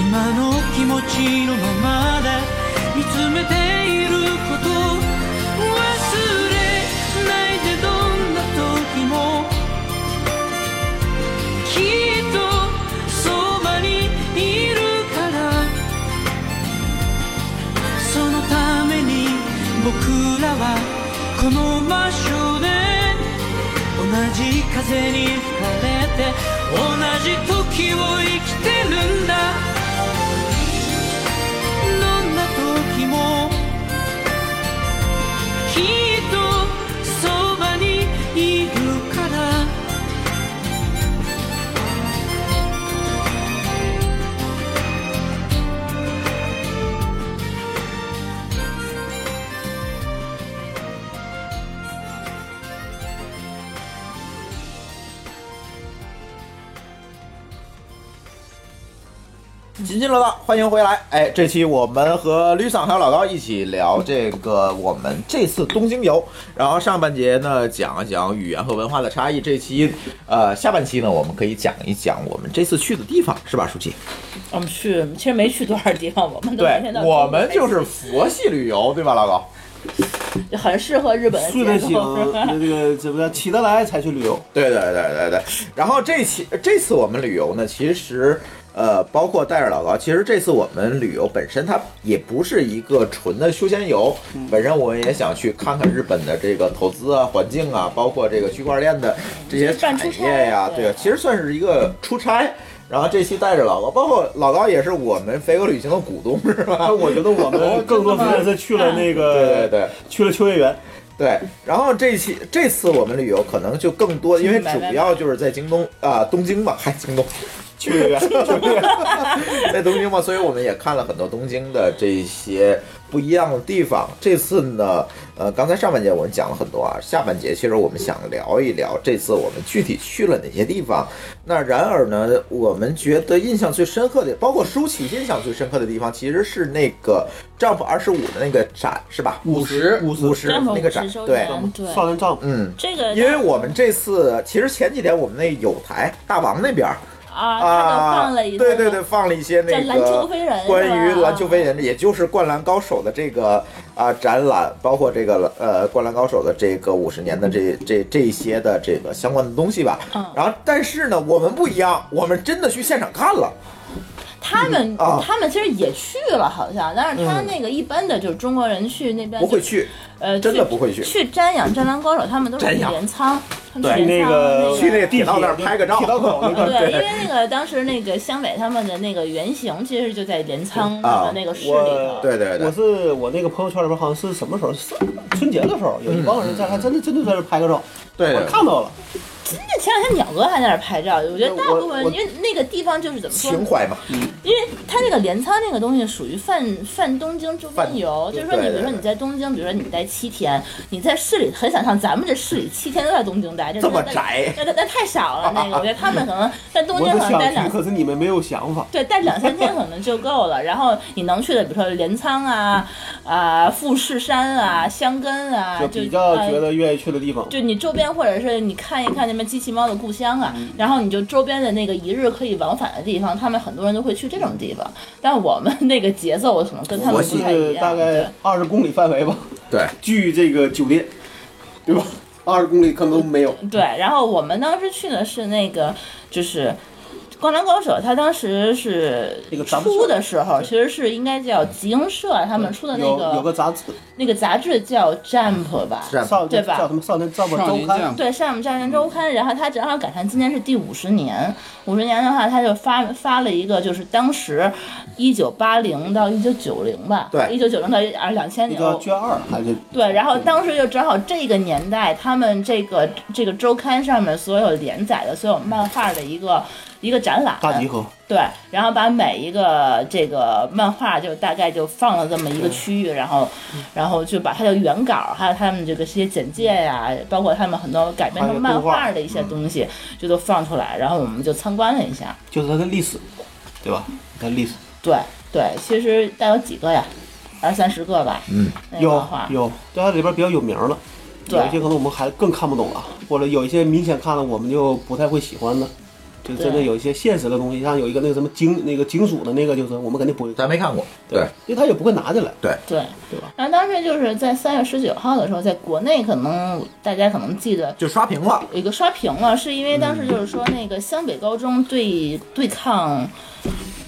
[SPEAKER 7] 今の気持ちのままで見つめていること忘れないでどんな時もきっとそばにいるからそのために僕らはこの場所で同じ風に吹かれて同じ時を生きてるんだどんな時もきっとそばにいるから
[SPEAKER 1] 津津乐道，欢迎回来。哎，这期我们和吕桑还有老高一起聊这个我们这次东京游，然后上半节呢讲一讲语言和文化的差异。这期，呃，下半期呢我们可以讲一讲我们这次去的地方，是吧，书记？
[SPEAKER 2] 我们去，其实没去多少地方，我们都每
[SPEAKER 1] 对
[SPEAKER 2] 天到，中午
[SPEAKER 1] 我们
[SPEAKER 2] 才
[SPEAKER 1] 就是佛系旅游，对吧，老高？
[SPEAKER 2] 就很适合日本的
[SPEAKER 3] 睡得
[SPEAKER 2] 节
[SPEAKER 3] 醒
[SPEAKER 2] 奏。 是吧，
[SPEAKER 3] 这个怎么样？起得来才去旅游。
[SPEAKER 1] 对对对对对。然后这期这次我们旅游呢，其实呃，包括带着老高，其实这次我们旅游本身它也不是一个纯的休闲游，本身我们也想去看看日本的这个投资啊、环境啊，包括这个区块链的这些产业呀、
[SPEAKER 2] 办出差
[SPEAKER 1] 对，其实算是一个出差。然后这期带着老高，包括老高也是我们飞鹅旅行的股东，是吧？
[SPEAKER 3] 但我觉得我
[SPEAKER 1] 哦
[SPEAKER 3] 们更多的是去了那
[SPEAKER 1] 对对
[SPEAKER 3] 个，
[SPEAKER 1] 对。
[SPEAKER 3] 去了秋叶原。
[SPEAKER 1] 对，然后这期这次我们旅游可能就更多，因为主要就是在京东啊、东京嘛，还京东，去那边， 在东京嘛，所以我们也看了很多东京的这些不一样的地方。这次呢，呃，刚才上半节我们讲了很多啊，下半节其实我们想聊一聊这次我们具体去了哪些地方。那然而呢，我们觉得印象最深刻的，包括舒淇印象最深刻的地方，其实是那个 Jump 二十五的那个展，是吧？
[SPEAKER 4] 五十
[SPEAKER 3] 五
[SPEAKER 1] 五十
[SPEAKER 2] 帐篷
[SPEAKER 1] 那个展
[SPEAKER 2] 50，周
[SPEAKER 1] 对，
[SPEAKER 2] 年对
[SPEAKER 3] 少年丈夫，
[SPEAKER 1] 嗯，
[SPEAKER 2] 这个
[SPEAKER 1] 因为我们这次其实前几天我们那有台大王那边儿
[SPEAKER 2] 啊，他就
[SPEAKER 1] 啊，
[SPEAKER 2] 放了一个
[SPEAKER 1] 对对对，放了一些那
[SPEAKER 2] 叫篮球
[SPEAKER 1] 个
[SPEAKER 2] 飞人
[SPEAKER 1] 关于
[SPEAKER 2] 是吧啊
[SPEAKER 1] 篮球飞人，也就是《灌篮高手》的这个啊、展览，包括这个呃《灌篮高手》的这个五十年的这这这些的这个相关的东西吧。
[SPEAKER 2] 嗯
[SPEAKER 1] 然后，但是呢，我们不一样，我们真的去现场看了。
[SPEAKER 2] 他们、
[SPEAKER 1] 啊
[SPEAKER 2] 他们其实也去了，好像，但是他那个一般的就是中国人去那边
[SPEAKER 1] 不会
[SPEAKER 2] 就，
[SPEAKER 1] 去，
[SPEAKER 2] 呃，
[SPEAKER 1] 真的不会去
[SPEAKER 2] 去去瞻仰《湛蓝高手》，他们都是
[SPEAKER 1] 瞻仰
[SPEAKER 2] 镰仓，他们
[SPEAKER 1] 对
[SPEAKER 2] 去镰
[SPEAKER 3] 那
[SPEAKER 2] 仓
[SPEAKER 3] 个
[SPEAKER 1] 去那
[SPEAKER 2] 个
[SPEAKER 1] 个铁道那儿拍个照。
[SPEAKER 3] 铁道口 那块儿
[SPEAKER 2] 对，因为那个当时那个湘北他们的那个原型其实就在镰仓
[SPEAKER 1] 啊
[SPEAKER 2] 的那个市里
[SPEAKER 3] 我
[SPEAKER 2] 头，
[SPEAKER 1] 对对对
[SPEAKER 3] 我是我那个朋友圈里边好像是什么时候，是春节的时候，有一帮人在那真的真的在那拍个照，
[SPEAKER 1] 嗯对
[SPEAKER 3] 我看到了，
[SPEAKER 2] 那前两天鸟哥还在那儿拍照，我觉得大部
[SPEAKER 3] 我
[SPEAKER 2] 分
[SPEAKER 3] 我
[SPEAKER 2] 因为那个地方就是怎么说
[SPEAKER 1] 情
[SPEAKER 2] 呢，
[SPEAKER 1] 怀嘛，
[SPEAKER 2] 因为它那个镰仓那个东西属于泛泛东京周边游，
[SPEAKER 1] 泛
[SPEAKER 2] 就是说你
[SPEAKER 1] 对
[SPEAKER 2] 比如
[SPEAKER 1] 对
[SPEAKER 2] 说
[SPEAKER 1] 对
[SPEAKER 2] 你在东京，比如说你待七天，你在市里很想像咱们这市里七天都在东京待，这
[SPEAKER 1] 这么
[SPEAKER 2] 那
[SPEAKER 1] 宅
[SPEAKER 2] 那那那太少了。那个我觉得他们可能在东
[SPEAKER 3] 我
[SPEAKER 2] 京
[SPEAKER 3] 是
[SPEAKER 2] 可能
[SPEAKER 3] 想
[SPEAKER 2] 待
[SPEAKER 3] 去，
[SPEAKER 2] 两
[SPEAKER 3] 可是你们没有想法。
[SPEAKER 2] 对，待两三天可能就够了。然后你能去的，比如说镰仓啊、啊、富士山啊、箱根啊，
[SPEAKER 3] 就
[SPEAKER 2] 就
[SPEAKER 3] 比较
[SPEAKER 2] 呃
[SPEAKER 3] 觉得愿意去的地方，
[SPEAKER 2] 就你周边，或者是你看一看那边机器猫的故乡啊，
[SPEAKER 3] 嗯
[SPEAKER 2] 然后你就周边的那个一日可以往返的地方，他们很多人都会去这种地方。但我们 那个节奏可能跟他
[SPEAKER 1] 我
[SPEAKER 2] 们不太一
[SPEAKER 3] 是
[SPEAKER 2] 样。
[SPEAKER 3] 大概二十公里范围吧，
[SPEAKER 1] 对，
[SPEAKER 3] 距这个酒店，对吧？二十公里可能都没有。
[SPEAKER 2] 对，然后我们当时去的是那个，就是《灌篮高手》，他当时是
[SPEAKER 3] 那个杂志社
[SPEAKER 2] 出的时候，其实是应该叫集英社啊他们出的那
[SPEAKER 3] 有有个
[SPEAKER 2] 个
[SPEAKER 3] 杂志，
[SPEAKER 2] 那个杂志叫《Jump》吧。
[SPEAKER 1] 是啊
[SPEAKER 3] 少
[SPEAKER 2] 对吧
[SPEAKER 3] 叫什么《少年丈夫
[SPEAKER 4] 少
[SPEAKER 3] 周
[SPEAKER 4] 年
[SPEAKER 3] 刊》
[SPEAKER 4] 将，
[SPEAKER 2] 对，《上少年周刊》，然后他正好赶上今年是第五十年，五十年的话，他就发发了一个，就是当时一九八零到一九九零吧，
[SPEAKER 1] 对
[SPEAKER 2] 一九九零到啊两千
[SPEAKER 3] 那
[SPEAKER 2] 年，
[SPEAKER 3] 个卷二还是
[SPEAKER 2] 对，然后当时就正好这个年代，他们这个这个周刊上面所有连载的所有漫画的一个一个展览，
[SPEAKER 3] 大集合，
[SPEAKER 2] 对，然后把每一个这个漫画就大概就放了这么一个区域，然后，
[SPEAKER 3] 嗯
[SPEAKER 2] 然后就把它的原稿，还有他们这个这些简介呀、包括他们很多改编成漫
[SPEAKER 3] 还有
[SPEAKER 2] 画
[SPEAKER 3] 动画嗯
[SPEAKER 2] 的一些东西，就都放出来，然后我们就参观了一下。
[SPEAKER 3] 就是它的历史，对吧？它历史
[SPEAKER 2] 对对，其实大概有几个呀？二三十个吧。嗯，那个
[SPEAKER 3] 有
[SPEAKER 2] 漫画
[SPEAKER 3] 有，在它里边比较有名了。
[SPEAKER 2] 对
[SPEAKER 3] 有一些可能我们还更看不懂了，或者有一些明显看了我们就不太会喜欢的，就真的
[SPEAKER 2] 对
[SPEAKER 3] 有一些现实的东西，像有一个那个什么警那个警署的那个，就是我们肯定不会看，
[SPEAKER 1] 咱没看过，对，
[SPEAKER 3] 因为他也不会拿进来。
[SPEAKER 2] 对
[SPEAKER 3] 对吧
[SPEAKER 2] 然后当时就是在三月十九号的时候，在国内可能大家可能记得
[SPEAKER 1] 就刷屏了，
[SPEAKER 2] 有一个刷屏了，是因为当
[SPEAKER 3] 嗯
[SPEAKER 2] 时就是说那个湘北高中对对抗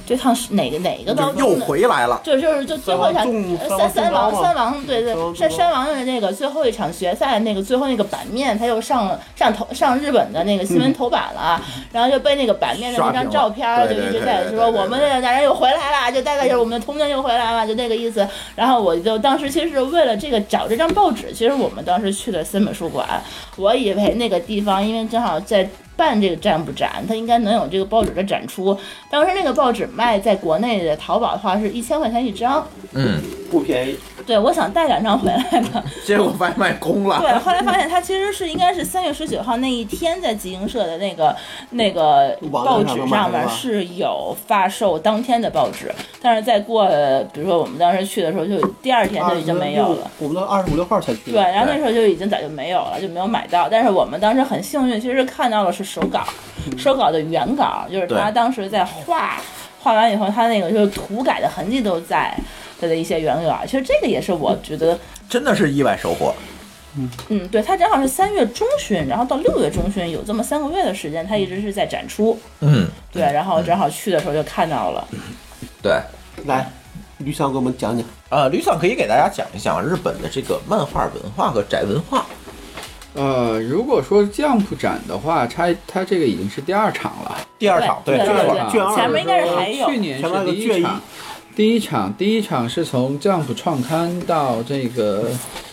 [SPEAKER 2] 对抗是哪个哪个高
[SPEAKER 1] 就
[SPEAKER 2] 中
[SPEAKER 1] 又
[SPEAKER 2] 呢
[SPEAKER 1] 回来了。
[SPEAKER 2] 就就是就最后一场
[SPEAKER 3] 三王中
[SPEAKER 2] 呃三
[SPEAKER 3] 三
[SPEAKER 2] 三
[SPEAKER 3] 王中
[SPEAKER 2] 王
[SPEAKER 3] 高嘛
[SPEAKER 2] 三王对
[SPEAKER 3] 三王
[SPEAKER 2] 对
[SPEAKER 3] 中
[SPEAKER 2] 山
[SPEAKER 3] 高
[SPEAKER 2] 山王的那个最后一场决赛那个最后那个版面，他又上了上头上日本的那个新闻头版了，啊然后就被那个版面
[SPEAKER 1] 嗯
[SPEAKER 2] 的
[SPEAKER 1] 刷
[SPEAKER 2] 那
[SPEAKER 1] 屏了
[SPEAKER 2] 张照片儿就
[SPEAKER 1] 对对
[SPEAKER 2] 一
[SPEAKER 1] 对
[SPEAKER 2] 直在
[SPEAKER 1] 对对
[SPEAKER 2] 说
[SPEAKER 1] 对
[SPEAKER 2] 我们的男人又回来了，就大概就是我们的童年又回来了，就那个意思。然后我就当时其实是为了这个找这张报纸，其实我们当时去了森美术馆，我以为那个地方因为正好在。办这个占卜展，它应该能有这个报纸的展出。当时那个报纸卖在国内的淘宝的话是一千块钱一张，
[SPEAKER 1] 嗯，
[SPEAKER 3] 不便宜，
[SPEAKER 2] 对，我想带两张回来的。
[SPEAKER 1] 结果外卖空了。
[SPEAKER 2] 对，后来发现它其实是应该是三月十九号那一天在集英社的那个那个
[SPEAKER 3] 网
[SPEAKER 2] 报
[SPEAKER 3] 站
[SPEAKER 2] 纸
[SPEAKER 3] 上卖
[SPEAKER 2] 上
[SPEAKER 3] 的
[SPEAKER 2] 面
[SPEAKER 3] 吧
[SPEAKER 2] 是有发售当天的报纸，但是再过，比如说我们当时去的时候，就第二天就已经没有了。
[SPEAKER 3] 我们到二十五六号才去。
[SPEAKER 2] 对，，然后那时候就已经早就没有了，就没有买到。但是我们当时很幸运，其实看到的是手稿，手稿的原稿，就是他
[SPEAKER 1] 对
[SPEAKER 2] 当时在画，画完以后他那个就是涂改的痕迹都在。它的一些缘由啊。其实这个也是我觉得，
[SPEAKER 1] 真的是意外收获。
[SPEAKER 2] 嗯，对，它正好是三月中旬，然后到六月中旬有这么三个月的时间，它一直是在展出。
[SPEAKER 1] 嗯，
[SPEAKER 2] 对，然后正好去的时候就看到了。
[SPEAKER 1] 对。
[SPEAKER 3] 来，吕尚给我们讲讲。
[SPEAKER 1] 呃，吕总可以给大家讲一讲日本的这个漫画文化和宅文化。
[SPEAKER 4] 呃，如果说 Jump 展的话，它它这个已经是第二场了。
[SPEAKER 1] 第二场，
[SPEAKER 2] 对
[SPEAKER 1] 第
[SPEAKER 2] 对
[SPEAKER 1] 二
[SPEAKER 2] 对
[SPEAKER 1] 场，
[SPEAKER 3] 卷二
[SPEAKER 2] 前面应该是还有
[SPEAKER 4] 去年是
[SPEAKER 3] 前面有
[SPEAKER 4] 第
[SPEAKER 3] 个
[SPEAKER 4] 一
[SPEAKER 3] 卷一
[SPEAKER 4] 场，第一场，第一场是从 Jump 创刊到这个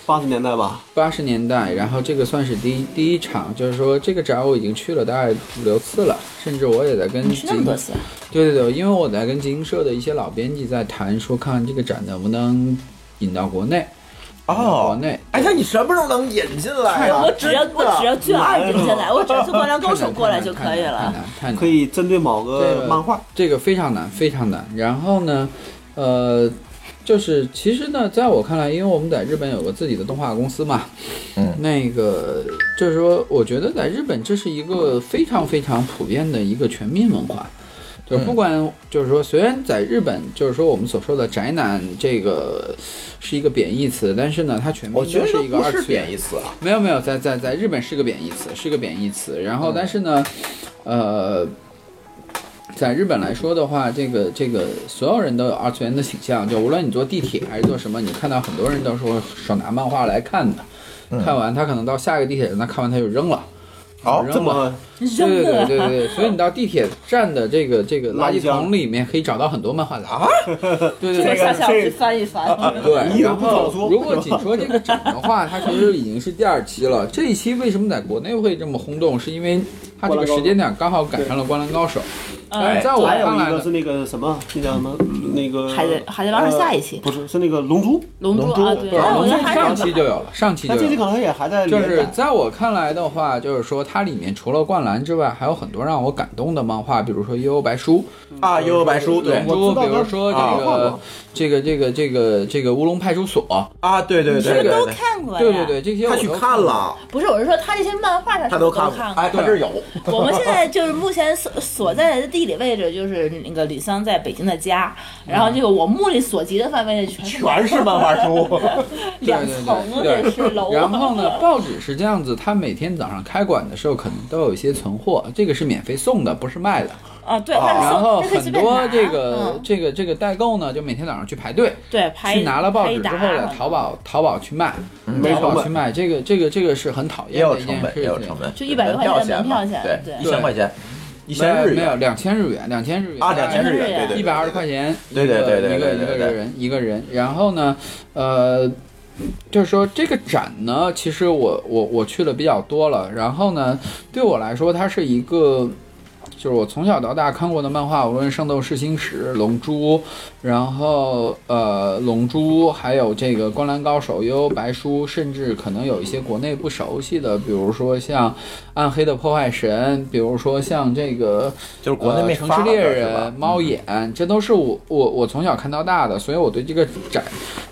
[SPEAKER 3] 八十年代吧，
[SPEAKER 4] 八十年代，然后这个算是第一第一场，就是说这个展我已经去了大概五六次了，甚至我也在跟
[SPEAKER 2] 你去那么
[SPEAKER 4] 集
[SPEAKER 2] 多次，
[SPEAKER 4] 对对对，因为我在跟集英社的一些老编辑在谈，说看这个展能不能引到国内，国
[SPEAKER 1] 哦，
[SPEAKER 4] 内。
[SPEAKER 1] 哎，那你什么时候能引进来呀、啊？
[SPEAKER 2] 哎我只要我只要卷二引进来，我只要从《灌篮高
[SPEAKER 4] 太
[SPEAKER 2] 手
[SPEAKER 4] 难》
[SPEAKER 2] 过来
[SPEAKER 4] 太难
[SPEAKER 2] 就
[SPEAKER 4] 太
[SPEAKER 2] 可以
[SPEAKER 4] 难 太
[SPEAKER 2] 了。
[SPEAKER 4] 难太难
[SPEAKER 3] 可以针对某
[SPEAKER 4] 对
[SPEAKER 3] 个漫画，
[SPEAKER 4] 这个非常难，非常难。然后呢，呃，就是其实呢，在我看来，因为我们在日本有个自己的动画公司嘛，
[SPEAKER 1] 嗯
[SPEAKER 4] 那个就是说，我觉得在日本这是一个非常非常普遍的一个全民文化。
[SPEAKER 1] 嗯
[SPEAKER 4] 就是不管，就是说，虽然在日本，就是说我们所说的宅男这个是一个贬义词，但是呢，它全民
[SPEAKER 1] 我
[SPEAKER 4] 都
[SPEAKER 1] 觉得
[SPEAKER 4] 一个
[SPEAKER 1] 不
[SPEAKER 4] 二
[SPEAKER 1] 是
[SPEAKER 4] 次元
[SPEAKER 1] 贬义词啊，
[SPEAKER 4] 没有没有，在在在日本是个贬义词，是个贬义词。然后但是呢，呃，在日本来说的话，这个这个所有人都有二次元的倾向，就无论你坐地铁还是坐什么，你看到很多人都是会手拿漫画来看的。
[SPEAKER 3] 嗯
[SPEAKER 4] 看完他可能到下一个地铁站，他看完他就扔了，
[SPEAKER 1] 好
[SPEAKER 3] 哦
[SPEAKER 4] 扔
[SPEAKER 3] 这
[SPEAKER 4] 了。
[SPEAKER 3] 么
[SPEAKER 4] 对
[SPEAKER 2] 扔
[SPEAKER 4] 对对
[SPEAKER 2] 了，
[SPEAKER 4] 对对 对，所以你到地铁站的这个这个垃圾桶里面可以找到很多漫画杂
[SPEAKER 1] 啊，
[SPEAKER 4] 对对对
[SPEAKER 2] 这个
[SPEAKER 3] 这个
[SPEAKER 2] 下下我去翻一翻。
[SPEAKER 4] 对，
[SPEAKER 3] 一
[SPEAKER 4] 然
[SPEAKER 3] 人不早
[SPEAKER 4] 后
[SPEAKER 3] 说
[SPEAKER 4] 如果仅说这个展的话，它其实已经是第二期了。这一期为什么在国内会这么轰动？是因为它这个时间点刚好赶上了《灌篮高手》，但是在我
[SPEAKER 3] 嗯还有
[SPEAKER 4] 看
[SPEAKER 3] 一
[SPEAKER 4] 来
[SPEAKER 3] 个
[SPEAKER 4] 呢
[SPEAKER 3] 是，那个什么，那叫什么？那个
[SPEAKER 2] 海贼海贼王是下一期
[SPEAKER 3] 呃不是是那个龙珠。
[SPEAKER 2] 龙珠啊，对，
[SPEAKER 4] 对，
[SPEAKER 2] 但我觉得还
[SPEAKER 4] 上
[SPEAKER 2] 是
[SPEAKER 4] 期就有了，上期就
[SPEAKER 3] 那这次
[SPEAKER 4] 有
[SPEAKER 3] 可
[SPEAKER 4] 了。
[SPEAKER 3] 能也还在
[SPEAKER 4] 就是
[SPEAKER 3] 连载
[SPEAKER 4] 在我看来的话，就是说它里面除了灌篮之外，还有很多让我感动的漫画，比如说《幽游白书》，
[SPEAKER 1] 啊，幽游白书，对
[SPEAKER 4] 龙
[SPEAKER 3] 我
[SPEAKER 4] 珠，
[SPEAKER 3] 知道
[SPEAKER 4] 比
[SPEAKER 3] 它
[SPEAKER 4] 如说
[SPEAKER 1] 啊
[SPEAKER 4] 这个这个这个这个这个乌龙派出所，
[SPEAKER 1] 啊，对对对
[SPEAKER 4] 这
[SPEAKER 1] 对
[SPEAKER 4] 个
[SPEAKER 2] 都
[SPEAKER 1] 对，
[SPEAKER 2] 看过呀。
[SPEAKER 4] 对对对，这些我
[SPEAKER 1] 他
[SPEAKER 4] 都
[SPEAKER 1] 去看了，
[SPEAKER 2] 不是，我是说他这些漫画上
[SPEAKER 1] 他
[SPEAKER 2] 都
[SPEAKER 1] 看
[SPEAKER 2] 过。
[SPEAKER 1] 哎，他这儿有，
[SPEAKER 2] 我们现在就是目前所所在的地理位置，就是那个李桑在北京的家，然后这个我目力所及的范围内 全是
[SPEAKER 1] 全是漫画书。
[SPEAKER 2] 两层啊，
[SPEAKER 4] 对对
[SPEAKER 2] 也
[SPEAKER 4] 对
[SPEAKER 2] 是楼。
[SPEAKER 4] 然后呢，报纸是这样子，它每天早上开馆的时候，可能都有一些存货，这个是免费送的，不是卖的。
[SPEAKER 2] 啊，对，它是
[SPEAKER 4] 哦然后
[SPEAKER 2] 送，这可以
[SPEAKER 4] 很
[SPEAKER 2] 随便
[SPEAKER 4] 多
[SPEAKER 2] 拿。
[SPEAKER 4] 这个、
[SPEAKER 2] 嗯
[SPEAKER 4] 这个这个代购呢，就每天早上去排队，
[SPEAKER 2] 对，拍
[SPEAKER 4] 去拿了报
[SPEAKER 2] 拍
[SPEAKER 4] 纸
[SPEAKER 2] 一
[SPEAKER 4] 之
[SPEAKER 2] 沓
[SPEAKER 4] 后，在淘宝淘宝去卖，淘宝去卖，这个这个这个是很讨
[SPEAKER 1] 也
[SPEAKER 4] 厌
[SPEAKER 1] 有
[SPEAKER 4] 的一
[SPEAKER 1] 成
[SPEAKER 4] 件
[SPEAKER 1] 本，也
[SPEAKER 4] 事
[SPEAKER 1] 有
[SPEAKER 4] 情
[SPEAKER 1] 成。本，
[SPEAKER 2] 就100块钱
[SPEAKER 1] 票
[SPEAKER 2] 的门
[SPEAKER 1] 嘛
[SPEAKER 2] 票钱
[SPEAKER 1] 对，
[SPEAKER 2] 对
[SPEAKER 1] 一千块钱，一千
[SPEAKER 4] 没
[SPEAKER 1] 日
[SPEAKER 4] 有没有
[SPEAKER 1] 元
[SPEAKER 4] 两千日元，两千日元
[SPEAKER 1] 啊，两千日
[SPEAKER 2] 日
[SPEAKER 1] 元，
[SPEAKER 2] 元
[SPEAKER 1] 对对，
[SPEAKER 4] 一百二十块钱，
[SPEAKER 1] 对对对对对
[SPEAKER 4] 一个一
[SPEAKER 1] 对对
[SPEAKER 4] 个一个人一个人。然后呢，呃，就是说这个展呢，其实我我我去了比较多了。然后呢，对我来说，它是一个。就是我从小到大看过的漫画，无论《圣斗士星矢》《龙珠》，然后呃，《龙珠》，还有这个《灌篮高手》《幽游白书》，甚至可能有一些国内不熟悉的，比如说像《暗黑的破坏神》，比如说像这个
[SPEAKER 1] 就是国内
[SPEAKER 4] 呃
[SPEAKER 1] 没
[SPEAKER 4] 城
[SPEAKER 1] 发
[SPEAKER 4] 市
[SPEAKER 1] 了
[SPEAKER 4] 猎
[SPEAKER 1] 是吧
[SPEAKER 4] 人、猫眼，这都是我我我从小看到大的，所以我对这个展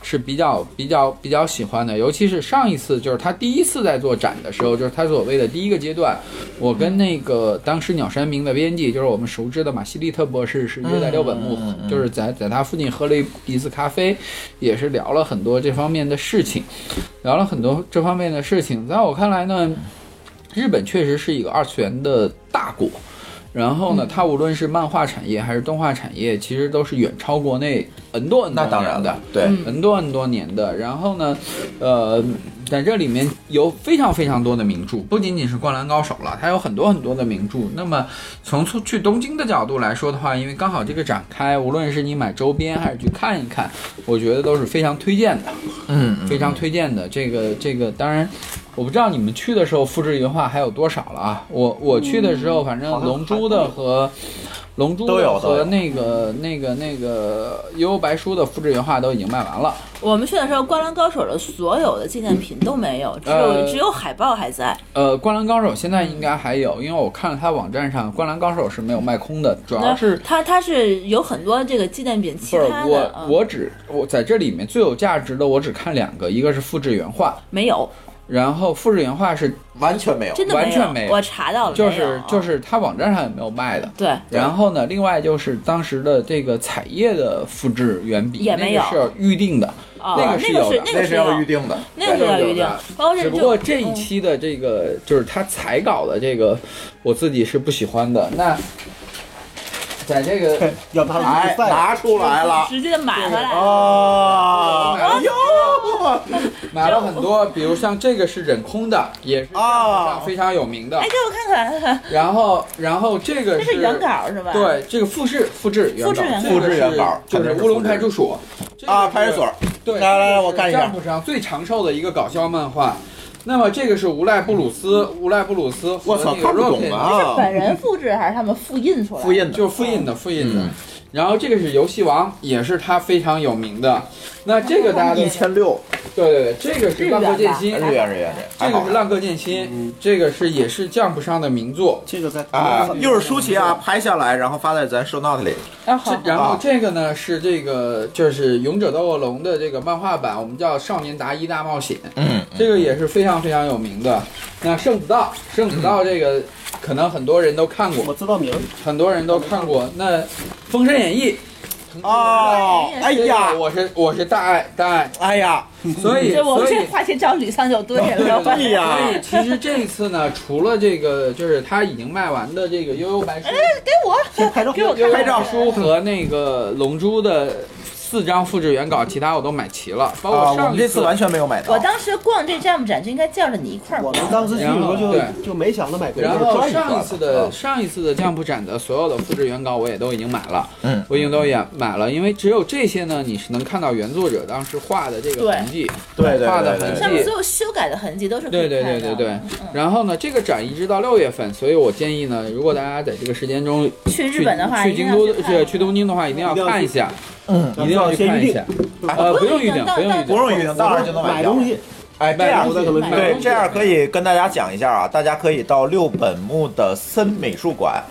[SPEAKER 4] 是比较比较比较喜欢的。尤其是上一次，就是他第一次在做展的时候，就是他所谓的第一个阶段，我跟那个当时鸟山明的编辑，就是我们熟知的马西利特博士，是约在六本木，
[SPEAKER 1] 嗯
[SPEAKER 4] 就是在在他附近喝了一一次咖啡，也是聊了很多这方面的事情，聊了很多这方面的事情。在我看来
[SPEAKER 1] 嗯
[SPEAKER 4] 呢，日本确实是一个二次元的大国。然后
[SPEAKER 1] 嗯
[SPEAKER 4] 呢，它无论是漫画产业还是动画产业，其实都是远超国内 N 多 N 多
[SPEAKER 1] 那当然了
[SPEAKER 4] 年的，
[SPEAKER 1] 对，
[SPEAKER 4] 很多很多年的。然后呢，呃，在这里面有非常非常多的名著，不仅仅是《灌篮高手》了，它有很多很多的名著。那么从出去东京的角度来说的话，因为刚好这个展开，无论是你买周边还是去看一看，我觉得都是非常推荐的。
[SPEAKER 1] 嗯，嗯
[SPEAKER 4] 非常推荐的。这个这个，当然，我不知道你们去的时候复制原画还有多少了啊。我我去的时
[SPEAKER 1] 嗯
[SPEAKER 4] 候，反正
[SPEAKER 3] 好像
[SPEAKER 4] 龙珠的和龙珠的
[SPEAKER 1] 都有都有
[SPEAKER 4] 和那个那个那个幽游白书的复制原画都已经卖完了。
[SPEAKER 2] 我们去的时候，《灌篮高手》的所有的纪念品都没有，只有
[SPEAKER 4] 呃
[SPEAKER 2] 只有海报还在。
[SPEAKER 4] 呃，灌篮高手现在应该还有，因为我看了他网站上，灌篮高手是没有卖空的，主要是。
[SPEAKER 2] 它它是有很多这个纪念品，
[SPEAKER 4] 不
[SPEAKER 2] 其
[SPEAKER 4] 是
[SPEAKER 2] 他的
[SPEAKER 4] 我，
[SPEAKER 2] 嗯
[SPEAKER 4] 我只我在这里面最有价值的，我只看两个，一个是复制原画，
[SPEAKER 2] 没有。
[SPEAKER 4] 然后富士原画是
[SPEAKER 1] 完全没有。
[SPEAKER 2] 真的没有
[SPEAKER 4] 完全没有
[SPEAKER 2] 我查到了，
[SPEAKER 4] 就是就
[SPEAKER 2] 没有嗯啊
[SPEAKER 4] 是它网站上也没有卖的。
[SPEAKER 2] 对
[SPEAKER 4] 然后呢，另外就是当时的这个彩页的复制原笔
[SPEAKER 2] 也没有
[SPEAKER 4] 那个是要预定的，
[SPEAKER 2] 哦
[SPEAKER 4] 那个
[SPEAKER 2] 那
[SPEAKER 4] 是
[SPEAKER 2] 个
[SPEAKER 4] 有
[SPEAKER 2] 是
[SPEAKER 4] 的。
[SPEAKER 2] 那个
[SPEAKER 1] 是
[SPEAKER 2] 是
[SPEAKER 1] 要
[SPEAKER 2] 有
[SPEAKER 1] 预定的，
[SPEAKER 2] 那个
[SPEAKER 1] 对
[SPEAKER 2] 要预定，包括
[SPEAKER 4] 只
[SPEAKER 2] 这
[SPEAKER 4] 不过这
[SPEAKER 2] 嗯
[SPEAKER 4] 一期的这个就是他采稿的这个，我自己是不喜欢的。那在这个
[SPEAKER 3] 要把老
[SPEAKER 1] 哎
[SPEAKER 3] 师，带
[SPEAKER 1] 拿出来了
[SPEAKER 2] 直接买回来。
[SPEAKER 1] 啊！
[SPEAKER 2] 哎呦
[SPEAKER 4] 买了很多，比如像这个是忍空的，也是
[SPEAKER 1] 啊
[SPEAKER 4] 非常有名的
[SPEAKER 2] 哎，。给我看看，
[SPEAKER 4] 然后，然后这个
[SPEAKER 2] 这是原稿是吧？，
[SPEAKER 4] 对，这个复制复制原稿
[SPEAKER 2] 复制原，稿
[SPEAKER 4] 这个是
[SPEAKER 1] 复制原稿
[SPEAKER 4] 就是乌龙派出所
[SPEAKER 1] 啊！派出。
[SPEAKER 4] 这个
[SPEAKER 1] 所
[SPEAKER 4] 是对，
[SPEAKER 1] 来来来
[SPEAKER 4] 这个是
[SPEAKER 1] 我看一下
[SPEAKER 4] 占卜上最长寿的一个搞笑漫画。那么这个是无赖布鲁斯，无赖布鲁斯和
[SPEAKER 1] 我操，
[SPEAKER 4] 那个
[SPEAKER 1] 看不
[SPEAKER 4] Rocket
[SPEAKER 1] 懂啊！
[SPEAKER 2] 本人复制还是他们复印出来？
[SPEAKER 1] 复。印的，
[SPEAKER 4] 就是复印的，复印的。
[SPEAKER 1] 嗯
[SPEAKER 4] 然后这个是游戏王，也是他非常有名的。那这个大家都
[SPEAKER 1] 一千六
[SPEAKER 4] 对对对，这个是浪客剑心
[SPEAKER 1] 日，元日元日元，
[SPEAKER 4] 这
[SPEAKER 1] 还好嗯
[SPEAKER 4] 个是浪客剑心，这个是也是 Jump 上的名作。
[SPEAKER 3] 这个在
[SPEAKER 1] 啊！
[SPEAKER 3] 嗯
[SPEAKER 1] 又是舒淇啊，拍下来然后发在咱 show note 里。
[SPEAKER 2] 啊好
[SPEAKER 4] 这，然后
[SPEAKER 1] 啊
[SPEAKER 4] 这个呢是这个就是《勇者斗恶龙》的这个漫画版，我们叫《少年达伊大冒险》，
[SPEAKER 1] 嗯，
[SPEAKER 4] 这个也是非常非常有名的。那圣子道，圣子
[SPEAKER 1] 嗯
[SPEAKER 4] 道这个可能很多人都看过
[SPEAKER 3] 我，知道名儿，
[SPEAKER 4] 很多人都看过。那《封神演义》
[SPEAKER 1] 哦，哎
[SPEAKER 4] 这个
[SPEAKER 1] 呀，
[SPEAKER 4] 我是我是大爱大爱，
[SPEAKER 1] 哎呀，
[SPEAKER 4] 所以
[SPEAKER 2] 这我
[SPEAKER 4] 所
[SPEAKER 2] 们
[SPEAKER 4] 以
[SPEAKER 2] 这话题找吕桑就对了。
[SPEAKER 1] 对呀
[SPEAKER 4] 所以其实这一次呢，除了这个就是他已经卖完的这个悠悠白书、
[SPEAKER 2] 给我，
[SPEAKER 3] 先拍照。
[SPEAKER 2] 给我看看
[SPEAKER 1] 拍照
[SPEAKER 4] 书和那个龙珠的四张复制原稿，其哦他我都买齐了，包
[SPEAKER 1] 啊，
[SPEAKER 4] 括
[SPEAKER 1] 我
[SPEAKER 4] 上
[SPEAKER 1] 们
[SPEAKER 4] 一
[SPEAKER 1] 这次完全没有买到。
[SPEAKER 2] 我当时逛这站不展就应该叫着你一块儿
[SPEAKER 3] 我
[SPEAKER 2] 逛。
[SPEAKER 3] 们当时去的时候
[SPEAKER 4] 然后
[SPEAKER 3] 就就没想着买贵的，
[SPEAKER 4] 然
[SPEAKER 3] 就是
[SPEAKER 4] 后
[SPEAKER 3] 装一装
[SPEAKER 4] 上一次
[SPEAKER 1] 啊
[SPEAKER 4] 的上一次的降谱展的所有的复制原稿我也都已经买了，
[SPEAKER 1] 嗯，
[SPEAKER 4] 我已经都也买了，因为只有这些呢，你是能看到原作者当时画的这个
[SPEAKER 2] 对
[SPEAKER 4] 痕迹，
[SPEAKER 1] 对对
[SPEAKER 4] 画的
[SPEAKER 1] 对
[SPEAKER 4] 痕
[SPEAKER 1] 对
[SPEAKER 2] 上面
[SPEAKER 4] 迹
[SPEAKER 2] 所。有修改的痕迹都是可
[SPEAKER 4] 对
[SPEAKER 2] 以
[SPEAKER 4] 对对
[SPEAKER 2] 看到
[SPEAKER 4] 对对
[SPEAKER 2] 的，嗯
[SPEAKER 4] 然后呢，这个展一直到六月份，所以我建议呢，如果大家在这个时间中
[SPEAKER 2] 去日本的话
[SPEAKER 4] 去
[SPEAKER 2] 一定
[SPEAKER 4] 京
[SPEAKER 2] 要
[SPEAKER 4] 都
[SPEAKER 2] 去看
[SPEAKER 4] 去去东京的话，一定要看一下，
[SPEAKER 1] 嗯，
[SPEAKER 4] 一定要去看一下。呃，不用预定，不用预
[SPEAKER 1] 不
[SPEAKER 4] 定。
[SPEAKER 1] 用预定，到那儿就能
[SPEAKER 3] 买
[SPEAKER 1] 到
[SPEAKER 3] 东。西，
[SPEAKER 1] 哎，这
[SPEAKER 4] 买
[SPEAKER 1] 样
[SPEAKER 4] 东西买
[SPEAKER 1] 对，
[SPEAKER 4] 东西
[SPEAKER 1] 这样可以跟大家讲一下啊，大家可以到六本木的森美术馆，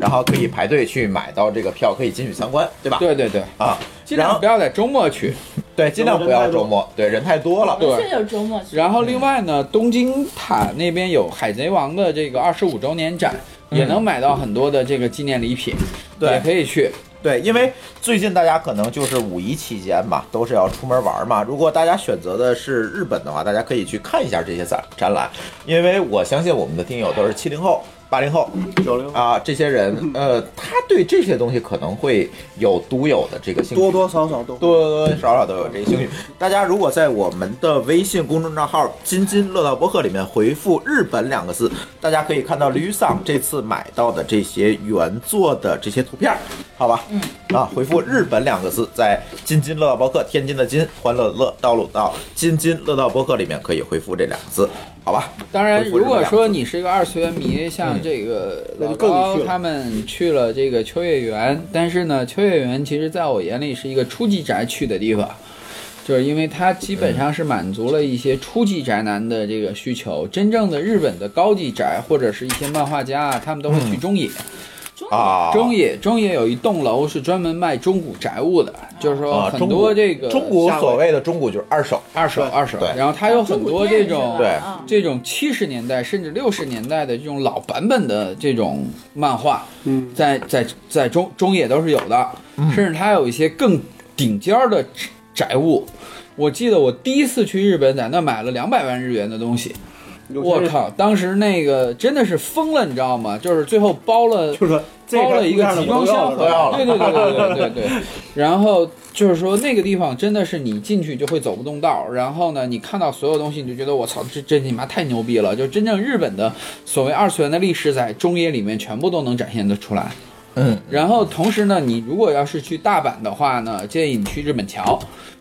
[SPEAKER 1] 然后可以排队去买到这个票，可以进去参观，对吧？
[SPEAKER 4] 对对对，
[SPEAKER 1] 啊，
[SPEAKER 4] 尽
[SPEAKER 1] 然
[SPEAKER 4] 量
[SPEAKER 1] 后
[SPEAKER 4] 不要在周末去。
[SPEAKER 1] 对，尽量不要周末，对，人太多了。
[SPEAKER 2] 这
[SPEAKER 4] 对，
[SPEAKER 2] 就是周末去。
[SPEAKER 4] 然后另外呢，东京塔那边有海贼王的这个二十五周年展，也能买到很多的这个纪念礼品，
[SPEAKER 1] 嗯对
[SPEAKER 4] 也可以去。
[SPEAKER 1] 对，因为最近大家可能就是五一期间嘛，都是要出门玩嘛。如果大家选择的是日本的话，大家可以去看一下这些展展览，因为我相信我们的听友都是七零后、八零后、
[SPEAKER 3] 九零
[SPEAKER 1] 啊，这些人，呃，他对这些东西可能会有独有的这个兴趣，
[SPEAKER 3] 多多少少都会
[SPEAKER 1] 多多少少都有这个兴趣。大家如果在我们的微信公众账号“津津乐道播客”里面回复“日本”两个字，大家可以看到吕桑这次买到的这些原作的这些图片儿，好吧？嗯，啊，回复“日本”两个字，在“津津乐道播客”天津的津，欢乐乐道路道，津津乐道播客里面可以回复这两个字，好吧？
[SPEAKER 4] 当然，
[SPEAKER 1] 回复日本
[SPEAKER 4] 如果
[SPEAKER 1] 两个字
[SPEAKER 4] 说你是一个二次元迷，像这个
[SPEAKER 1] 嗯
[SPEAKER 4] 老高他们去了这个秋叶原，但是呢，秋叶原其实在我眼里是一个初级宅去的地方。就是因为它基本上是满足了一些初级宅男的这个需求，真正的日本的高级宅或者是一些漫画家啊，他们都会
[SPEAKER 1] 嗯
[SPEAKER 4] 去中野，
[SPEAKER 1] 啊，
[SPEAKER 4] 中野中野有一栋楼是专门卖中古宅物的，就是说
[SPEAKER 1] 啊，
[SPEAKER 4] 很
[SPEAKER 1] 中
[SPEAKER 4] 多
[SPEAKER 1] 古
[SPEAKER 4] 这个
[SPEAKER 1] 中古
[SPEAKER 4] 下
[SPEAKER 1] 所
[SPEAKER 4] 位
[SPEAKER 1] 谓的中古就是二手，
[SPEAKER 4] 二手
[SPEAKER 3] 对
[SPEAKER 4] 二手
[SPEAKER 1] 对，
[SPEAKER 4] 然后它有很多这种
[SPEAKER 1] 对
[SPEAKER 2] 啊
[SPEAKER 4] 这种七十年代甚至六十年代的这种老版本的这种漫画，
[SPEAKER 3] 嗯，
[SPEAKER 4] 在在在中中野都是有的，
[SPEAKER 1] 嗯
[SPEAKER 4] 甚至它有一些更顶尖儿的宅物。我记得我第一次去日本，在那买了两百万日元的东西，
[SPEAKER 3] 有些
[SPEAKER 4] 我
[SPEAKER 3] 人
[SPEAKER 4] 靠！当时那个真的是疯了，你知道吗？就是最后包了
[SPEAKER 3] 就是说这
[SPEAKER 4] 包了一
[SPEAKER 3] 这
[SPEAKER 4] 个
[SPEAKER 3] 样的
[SPEAKER 4] 集装箱
[SPEAKER 3] 我
[SPEAKER 4] 回
[SPEAKER 3] 都
[SPEAKER 4] 来
[SPEAKER 3] 要
[SPEAKER 1] 要
[SPEAKER 3] 了，
[SPEAKER 1] 了
[SPEAKER 4] 对对对对对对 对。然后就是说那个地方真的是你进去就会走不动道儿，然后呢，你看到所有东西你就觉得我操，这这你妈太牛逼了！就真正日本的所谓二次元的历史在中野里面全部都能展现得出来。
[SPEAKER 1] 嗯，
[SPEAKER 4] 然后同时呢，你如果要是去大阪的话呢，建议你去日本桥。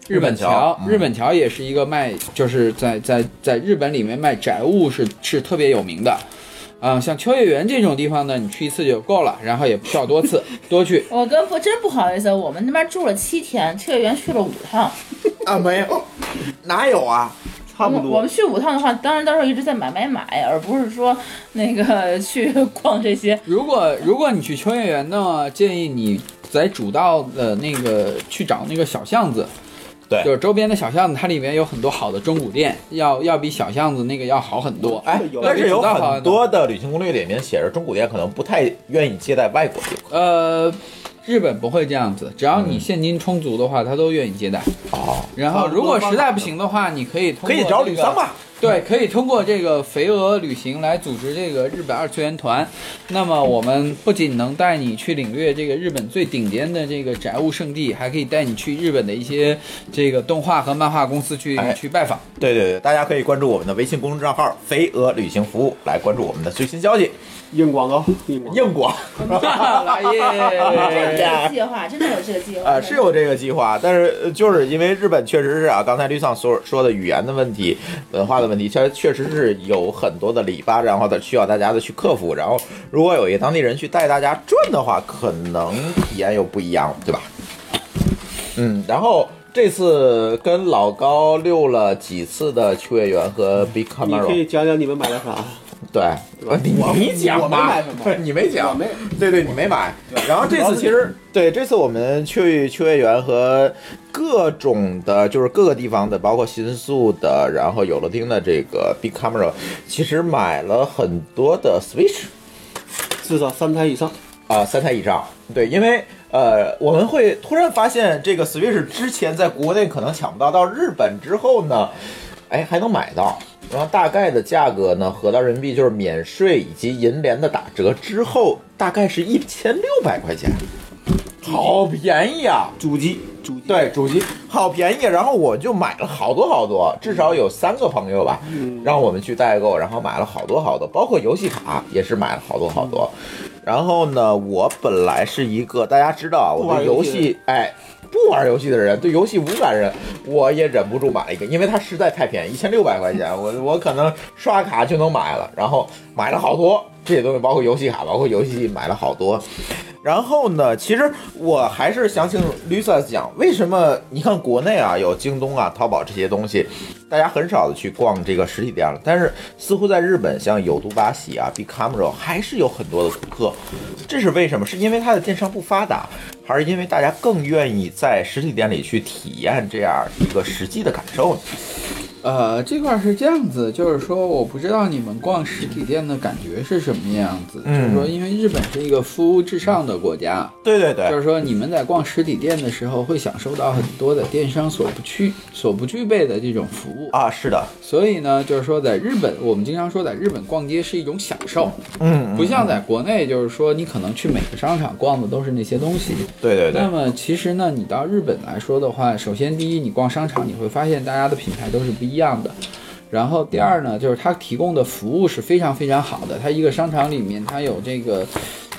[SPEAKER 4] 日本桥，
[SPEAKER 1] 嗯
[SPEAKER 4] 日本桥也是一个卖，就是在在在日本里面卖宅物是是特别有名的，啊、像秋叶原这种地方呢，你去一次就够了，然后也不需要多次， 多去。
[SPEAKER 2] 我跟不真不好意思，我们那边住了七天，秋叶原去了五趟。
[SPEAKER 1] 啊，没有，哪有啊？
[SPEAKER 3] 差不
[SPEAKER 2] 我们嗯我
[SPEAKER 3] 多
[SPEAKER 2] 们。去五趟的话，当然到时候一直在买买买，而不是说那个去逛这些。
[SPEAKER 4] 如果如果你去秋叶原呢，建议你在主道的那个去找那个小巷子，
[SPEAKER 1] 对
[SPEAKER 4] 就是周边的小巷子，它里面有很多好的中古店，要要比小巷子那个要好很多。
[SPEAKER 1] 哎
[SPEAKER 3] 有，
[SPEAKER 1] 但是有
[SPEAKER 4] 有道
[SPEAKER 1] 很
[SPEAKER 4] 理
[SPEAKER 1] 多的旅行攻略里面写着中古店可能不太愿意接待外国游客。
[SPEAKER 4] 呃，日本不会这样子，只要你现金充足的话，他都愿意接待。
[SPEAKER 1] 哦，
[SPEAKER 4] 然后如果实在不行的话，你可以通过、
[SPEAKER 1] 可以找吕桑
[SPEAKER 4] 吧。
[SPEAKER 1] 吧？
[SPEAKER 4] 对，可以通过这个肥鹅旅行来组织这个日本二次元团。那么我们不仅能带你去领略这个日本最顶尖的这个宅物圣地，还可以带你去日本的一些这个动画和漫画公司去、
[SPEAKER 1] 哎
[SPEAKER 4] 去 拜访。
[SPEAKER 1] 对对对，大家可以关注我们的微信公众账号“飞鹅旅行服务”来关注我们的最新消息。
[SPEAKER 3] 硬广告，硬广告。
[SPEAKER 1] 硬广
[SPEAKER 4] 来
[SPEAKER 2] 这
[SPEAKER 4] 耶！
[SPEAKER 2] 个计划真的有这个计划
[SPEAKER 1] 啊，是有这个计划，但是呃就是因为日本确实是啊，刚才绿丧所说的语言的问题、文化的问题，它确实是有很多的篱笆，然后它需要大家的去克服。然后如果有一个当地人去带大家转的话，可能体验又不一样，对吧？嗯，然后这次跟老高溜了几次的秋叶原和
[SPEAKER 3] 你
[SPEAKER 1] Big
[SPEAKER 3] 可
[SPEAKER 1] Camaro，
[SPEAKER 3] 以讲讲你们买了啥？
[SPEAKER 1] 对，呃你你
[SPEAKER 3] 我
[SPEAKER 1] 讲
[SPEAKER 3] 没
[SPEAKER 1] 吧
[SPEAKER 3] 买什么，
[SPEAKER 1] 你没
[SPEAKER 3] 我
[SPEAKER 1] 讲，
[SPEAKER 3] 没
[SPEAKER 1] 对对，你没买。然后这次其实对这次我们去秋叶原和各种的，就是各个地方的，包括新宿的，然后有乐町的这个 Big Camera，其实买了很多的 Switch
[SPEAKER 3] 至少三台以上。
[SPEAKER 1] 啊、三台以上。对，因为呃，我们会突然发现这个 Switch 之前在国内可能抢不到，到日本之后呢，哎还能买到。然后大概的价格呢，合到人民币就是免税以及银联的打折之后，大概是一千六百块钱，好便宜啊！
[SPEAKER 3] 主机，主机。
[SPEAKER 1] 对，主机好便宜，然后我就买了好多好多，至少有三个朋友吧，
[SPEAKER 3] 嗯
[SPEAKER 1] 让我们去代购，然后买了好多好多，包括游戏卡也是买了好多好多。
[SPEAKER 3] 嗯
[SPEAKER 1] 然后呢，我本来是一个大家知道啊，
[SPEAKER 3] 不
[SPEAKER 1] 我
[SPEAKER 3] 玩
[SPEAKER 1] 对
[SPEAKER 3] 游
[SPEAKER 1] 游
[SPEAKER 3] 戏的
[SPEAKER 1] 戏哎不玩游戏的人，对游戏无感人，我也忍不住买了一个，因为它实在太便宜，一千六百块钱，我我可能刷卡就能买了，然后买了好多这些东西，包括游戏卡，包括游戏机买了好多。然后呢，其实我还是想请 Lisa 讲，为什么你看国内啊有京东啊、淘宝这些东西，大家很少的去逛这个实体店了，但是似乎在日本，像有都巴喜啊、Big Camera 还是有很多的顾客，这是为什么？是因为它的电商不发达，还是因为大家更愿意在实体店里去体验这样一个实际的感受呢？
[SPEAKER 4] 呃，这块儿是这样子，就是说，我不知道你们逛实体店的感觉是什么样子。
[SPEAKER 1] 嗯哎
[SPEAKER 4] 就是说，因为日本是一个服务至上的国家，
[SPEAKER 1] 对对对
[SPEAKER 4] 就，是说你们在逛实体店的时候，会享受到很多的电商所不具所不具备的这种服务。
[SPEAKER 1] 啊，是的，
[SPEAKER 4] 所以呢，就是说，在日本，我们经常说，在日本逛街是一种享受，
[SPEAKER 1] 嗯，嗯
[SPEAKER 4] 不像在国内，就是说你可能去每个商场逛的都是那些东西。
[SPEAKER 1] 对对对
[SPEAKER 4] 那，么其实呢，你到日本来说的话，首先第一，你逛商场你会发现大家的品牌都是不一样的。然后第二呢，就是它提供的服务是非常非常好的。它一个商场里面，它有这个，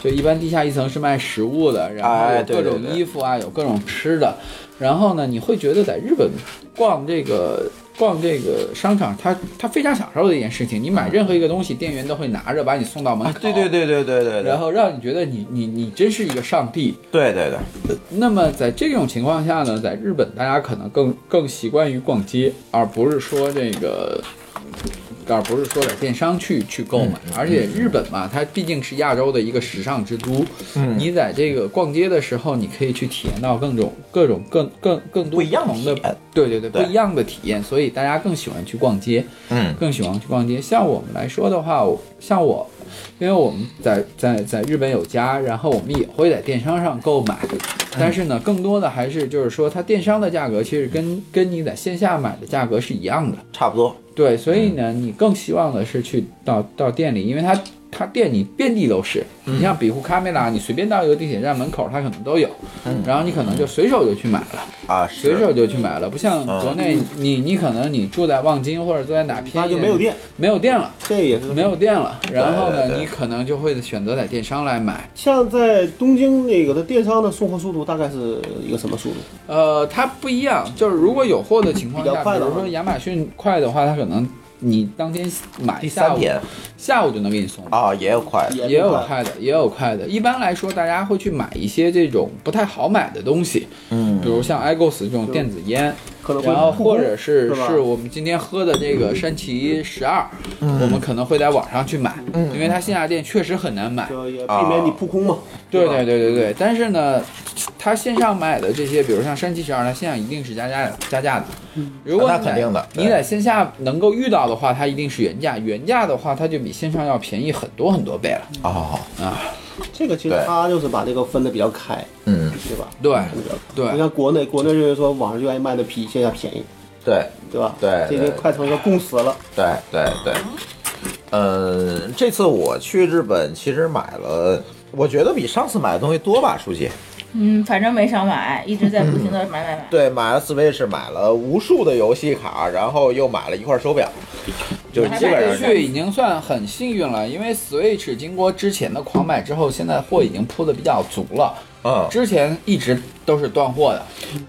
[SPEAKER 4] 就一般地下一层是卖食物的，然后
[SPEAKER 1] 哎
[SPEAKER 4] 有
[SPEAKER 1] 对
[SPEAKER 4] 各
[SPEAKER 1] 对
[SPEAKER 4] 种
[SPEAKER 1] 对
[SPEAKER 4] 衣服啊，有各种吃的。然后呢，你会觉得在日本逛这个逛这个商场，它它非常享受的一件事情。你买任何一个东西，店员都会拿着把你送到门
[SPEAKER 1] 啊
[SPEAKER 4] 口，
[SPEAKER 1] 对对，对对对对对，
[SPEAKER 4] 然后让你觉得你你你真是一个上帝。
[SPEAKER 1] 对对对，
[SPEAKER 4] 那么在这种情况下呢，在日本大家可能更更习惯于逛街，而不是说这个。而不是说在电商去去购买，
[SPEAKER 1] 嗯
[SPEAKER 4] 而且日本嘛，它毕竟是亚洲的一个时尚之都。
[SPEAKER 1] 嗯
[SPEAKER 4] 你在这个逛街的时候，你可以去体验到各种各种更更更多
[SPEAKER 1] 不一样的
[SPEAKER 4] 同的
[SPEAKER 1] 体验，
[SPEAKER 4] 对对对，
[SPEAKER 1] 对
[SPEAKER 4] 不一样的体验，所以大家更喜欢去逛街。
[SPEAKER 1] 嗯
[SPEAKER 4] 更喜欢去逛街。像我们来说的话，我像我，因为我们在在在日本有家，然后我们也会在电商上购买，
[SPEAKER 3] 嗯
[SPEAKER 4] 但是呢，更多的还是就是说，它电商的价格其实跟跟你在线下买的价格是一样的。
[SPEAKER 1] 差不多，
[SPEAKER 4] 对，所以
[SPEAKER 3] 嗯
[SPEAKER 4] 呢，你更希望的是去到到店里，因为它它店里遍地都是。
[SPEAKER 3] 嗯
[SPEAKER 4] 你像比库卡梅拉，你随便到一个地铁站门口，它可能都有，
[SPEAKER 3] 嗯
[SPEAKER 4] 然后你可能就随手就去买了。
[SPEAKER 1] 啊，是
[SPEAKER 4] 随手就去买了，不像国内你你可能你住在望京或者住在哪偏
[SPEAKER 3] 那
[SPEAKER 4] 一点
[SPEAKER 3] 就没有电，
[SPEAKER 4] 没有店了，
[SPEAKER 3] 这也是
[SPEAKER 4] 没有电了。然后
[SPEAKER 1] 对对
[SPEAKER 4] 呢，
[SPEAKER 1] 对
[SPEAKER 4] 你可能就会选择在电商来买。
[SPEAKER 3] 像在东京那个的电商的送货速度大概是一个什么速度？
[SPEAKER 4] 呃，它不一样，就是如果有货的情况
[SPEAKER 3] 比
[SPEAKER 4] 下，
[SPEAKER 3] 较快
[SPEAKER 4] 比
[SPEAKER 3] 的
[SPEAKER 4] 如
[SPEAKER 3] 话
[SPEAKER 4] 说亚马逊快的话，它可能你当天买
[SPEAKER 1] 第
[SPEAKER 4] 下
[SPEAKER 1] 三
[SPEAKER 4] 午
[SPEAKER 1] 天
[SPEAKER 4] 下午就能给你送到。
[SPEAKER 1] 啊，也有快的，
[SPEAKER 4] 也有
[SPEAKER 3] 快
[SPEAKER 4] 快的，也有快的。一般来说，大家会去买一些这种不太好买的东西，
[SPEAKER 1] 嗯
[SPEAKER 4] 比如像 IGOS 这种电子烟，
[SPEAKER 3] 可能会
[SPEAKER 4] 然后或者是
[SPEAKER 3] 是吧
[SPEAKER 4] 是我们今天喝的这个山崎十二，
[SPEAKER 3] 嗯
[SPEAKER 4] 我们可能会在网上去买，因为它线下店确实很难买。
[SPEAKER 3] 就也避免你扑空嘛。
[SPEAKER 4] 对
[SPEAKER 3] 吧
[SPEAKER 1] 嗯
[SPEAKER 4] 对对对对，但是呢，他线上买的这些，比如像山崎十二，它线上一定是加价加价的。如果
[SPEAKER 1] 嗯啊那
[SPEAKER 4] 你
[SPEAKER 1] 肯
[SPEAKER 4] 在
[SPEAKER 1] 定的
[SPEAKER 4] 你
[SPEAKER 1] 对
[SPEAKER 4] 在线下能够遇到的话，它一定是原价。原价的话，它就比线上要便宜很多很多倍了。
[SPEAKER 1] 哦，
[SPEAKER 3] 这个其实
[SPEAKER 1] 对
[SPEAKER 3] 他就是把这个分的比较开，
[SPEAKER 1] 嗯，
[SPEAKER 3] 对吧？
[SPEAKER 4] 对
[SPEAKER 3] 分得比较开
[SPEAKER 4] 对
[SPEAKER 3] 不像国内，国内就是说网上就爱卖的比线下便宜，
[SPEAKER 1] 对，
[SPEAKER 3] 对吧？
[SPEAKER 1] 对
[SPEAKER 3] 这
[SPEAKER 1] 对
[SPEAKER 3] 就快成一个共识了。
[SPEAKER 1] 对对对，呃，这次我去日本其实买了，我觉得比上次买的东西多吧，书记。
[SPEAKER 2] 嗯，反正没少买，一直在不停的买买买。
[SPEAKER 1] 对，买了 Switch，买了无数的游戏卡，然后又买了一块手表，就基
[SPEAKER 4] 这
[SPEAKER 1] 本
[SPEAKER 4] 个
[SPEAKER 1] 上是
[SPEAKER 4] 剧已经算很幸运了，因为 Switch 经过之前的狂买之后，现在货已经铺的比较足了。
[SPEAKER 1] 嗯
[SPEAKER 4] 之前一直都是断货的，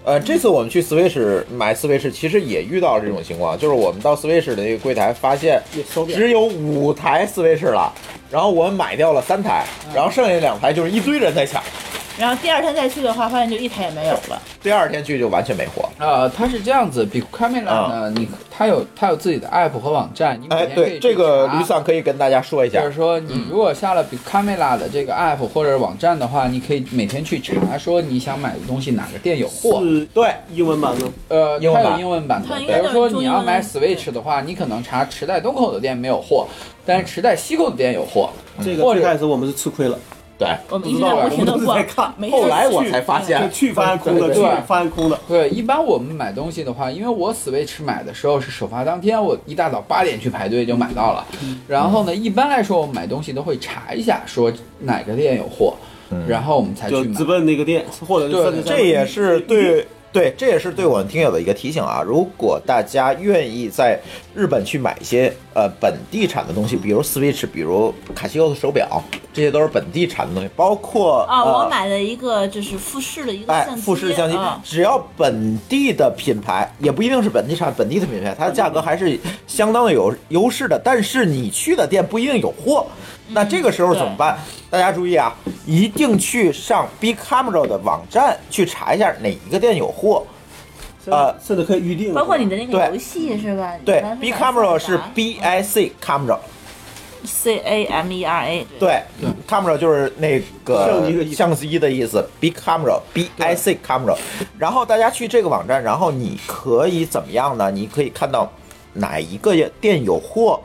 [SPEAKER 1] 呃，这次我们去 Switch 买 Switch，其实也遇到了这种情况，就是我们到 Switch 的那个柜台发现
[SPEAKER 3] 手表
[SPEAKER 1] 只有五台 Switch 了，然后我们买掉了三台，然后剩下两台就是一堆人在抢，
[SPEAKER 2] 然后第二天再去的话，发现就一台也没有了。
[SPEAKER 1] 第二天去就完全没货。
[SPEAKER 4] 呃，它是这样子，比 Camera 呢，你它有它有自己的 app 和网站，你每
[SPEAKER 1] 啊哎，
[SPEAKER 4] 天可以
[SPEAKER 1] 对，
[SPEAKER 4] 去
[SPEAKER 1] 这个
[SPEAKER 4] 查
[SPEAKER 1] 驴散可以跟大家说一下
[SPEAKER 4] 就是，说，你
[SPEAKER 3] 嗯
[SPEAKER 4] 如果下了 b i c a m e l a 的这个 app 或者网站的话，你可以每天去查，说你想买的东西哪个店有货。
[SPEAKER 3] 是
[SPEAKER 1] 对，
[SPEAKER 3] 英文版呢？
[SPEAKER 4] 呃，
[SPEAKER 1] 英文
[SPEAKER 4] 它
[SPEAKER 1] 版
[SPEAKER 4] 有英文版的。
[SPEAKER 2] 它应
[SPEAKER 4] 比
[SPEAKER 2] 该
[SPEAKER 4] 如
[SPEAKER 2] 有
[SPEAKER 4] 说
[SPEAKER 2] 中
[SPEAKER 4] 你要
[SPEAKER 2] 英
[SPEAKER 4] 买
[SPEAKER 2] 文
[SPEAKER 4] Switch 的话，你可能查池袋东口的店没有货，但是池袋西口的店有货。
[SPEAKER 3] 嗯这个
[SPEAKER 4] 嗯或者
[SPEAKER 3] 最开始我们是吃亏了，
[SPEAKER 1] 对。
[SPEAKER 4] 哦
[SPEAKER 2] 我们一直
[SPEAKER 1] 啊
[SPEAKER 2] 在不停的
[SPEAKER 3] 我们都在看
[SPEAKER 2] 逛，没事
[SPEAKER 1] 后来
[SPEAKER 2] 去啊
[SPEAKER 1] 我才发
[SPEAKER 3] 就
[SPEAKER 1] 现，
[SPEAKER 3] 去发现空的，
[SPEAKER 4] 对
[SPEAKER 3] 去
[SPEAKER 4] 对
[SPEAKER 3] 发现空的。
[SPEAKER 4] 对，一般我们买东西的话，因为我 Switch 买的时候是首发当天，我一大早八点去排队就买到了。
[SPEAKER 3] 嗯
[SPEAKER 4] 然后呢，一般来说我们买东西都会查一下，说哪个店有货，然后我们才去
[SPEAKER 3] 嗯就
[SPEAKER 4] 买
[SPEAKER 3] 直。奔那个店，或者就
[SPEAKER 4] 对
[SPEAKER 3] 甚至在
[SPEAKER 1] 这也是对对，这也是对我们听友的一个提醒啊！如果大家愿意在日本去买一些呃本地产的东西，比如 Switch，比如卡西欧的手表，这些都是本地产的东西，包括
[SPEAKER 2] 啊，
[SPEAKER 1] 呃
[SPEAKER 2] 我买了一个就是富士的一个
[SPEAKER 1] 哎
[SPEAKER 2] 相，机，
[SPEAKER 1] 富士相机
[SPEAKER 2] 嗯，
[SPEAKER 1] 只要本地的品牌，也不一定是本地产，本地的品牌，它的价格还是相当的有优势的。但是你去的店不一定有货，那这个时候怎么办？大家注意啊，一定去上 B Camera 的网站去查一下哪一个店有货。呃
[SPEAKER 3] 甚至可以预定，
[SPEAKER 2] 包括你的那
[SPEAKER 1] 对
[SPEAKER 2] 个游戏是吧？
[SPEAKER 1] 对，B Camera 是
[SPEAKER 2] 啊
[SPEAKER 1] B I C Camera，
[SPEAKER 2] C A M E R A，
[SPEAKER 1] 对，Camera 就是那个
[SPEAKER 3] 相机的意思
[SPEAKER 1] 相机的意思，B Camera B I C Camera。然后大家去这个网站，然后你可以怎么样呢？你可以看到哪一个店有货，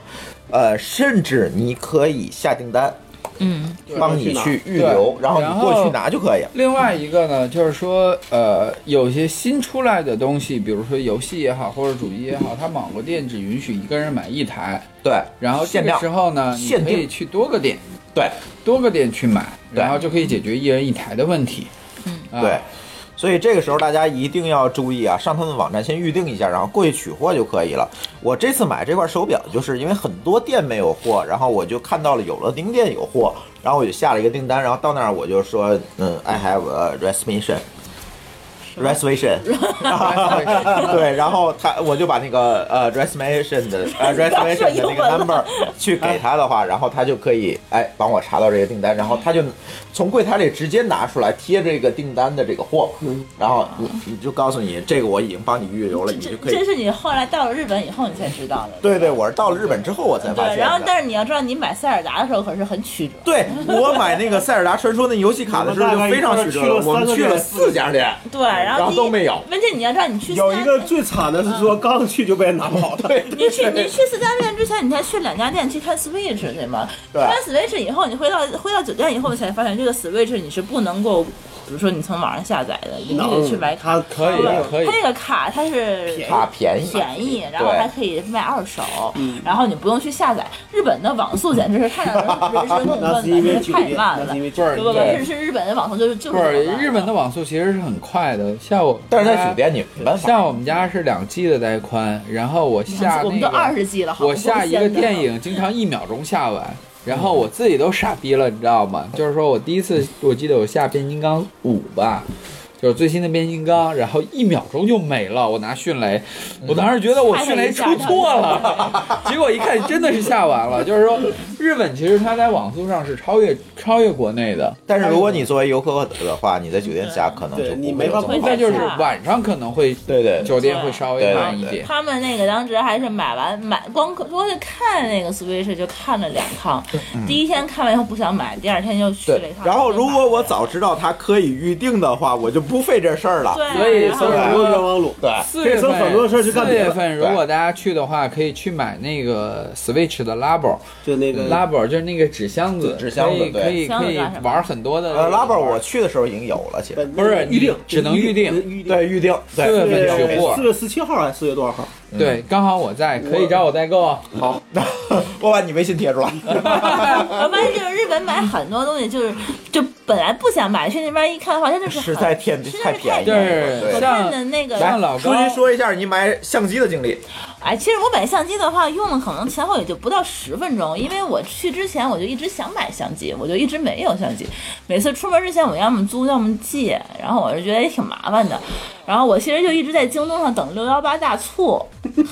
[SPEAKER 1] 呃，甚至你可以下订单，
[SPEAKER 2] 嗯，
[SPEAKER 1] 帮你去预留，
[SPEAKER 4] 对
[SPEAKER 1] 然后你过去拿就可以。
[SPEAKER 4] 另外一个呢，就是说，呃，有些新出来的东西，比如说游戏也好，或者主机也好，它某个店只允许一个人买一台，
[SPEAKER 1] 对，
[SPEAKER 4] 然后这
[SPEAKER 1] 限
[SPEAKER 4] 个
[SPEAKER 1] 量
[SPEAKER 4] 时，候呢，你
[SPEAKER 1] 限
[SPEAKER 4] 可
[SPEAKER 1] 定
[SPEAKER 4] 以去多个店，
[SPEAKER 1] 对
[SPEAKER 4] 多个店去买，
[SPEAKER 1] 对
[SPEAKER 4] 然后就可以解决一人一台的问题。嗯，
[SPEAKER 1] 对。所以这个时候大家一定要注意啊，上他们网站先预定一下，然后过去取货就可以了。我这次买这块手表，就是因为很多店没有货，然后我就看到了有乐町店有货，然后我就下了一个订单，然后到那儿我就说，嗯，I have a reservation。reservation，对， 然后他我就把那个呃 reservation 的 呃 reservation 的那
[SPEAKER 2] 英
[SPEAKER 1] 个
[SPEAKER 2] 文了
[SPEAKER 1] number 去给他的话，然后他就可以哎帮我查到这个订单，然后他就从柜台里直接拿出来贴这个订单的这个货，然
[SPEAKER 2] 啊
[SPEAKER 1] 后你你就告诉你这个我已经帮你预留了，你就
[SPEAKER 2] 嗯这
[SPEAKER 1] 可以
[SPEAKER 2] 这。是你后来到了日本以后你才知道的。
[SPEAKER 1] 对对，我是到了日本之后我才发
[SPEAKER 2] 对，
[SPEAKER 1] 现
[SPEAKER 2] 然后
[SPEAKER 1] 的。
[SPEAKER 2] 但是你要知道，你买塞尔达的时候可是很曲折。
[SPEAKER 1] 对我买那个塞尔达传说那游戏卡的时候就非常曲折了，我
[SPEAKER 3] 我们
[SPEAKER 1] 们
[SPEAKER 3] 大概
[SPEAKER 1] 去
[SPEAKER 3] 去
[SPEAKER 1] 了
[SPEAKER 3] 了
[SPEAKER 1] 四家店，
[SPEAKER 2] 对，然
[SPEAKER 1] 然
[SPEAKER 2] 后
[SPEAKER 1] 后
[SPEAKER 2] 第一
[SPEAKER 1] 都没有。
[SPEAKER 2] 问题你要知道，你去
[SPEAKER 3] 有
[SPEAKER 2] 四
[SPEAKER 3] 一
[SPEAKER 2] 家
[SPEAKER 3] 个最惨的是
[SPEAKER 2] 嗯
[SPEAKER 3] 说刚去就被人拿跑的，
[SPEAKER 1] 对，
[SPEAKER 2] 你去你去四家店之前，你再去两家店去看 Switch 对吗？
[SPEAKER 1] 对
[SPEAKER 2] 看 Switch 以后，你回到回到酒店以后，你才发现这个 Switch 你是不能够，比如说你从网上下载的，你得去买卡。
[SPEAKER 3] 他嗯可
[SPEAKER 4] 可以的可以
[SPEAKER 2] 它。那个卡它是
[SPEAKER 1] 卡便宜，
[SPEAKER 2] 便宜，然后还可以卖二手，
[SPEAKER 3] 嗯
[SPEAKER 2] 然后你不用去下载。日本的网速简直是太让人 人神怒
[SPEAKER 3] 啊那是
[SPEAKER 2] 顿
[SPEAKER 3] 因为
[SPEAKER 2] 了，真是
[SPEAKER 3] 酒
[SPEAKER 2] 太
[SPEAKER 3] 店，
[SPEAKER 2] 慢
[SPEAKER 3] 那
[SPEAKER 2] 了
[SPEAKER 3] 是因。为
[SPEAKER 4] 不是
[SPEAKER 2] 不不不，
[SPEAKER 4] 对
[SPEAKER 2] 是是日本的网速就是就是
[SPEAKER 4] 不是
[SPEAKER 2] 这么慢
[SPEAKER 4] 日本的网速其实是很快的，像我，
[SPEAKER 1] 但是在酒。店你没办法。
[SPEAKER 4] 像我们家是两 G 的带宽，然后我下
[SPEAKER 2] 我们都
[SPEAKER 4] 那个
[SPEAKER 2] 二十 G 了，好啊
[SPEAKER 4] 我下一个电
[SPEAKER 2] 影。
[SPEAKER 4] 影经常一秒钟下完，然后我自己都傻逼了，你知道吗？就是说我第一次，我记得我下变形金刚五吧，就是最新的变形金刚，然后一秒钟就没了。我拿迅雷，我当时觉得我迅雷出错 了， 结果一看真的是下完了。就是说，日本其实它在网速上是超越超越国内的，
[SPEAKER 1] 但是如果你作为游客的话，你在酒店下可能就
[SPEAKER 3] 对
[SPEAKER 1] 不
[SPEAKER 3] 你
[SPEAKER 1] 会
[SPEAKER 3] 没
[SPEAKER 1] 有
[SPEAKER 3] 法
[SPEAKER 1] 这么
[SPEAKER 3] 控
[SPEAKER 1] 好
[SPEAKER 4] 那就是晚上可能会
[SPEAKER 1] 对对
[SPEAKER 4] 酒店会稍微慢 一点。
[SPEAKER 2] 他们那个当时还是买完买光，我就看那个 Switch 就看了两趟，
[SPEAKER 4] 嗯
[SPEAKER 2] 第一天看完以后不想买，第二天又去了一
[SPEAKER 1] 对
[SPEAKER 2] 趟。，
[SPEAKER 1] 然后如果我早知道它可以预定的话，我就不费这事儿了。
[SPEAKER 2] 对啊，
[SPEAKER 4] 所以
[SPEAKER 2] 然后
[SPEAKER 4] 搜索
[SPEAKER 3] 很多冤枉路，
[SPEAKER 1] 对，
[SPEAKER 4] 四月
[SPEAKER 3] 可以
[SPEAKER 4] 份
[SPEAKER 3] 省很多事儿去干
[SPEAKER 4] 四
[SPEAKER 3] 别的
[SPEAKER 4] 月份如果大家去的话，可以去买那个 Switch 的 Labo，
[SPEAKER 3] 就那个
[SPEAKER 4] Labo 就是那个嗯纸箱子，
[SPEAKER 1] 纸箱子
[SPEAKER 4] 可以
[SPEAKER 1] 对
[SPEAKER 4] 可以
[SPEAKER 2] 箱子
[SPEAKER 4] 可以
[SPEAKER 2] 干什么
[SPEAKER 4] 玩很多的。
[SPEAKER 1] 呃，拉布我去的时候已经有了，其实
[SPEAKER 3] 本
[SPEAKER 4] 不是
[SPEAKER 3] 预定，
[SPEAKER 4] 只能预定
[SPEAKER 3] 预定。
[SPEAKER 1] 对预定
[SPEAKER 4] 四月
[SPEAKER 1] 对
[SPEAKER 4] 份
[SPEAKER 1] 预
[SPEAKER 4] 取
[SPEAKER 1] 定。
[SPEAKER 4] 货
[SPEAKER 3] 四，月十七号还是四月多少号？
[SPEAKER 4] 对，刚好我在，可以找我代购啊。
[SPEAKER 3] 好，
[SPEAKER 1] 我把你微信贴出来。
[SPEAKER 2] 我发现就是日本买很多东西，就是就本来不想买，去那边一看，好像就是
[SPEAKER 1] 实
[SPEAKER 2] 很
[SPEAKER 1] 在天
[SPEAKER 2] 实
[SPEAKER 1] 太
[SPEAKER 2] 在是
[SPEAKER 1] 便宜
[SPEAKER 2] 便宜
[SPEAKER 1] 了
[SPEAKER 4] 对
[SPEAKER 2] 我看的那个，
[SPEAKER 4] 像老
[SPEAKER 1] 舒
[SPEAKER 4] 高
[SPEAKER 1] 心，说一下你买相机的经历，
[SPEAKER 2] 哎，其实我买相机的话，用了可能前后也就不到十分钟，因为我去之前我就一直想买相机，我就一直没有相机。每次出门之前，我要么租，要么借，然后我就觉得也挺麻烦的。然后我其实就一直在京东上等六幺八大促，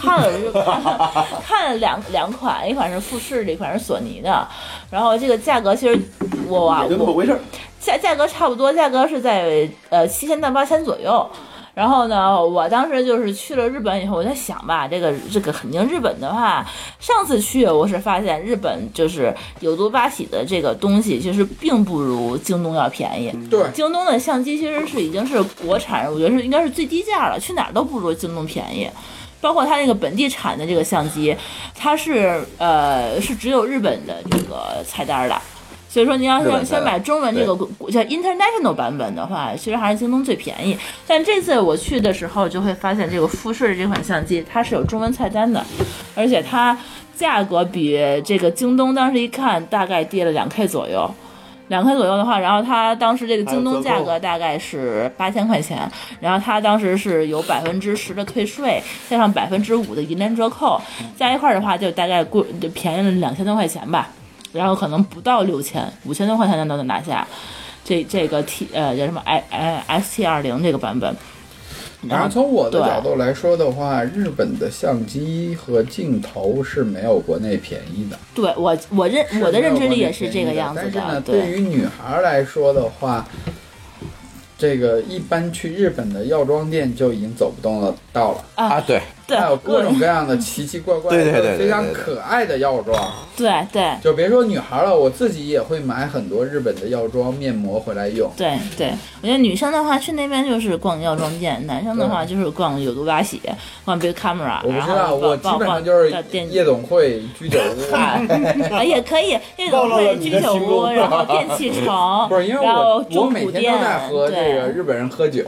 [SPEAKER 2] 看了就看了 看了两两款，一款是富士的，一款是索尼的。然后这个价格其实我啊，
[SPEAKER 3] 就那
[SPEAKER 2] 我
[SPEAKER 3] 么回事儿。
[SPEAKER 2] 价价格差不多，价格是在呃七千到八千左右。然后呢，我当时就是去了日本以后，我在想吧，这个这个肯定日本的话，上次去我是发现日本就是有毒八喜的这个东西，其实并不如京东要便宜。
[SPEAKER 4] 对
[SPEAKER 2] 京东的相机其实是已经是国产，我觉得是应该是最低价了，去哪儿都不如京东便宜。包括它那个本地产的这个相机，它是呃是只有日本的这个菜单的，所以说您要
[SPEAKER 1] 日本
[SPEAKER 2] 是
[SPEAKER 1] 菜单
[SPEAKER 2] 先买中文这个国叫 international 版本的话，其实还是京东最便宜。但这次我去的时候就会发现，这个富士这款相机它是有中文菜单的，而且它价格比这个京东当时一看大概跌了两 K 左右。两 K 左右的话，然后它当时这个京东价格大概是八千块钱，然后它当时是有百分之十的退税，加上百分之五的银联折扣，加一块儿的话就大概贵就便宜了两千多块钱吧，然后可能不到六千，五千多块钱都能拿下。这这个 T 呃叫什么 I I S T 二零这个版本，
[SPEAKER 4] 然后从我的
[SPEAKER 2] 对
[SPEAKER 4] 角度来说的话，日本的相机和镜头是没有国内便宜的。
[SPEAKER 2] 对我我认
[SPEAKER 4] 是
[SPEAKER 2] 我的认知力也
[SPEAKER 4] 没有国内
[SPEAKER 2] 是
[SPEAKER 4] 便
[SPEAKER 2] 这
[SPEAKER 4] 宜
[SPEAKER 2] 个
[SPEAKER 4] 的
[SPEAKER 2] 样子
[SPEAKER 4] 但是
[SPEAKER 2] 的，
[SPEAKER 4] 呢，对
[SPEAKER 2] 对
[SPEAKER 4] 于女孩儿来说的话，这个一般去日本的药妆店就已经走不动了道了。
[SPEAKER 2] 啊，
[SPEAKER 1] 对，
[SPEAKER 2] 对
[SPEAKER 4] 还有各种
[SPEAKER 2] 我
[SPEAKER 4] 各样的奇奇怪怪
[SPEAKER 1] 对对对
[SPEAKER 4] 的、
[SPEAKER 1] 对对
[SPEAKER 4] 非常
[SPEAKER 1] 对对
[SPEAKER 4] 可爱的药妆，
[SPEAKER 2] 对对
[SPEAKER 4] 就别说女孩儿了，我自己也会买很多日本的药妆、面膜回来用。
[SPEAKER 2] 对对，我觉得女生的话去那边就是逛药妆店，男生的话就是逛有毒巴喜，逛 Big Camera，
[SPEAKER 4] 我不
[SPEAKER 2] 然
[SPEAKER 4] 知道，
[SPEAKER 2] 后
[SPEAKER 4] 我
[SPEAKER 2] 逛
[SPEAKER 4] 基本上
[SPEAKER 2] 逛
[SPEAKER 4] 就是
[SPEAKER 2] 逛电
[SPEAKER 4] 夜总会、居酒屋。
[SPEAKER 2] 啊，也可以，夜总
[SPEAKER 3] 暴露了
[SPEAKER 2] 会、
[SPEAKER 3] 你的
[SPEAKER 2] 居酒
[SPEAKER 3] 行
[SPEAKER 2] 屋，
[SPEAKER 3] 踪
[SPEAKER 2] 然后电器城，
[SPEAKER 4] 不是因为
[SPEAKER 2] 然后
[SPEAKER 4] 我我
[SPEAKER 2] 中
[SPEAKER 4] 每
[SPEAKER 2] 古
[SPEAKER 4] 天
[SPEAKER 2] 店
[SPEAKER 4] 都在，和这个
[SPEAKER 2] 对
[SPEAKER 4] 日本人喝酒，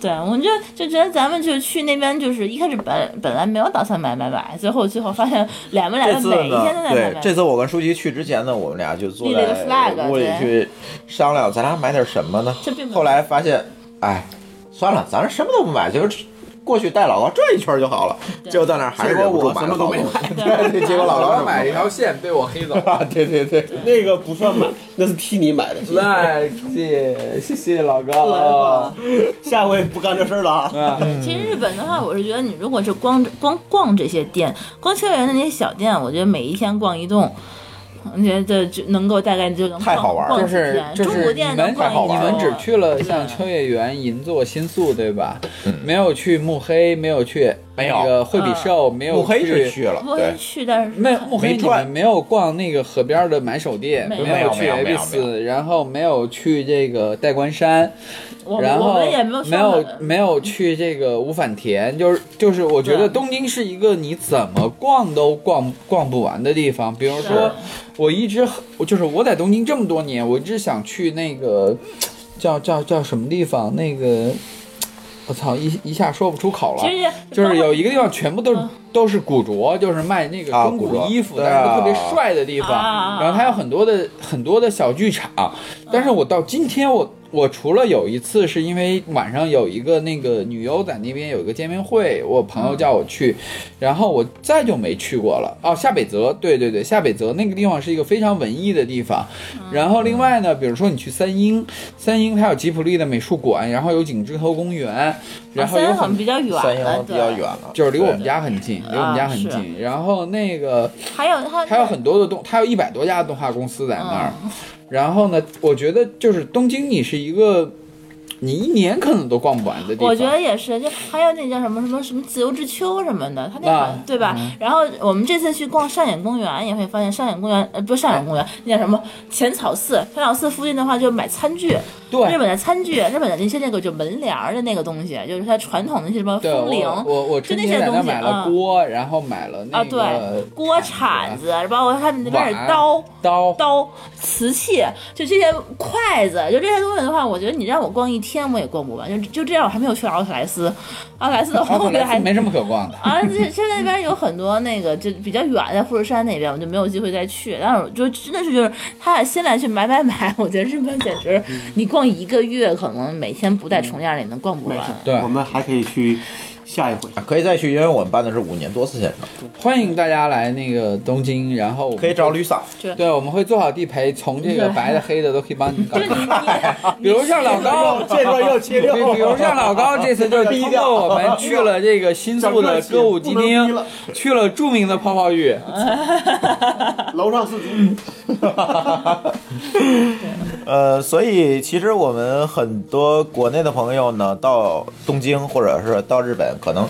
[SPEAKER 2] 对，我就就觉得咱们就去那边，就是一开始本本来没有打算买买买，最后最后发现两不两
[SPEAKER 1] 这
[SPEAKER 2] 的
[SPEAKER 1] 次
[SPEAKER 2] 每一
[SPEAKER 1] 呢
[SPEAKER 2] 天都，在买
[SPEAKER 1] 对
[SPEAKER 2] 买，
[SPEAKER 1] 这
[SPEAKER 2] 买。
[SPEAKER 1] 次我跟舒淇去之前呢，我们俩就坐
[SPEAKER 2] 立了个
[SPEAKER 1] 在
[SPEAKER 2] flag，
[SPEAKER 1] 屋里
[SPEAKER 2] 对
[SPEAKER 1] 去商量，咱俩买点什么呢
[SPEAKER 2] 这并没？有
[SPEAKER 1] 后来发现，哎，算了，咱什么都不买，就是过去带老高转一圈就好了。结果到那儿还是忍不住买了好
[SPEAKER 3] 结果
[SPEAKER 1] 多
[SPEAKER 3] 我
[SPEAKER 1] 东西对， 结果老高
[SPEAKER 4] 老
[SPEAKER 1] 什么
[SPEAKER 4] 高
[SPEAKER 1] 都没
[SPEAKER 4] 买了一条线被我黑走 了。
[SPEAKER 1] 啊，对对对，
[SPEAKER 3] 那个不算买，那是替你买的。
[SPEAKER 4] 那谢谢谢老
[SPEAKER 3] 来
[SPEAKER 4] 高
[SPEAKER 3] 吧。，下回不干这事儿了啊！
[SPEAKER 4] 嗯
[SPEAKER 1] 嗯
[SPEAKER 2] 其实日本的话，我是觉得你如果是光光逛这些店，光秋园的那些小店，我觉得每一天逛一栋。我觉得就能够大概就能
[SPEAKER 1] 太好玩了
[SPEAKER 4] 就
[SPEAKER 2] 逛逛几
[SPEAKER 4] 是
[SPEAKER 2] 天
[SPEAKER 4] 就
[SPEAKER 2] 中
[SPEAKER 4] 是
[SPEAKER 2] 国
[SPEAKER 4] 你
[SPEAKER 2] 店
[SPEAKER 4] 们
[SPEAKER 2] 能逛一
[SPEAKER 4] 你们
[SPEAKER 2] 周
[SPEAKER 4] 只去了像秋叶原、银座、新宿对吧？没有去目黑，没有去
[SPEAKER 1] 嗯没有
[SPEAKER 4] 那个惠比寿，
[SPEAKER 2] 嗯
[SPEAKER 4] 没有
[SPEAKER 1] 慕黑是
[SPEAKER 4] 去。
[SPEAKER 1] 去了，
[SPEAKER 2] 我
[SPEAKER 1] 对
[SPEAKER 2] 也。去，但是
[SPEAKER 4] 没目黑
[SPEAKER 1] 没
[SPEAKER 4] 你
[SPEAKER 1] 转
[SPEAKER 4] 们没有逛那个河边的买手店，
[SPEAKER 2] 没有
[SPEAKER 4] 有去
[SPEAKER 1] 没有没有没
[SPEAKER 4] A
[SPEAKER 1] 有
[SPEAKER 4] B 四，然后没有去这个代官山，
[SPEAKER 2] 我
[SPEAKER 4] 然
[SPEAKER 2] 我
[SPEAKER 4] 后
[SPEAKER 2] 们也没有
[SPEAKER 4] 没
[SPEAKER 2] 上
[SPEAKER 4] 有
[SPEAKER 2] 门
[SPEAKER 4] 没有去这个五反田，就是就是，我觉得
[SPEAKER 2] 对
[SPEAKER 4] 东京是一个你怎么逛都逛逛不完的地方。比如说
[SPEAKER 2] 是，
[SPEAKER 4] 我一直很我就是我在东京这么多年，我一直想去那个叫叫叫什么地方？那个我操，一一下说不出口了
[SPEAKER 2] 其。实
[SPEAKER 4] 就是有一
[SPEAKER 2] 个
[SPEAKER 4] 个地方全部都是、
[SPEAKER 2] 嗯
[SPEAKER 4] 都是古着，就是卖那个
[SPEAKER 1] 啊
[SPEAKER 4] 中
[SPEAKER 1] 古
[SPEAKER 4] 古
[SPEAKER 1] 着
[SPEAKER 4] 衣服，
[SPEAKER 1] 对
[SPEAKER 4] 但是都特别
[SPEAKER 1] 啊
[SPEAKER 4] 帅的地方。
[SPEAKER 2] 啊
[SPEAKER 4] 然后它有很多的很多的小剧场，但是我到今天我我除了有一次是因为晚上有一个那个女优在那边有一个见面会，我朋
[SPEAKER 2] 嗯
[SPEAKER 4] 友叫我去，然后我再就没去过了。哦，下北泽，对对对，下北泽那个地方是一个非常文艺的地方。
[SPEAKER 2] 嗯
[SPEAKER 4] 然后另外呢，比如说你去三鹰，三鹰它有吉普力的美术馆，然后有景之头公园，然后有
[SPEAKER 2] 哦三好
[SPEAKER 4] 很
[SPEAKER 2] 像比较远
[SPEAKER 1] 三
[SPEAKER 2] 了，
[SPEAKER 1] 阳比较
[SPEAKER 2] 对
[SPEAKER 1] 远。了，
[SPEAKER 4] 就是离我们家很近，离我们家很
[SPEAKER 2] 是
[SPEAKER 4] 近。然后那个。
[SPEAKER 2] 还有它
[SPEAKER 4] 还有很多的动，它有一百多家的动画公司在那儿。然后呢，我觉得就是东京，你是一个你一年可能都逛不完的地方。
[SPEAKER 2] 我觉得也是，就还有那叫什么什么什么自由之丘什么的，它那
[SPEAKER 4] 啊
[SPEAKER 2] 个对吧？然后我们这次去逛上野公园，也会发现上野公园呃不是上野公园，那叫什么浅草寺，浅草寺附近的话就买餐具，
[SPEAKER 4] 对
[SPEAKER 2] 日本的餐具，日本的那些那个就门帘儿的那个东西，就是它传统的那些什么
[SPEAKER 4] 对，
[SPEAKER 2] 风铃。
[SPEAKER 4] 我我我
[SPEAKER 2] 就
[SPEAKER 4] 春
[SPEAKER 2] 那
[SPEAKER 4] 天
[SPEAKER 2] 些
[SPEAKER 4] 在那
[SPEAKER 2] 东西
[SPEAKER 4] 买了
[SPEAKER 2] 嗯
[SPEAKER 4] 锅，然后买了那
[SPEAKER 2] 啊，
[SPEAKER 4] 个、
[SPEAKER 2] 对，锅铲子，包括他们那边
[SPEAKER 4] 碗
[SPEAKER 2] 的刀、
[SPEAKER 4] 刀
[SPEAKER 2] 刀、瓷器，就这些筷子，就这些东西的话，我觉得你让我逛一天我也逛不完，就就这样，我还没有去奥特莱斯。奥特莱斯的话，
[SPEAKER 4] 奥特
[SPEAKER 2] 我觉得
[SPEAKER 4] 莱
[SPEAKER 2] 还
[SPEAKER 4] 斯没什么可逛的。
[SPEAKER 2] 啊，这现在那边有很多那个就比较远，在富士山那边，我就没有机会再去。但是我就真的是就是他俩先来去买买买，我觉得日本简直，你逛一个月可能每天不带重样的也能逛不完。
[SPEAKER 4] 对
[SPEAKER 3] 我，们还可以去下一回。
[SPEAKER 1] 可以再去，因为我们办的是五年多次线上，
[SPEAKER 4] 欢迎大家来那个东京，然后我们
[SPEAKER 1] 可以找吕嫂。
[SPEAKER 4] 对，我们会做好地陪，从这个白的黑的都可以帮你搞
[SPEAKER 2] 就是。你你
[SPEAKER 4] 比如像老高，
[SPEAKER 1] 哦这段又切
[SPEAKER 3] 哎
[SPEAKER 4] 比比如像老高这次就是通过我们去了这个新宿的歌舞伎
[SPEAKER 3] 整个起不能逼
[SPEAKER 4] 町
[SPEAKER 3] 了，
[SPEAKER 4] 去了著名的泡泡浴，
[SPEAKER 3] 楼上是
[SPEAKER 1] 呃，所以其实我们很多国内的朋友呢，到东京或者是到日本，可能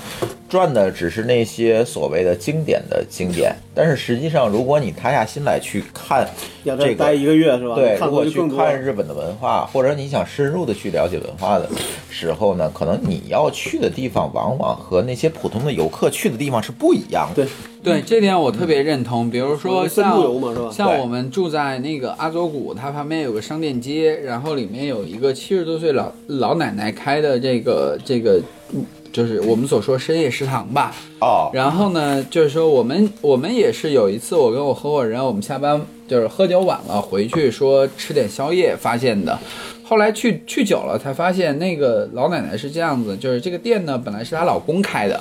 [SPEAKER 1] 转的只是那些所谓的经典的经典，但是实际上，如果你塌下心来去看
[SPEAKER 3] 要再
[SPEAKER 1] 这
[SPEAKER 3] 待
[SPEAKER 1] 个
[SPEAKER 3] 一个月是吧？
[SPEAKER 1] 对，
[SPEAKER 3] 看
[SPEAKER 1] 如
[SPEAKER 3] 过
[SPEAKER 1] 果
[SPEAKER 3] 就
[SPEAKER 1] 去
[SPEAKER 3] 更多了。
[SPEAKER 1] 看日本的文化，或者你想深入的去了解文化的时候呢，可能你要去的地方往往和那些普通的游客去的地方是不一样的。
[SPEAKER 3] 对，
[SPEAKER 4] 对这点我特别认同。比如说
[SPEAKER 3] 深
[SPEAKER 4] 像
[SPEAKER 3] 度游嘛是吧
[SPEAKER 4] 像
[SPEAKER 1] 对
[SPEAKER 4] 我们住在那个阿佐谷，它旁边有个商店街，然后里面有一个七十多岁老老奶奶开的这个这个，嗯就是我们所说深夜食堂吧。
[SPEAKER 1] 哦，
[SPEAKER 4] 然后呢，就是说我们我们也是有一次，我跟我合伙人，我们下班就是喝酒晚了，回去说吃点宵夜，发现的。后来去去久了，才发现那个老奶奶是这样子，就是这个店呢本来是她老公开的，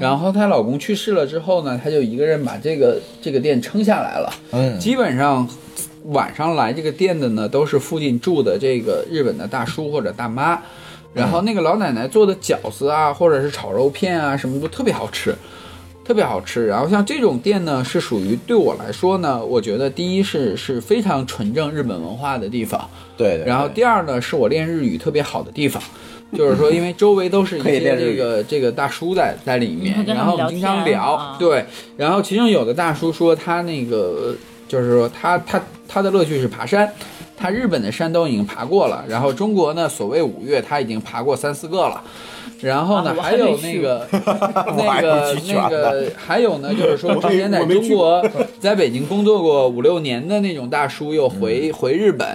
[SPEAKER 4] 然后她老公去世了之后呢，她就一个人把这个这个店撑下来了。
[SPEAKER 1] 嗯，
[SPEAKER 4] 基本上晚上来这个店的呢，都是附近住的这个日本的大叔或者大妈。然后那个老奶奶做的饺子啊，或者是炒肉片啊，什么都特别好吃，特别好吃。然后像这种店呢，是属于对我来说呢，我觉得第一是是非常纯正日本文化的地方，
[SPEAKER 1] 对对。
[SPEAKER 4] 然后
[SPEAKER 1] 对
[SPEAKER 4] 第二呢，是我练日语特别好的地方，就是说，因为周围都是 一
[SPEAKER 1] 可以
[SPEAKER 4] 些
[SPEAKER 1] 练日
[SPEAKER 4] 这
[SPEAKER 1] 语
[SPEAKER 4] 个这个大叔在在里面
[SPEAKER 2] 你会，嗯跟
[SPEAKER 4] 然
[SPEAKER 2] 他们
[SPEAKER 4] 后我们经常
[SPEAKER 2] 聊天
[SPEAKER 4] 聊，
[SPEAKER 2] 啊
[SPEAKER 4] 对，然后其中有的大叔说他那个就是说他他他的乐趣是爬山。他日本的山都已经爬过了，然后中国呢，所谓五岳，他已经爬过三四个了。然后呢，
[SPEAKER 2] 啊我还
[SPEAKER 4] 还有
[SPEAKER 2] 没
[SPEAKER 4] 那
[SPEAKER 2] 去
[SPEAKER 4] 个
[SPEAKER 1] 我
[SPEAKER 4] 那
[SPEAKER 1] 还
[SPEAKER 4] 个
[SPEAKER 1] 没去啊
[SPEAKER 4] 那个，还有呢，就是说之前在
[SPEAKER 3] 我没
[SPEAKER 4] 中国在北京工作过五六年的那种大叔，又
[SPEAKER 1] 嗯
[SPEAKER 4] 回回日本，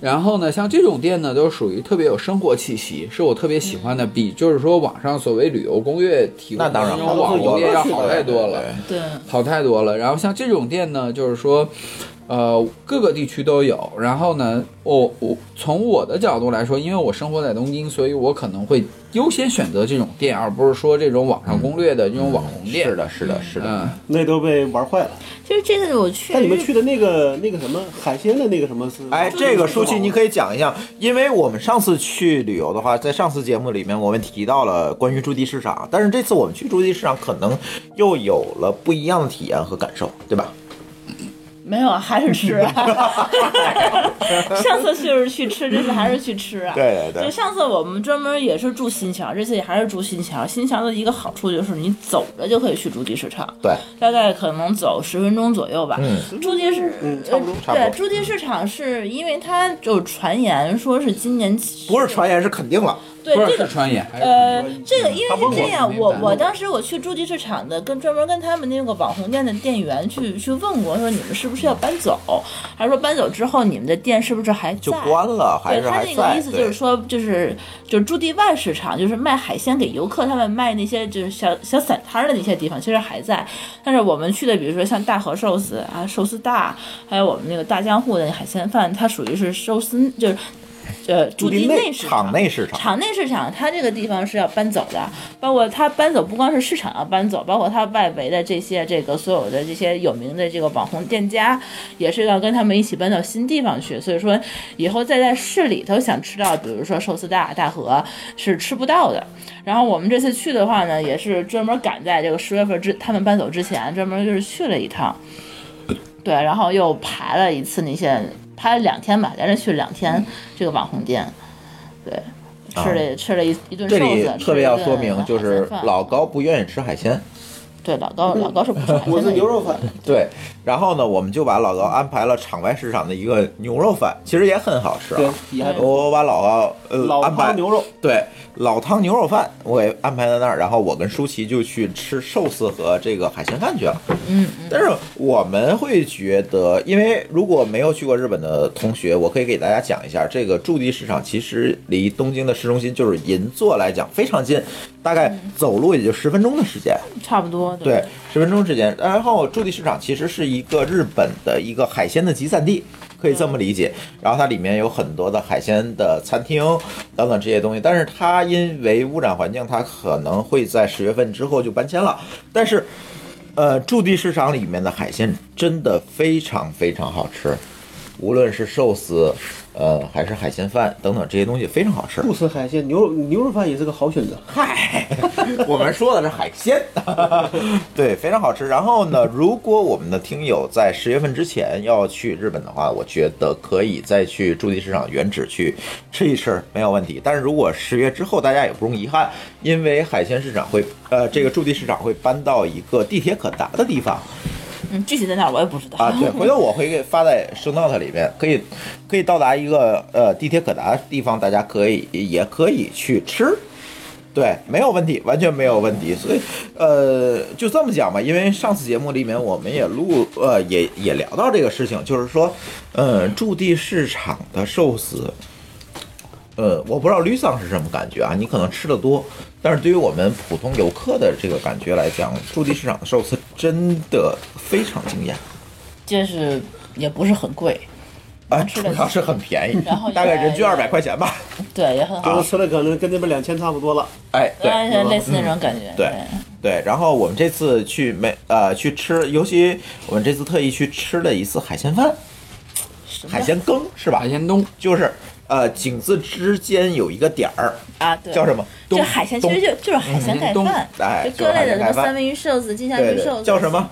[SPEAKER 4] 然后呢，像这种店呢，都属于特别有生活气息，是我特别喜欢的，比就是说网上所谓旅游攻略提供
[SPEAKER 1] 那
[SPEAKER 4] 的
[SPEAKER 1] 当然
[SPEAKER 4] 那种
[SPEAKER 1] 好
[SPEAKER 4] 网
[SPEAKER 1] 多
[SPEAKER 4] 红店
[SPEAKER 1] 了
[SPEAKER 4] 要好太多了
[SPEAKER 1] 对对，
[SPEAKER 2] 对，
[SPEAKER 4] 好太多了。然后像这种店呢，就是说，呃，各个地区都有。然后呢，我我从我的角度来说，因为我生活在东京，所以我可能会优先选择这种店，而不是说这种网上攻略的这种网红店。
[SPEAKER 1] 是的，是的，是的。
[SPEAKER 4] 嗯，
[SPEAKER 3] 那都被玩坏了。
[SPEAKER 2] 就是这次我去
[SPEAKER 3] 但你们
[SPEAKER 2] 日
[SPEAKER 3] 去的那个那个什么海鲜的那个什么是？
[SPEAKER 1] 哎，这个舒淇，你
[SPEAKER 3] 以
[SPEAKER 1] 可以讲一下，因为我们上次去旅游的话，在上次节目里面我们提到了关于驻地市场，但是这次我们去驻地市场，可能又有了不一样的体验和感受，对吧？
[SPEAKER 2] 没有，还是吃、啊。 上次就是去吃，这次还是去吃、啊。
[SPEAKER 1] 对对对
[SPEAKER 2] 就上次我们专门也是住新桥，这次也还是住新桥。新桥的一个好处就是你走着就可以去筑地市场，
[SPEAKER 1] 对，
[SPEAKER 2] 大概可能走十分钟左右吧。
[SPEAKER 1] 嗯
[SPEAKER 2] 筑地市，
[SPEAKER 3] 嗯差不多
[SPEAKER 2] 呃
[SPEAKER 1] 差不多
[SPEAKER 2] 对，筑地市场是因为它有传言说是今年
[SPEAKER 1] 不是传言，是肯定了。
[SPEAKER 2] 对
[SPEAKER 4] 不是
[SPEAKER 2] 这
[SPEAKER 4] 是
[SPEAKER 2] 个
[SPEAKER 4] 川野，还是
[SPEAKER 2] 呃，这个因
[SPEAKER 3] 他问
[SPEAKER 2] 为是
[SPEAKER 3] 我
[SPEAKER 2] 这样，
[SPEAKER 4] 明
[SPEAKER 2] 我
[SPEAKER 4] 白
[SPEAKER 2] 我当时我去驻地市场的，跟专门跟他们那个网红店的店员去去问过，说你们是不是要搬走？还说搬走之后你们的店是不是还在？
[SPEAKER 1] 就关了，还
[SPEAKER 2] 对
[SPEAKER 1] 是
[SPEAKER 2] 他
[SPEAKER 1] 还
[SPEAKER 2] 那个
[SPEAKER 1] 在？
[SPEAKER 2] 意思就是
[SPEAKER 1] 对，
[SPEAKER 2] 说，就是就是驻地外市场，就是卖海鲜给游客，他们卖那些就是小小散摊儿的那些地方，其实还在。但是我们去的，比如说像大和寿司啊、寿司大，还有我们那个大江户的海鲜饭，它属于是寿司，就是呃驻地内
[SPEAKER 1] 内
[SPEAKER 2] 市
[SPEAKER 1] 场内市场，
[SPEAKER 2] 场内市场，它这个地方是要搬走的，包括它搬走，不光是市场要搬走，包括它外围的这些这个所有的这些有名的这个网红店家，也是要跟他们一起搬到新地方去。所以说，以后再在市里头想吃到，比如说寿司大大和是吃不到的。然后我们这次去的话呢，也是专门赶在这个十月份之他们搬走之前，专门就是去了一趟。对，然后又排了一次那些，排了两天吧，连着去了两天
[SPEAKER 1] 嗯
[SPEAKER 2] 这个网红店，对，吃了、吃了一一顿
[SPEAKER 1] 啊这
[SPEAKER 2] 寿
[SPEAKER 1] 里
[SPEAKER 2] 司，
[SPEAKER 1] 特别要说明，
[SPEAKER 2] 吃
[SPEAKER 1] 就
[SPEAKER 2] 了一顿
[SPEAKER 1] 是
[SPEAKER 2] 海鲜饭
[SPEAKER 1] 老高不愿意吃海鲜，
[SPEAKER 2] 对老高老高是不吃海鲜的，
[SPEAKER 3] 嗯我是牛肉粉，
[SPEAKER 1] 对。然后呢，我们就把老高安排了场外市场的一个牛肉饭，其实也很好吃
[SPEAKER 3] 对
[SPEAKER 1] 啊。，
[SPEAKER 3] 也还不
[SPEAKER 1] 我把老高呃
[SPEAKER 3] 老
[SPEAKER 1] 安排
[SPEAKER 3] 汤牛肉，
[SPEAKER 1] 对老汤牛肉饭，我给安排在那儿，然后我跟舒淇就去吃寿司和这个海鲜饭去了。
[SPEAKER 2] 嗯，
[SPEAKER 1] 但是我们会觉得，因为如果没有去过日本的同学，我可以给大家讲一下，这个驻地市场其实离东京的市中心就是银座来讲非常近，大概走路也就十分钟的时间。
[SPEAKER 2] 差不多
[SPEAKER 1] 对，十分钟之间。然后驻地市场其实是一个日本的一个海鲜的集散地，可以这么理解。然后它里面有很多的海鲜的餐厅等等这些东西，但是它因为污染环境，它可能会在十月份之后就搬迁了。但是，呃，驻地市场里面的海鲜真的非常非常好吃。无论是寿司，呃，还是海鲜饭等等这些东西非常好吃。
[SPEAKER 3] 不吃海鲜，牛肉牛肉饭也是个好
[SPEAKER 1] 啊
[SPEAKER 3] 选择。
[SPEAKER 1] 嗨， 我们说的是海鲜， 对，非常好吃。然后呢，如果我们的听友在十月份之前要去日本的话，我觉得可以再去驻地市场原址去吃一吃，没有问题。但是如果十月之后，大家也不用遗憾，因为海鲜市场会，呃，这个驻地市场会搬到一个地铁可达的地方
[SPEAKER 2] 嗯，具体在哪儿我也不知道
[SPEAKER 1] 啊。对，回头我会给发在 show note 里面，可以可以到达一个呃地铁可达的地方，大家可以也可以去吃。对，没有问题，完全没有问题。所以，呃，就这么讲吧，因为上次节目里面我们也录，呃，也也聊到这个事情，就是说，呃，驻地市场的寿司，呃，我不知道吕桑是什么感觉啊，你可能吃的多，但是对于我们普通游客的这个感觉来讲，驻地市场的寿司真的非常惊艳。
[SPEAKER 2] 就是也不是很贵，
[SPEAKER 1] 啊，
[SPEAKER 2] 吃
[SPEAKER 1] 主
[SPEAKER 2] 得
[SPEAKER 1] 要
[SPEAKER 2] 起
[SPEAKER 1] 是很便宜
[SPEAKER 2] 然后，
[SPEAKER 1] 大概人均
[SPEAKER 2] 也
[SPEAKER 1] 二百块钱吧。
[SPEAKER 2] 对，也很
[SPEAKER 3] 就是
[SPEAKER 2] 好，
[SPEAKER 3] 吃的可能跟那边两千差不多了，
[SPEAKER 1] 哎，对，
[SPEAKER 2] 当然类似那种感觉，
[SPEAKER 1] 嗯对对，然后我们这次去没呃去吃，尤其我们这次特意去吃了一次海鲜饭，
[SPEAKER 2] 什么
[SPEAKER 1] 海鲜羹是吧
[SPEAKER 4] 海？鲜东
[SPEAKER 1] 就是呃井字之间有一个点儿，
[SPEAKER 2] 啊，对，
[SPEAKER 1] 叫什么？
[SPEAKER 2] 这海鲜其实就就是海鲜盖
[SPEAKER 4] 东
[SPEAKER 2] 饭，
[SPEAKER 1] 哎，
[SPEAKER 2] 就各类的
[SPEAKER 1] 海
[SPEAKER 2] 什么
[SPEAKER 1] 鲜饭
[SPEAKER 2] 三文鱼寿司、金枪
[SPEAKER 1] 对
[SPEAKER 2] 鱼
[SPEAKER 1] 对
[SPEAKER 2] 寿
[SPEAKER 1] 对，
[SPEAKER 2] 司，
[SPEAKER 1] 叫什么？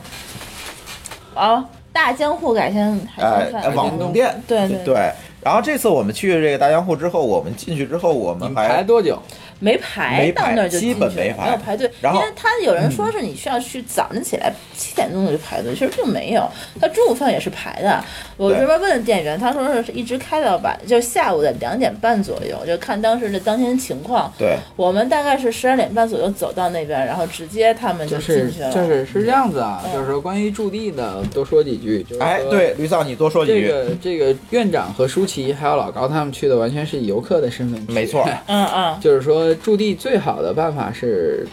[SPEAKER 2] 哦，大江户海鲜海
[SPEAKER 1] 哎
[SPEAKER 2] 鲜，饭，
[SPEAKER 1] 呃
[SPEAKER 4] 海
[SPEAKER 1] 网
[SPEAKER 4] 鲜
[SPEAKER 1] 红
[SPEAKER 4] 东
[SPEAKER 1] 店。
[SPEAKER 2] 对对
[SPEAKER 1] 对，然后这次我们去这个大江户之后，我们进去之后，我
[SPEAKER 4] 你
[SPEAKER 1] 们
[SPEAKER 4] 们排
[SPEAKER 1] 还
[SPEAKER 4] 多久？
[SPEAKER 2] 没排
[SPEAKER 1] 没
[SPEAKER 2] 到
[SPEAKER 1] 排
[SPEAKER 2] 那儿就
[SPEAKER 1] 基
[SPEAKER 2] 进去
[SPEAKER 1] 本
[SPEAKER 2] 了
[SPEAKER 1] 没排
[SPEAKER 2] 有排队。
[SPEAKER 1] 然后嗯
[SPEAKER 2] 因为他有人说是你需要去早晨起来七点钟就去排队，其实并没有。他中午饭也是排的。我
[SPEAKER 1] 对
[SPEAKER 2] 这边问了店员，他说是一直开到晚，就下午的两点半左右，就看当时的当天情况。
[SPEAKER 1] 对
[SPEAKER 2] 我们大概是十二点半左右走到那边，然后直接他们
[SPEAKER 4] 就
[SPEAKER 2] 进
[SPEAKER 4] 是
[SPEAKER 2] 去了。嗯
[SPEAKER 4] 就是是这样子啊，就是说关于驻地呢，多说几句。就是说
[SPEAKER 1] 哎，对，吕桑你多说几
[SPEAKER 4] 这
[SPEAKER 1] 句，
[SPEAKER 4] 个这个院长和舒淇还有老高他们去的，完全是以游客的身份去。
[SPEAKER 1] 没错
[SPEAKER 2] 嗯嗯，
[SPEAKER 4] 就是说驻地最好的办法是，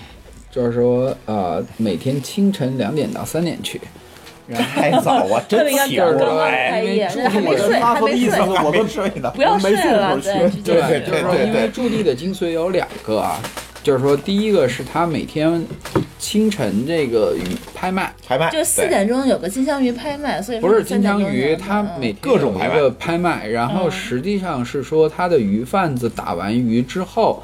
[SPEAKER 4] 就是说呃每天清晨两点到三点去，然后。
[SPEAKER 1] 太早我
[SPEAKER 2] 特
[SPEAKER 1] 真
[SPEAKER 2] 别像
[SPEAKER 1] 起
[SPEAKER 2] 就
[SPEAKER 4] 就是
[SPEAKER 1] 不
[SPEAKER 4] 是
[SPEAKER 2] 刚刚
[SPEAKER 1] 来。
[SPEAKER 2] 开业，
[SPEAKER 4] 哎因为
[SPEAKER 2] 那还没
[SPEAKER 4] 中午
[SPEAKER 2] 睡，
[SPEAKER 3] 拉
[SPEAKER 2] 还
[SPEAKER 3] 风
[SPEAKER 2] 没
[SPEAKER 3] 意思
[SPEAKER 2] 睡，
[SPEAKER 3] 我
[SPEAKER 1] 我
[SPEAKER 3] 们
[SPEAKER 1] 们睡呢，
[SPEAKER 2] 不要睡
[SPEAKER 3] 没睡
[SPEAKER 2] 了，
[SPEAKER 3] 我去
[SPEAKER 2] 对，直接
[SPEAKER 4] 对，
[SPEAKER 1] 对
[SPEAKER 4] 就是说，
[SPEAKER 1] 对
[SPEAKER 4] 因为驻地的精髓有两个啊，就是说，第一个是他每天清晨这个与拍卖，
[SPEAKER 1] 拍卖
[SPEAKER 2] 就四
[SPEAKER 1] 对
[SPEAKER 2] 点钟有个金枪鱼拍卖，所以说
[SPEAKER 4] 不是
[SPEAKER 2] 你
[SPEAKER 4] 金
[SPEAKER 2] 三点
[SPEAKER 4] 枪
[SPEAKER 2] 钟
[SPEAKER 4] 鱼，
[SPEAKER 2] 能
[SPEAKER 4] 它
[SPEAKER 2] 嗯
[SPEAKER 4] 每
[SPEAKER 1] 各种
[SPEAKER 4] 一
[SPEAKER 1] 拍卖
[SPEAKER 4] 个拍卖，然后实际上是说它的鱼贩子打完鱼之后，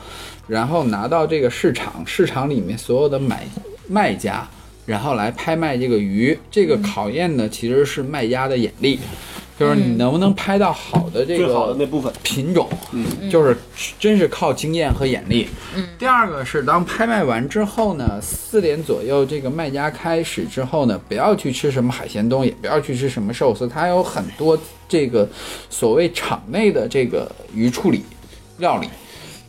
[SPEAKER 4] 然后拿到这个市场，市场里面所有的买卖家，然后来拍卖这个鱼。这
[SPEAKER 2] 嗯
[SPEAKER 4] 个考验呢，其实是卖家的眼力，就是你
[SPEAKER 2] 嗯
[SPEAKER 4] 能不能拍到好的这
[SPEAKER 3] 最好
[SPEAKER 4] 个
[SPEAKER 3] 的那部分。
[SPEAKER 4] 品种，嗯，就是真是靠经验和眼力。嗯，第二个是当拍卖完之后呢，四点左右这个卖家开始之后呢，不要去吃什么海鲜东，也不要去吃什么寿司，它有很多这个所谓场内的这个鱼处理料理。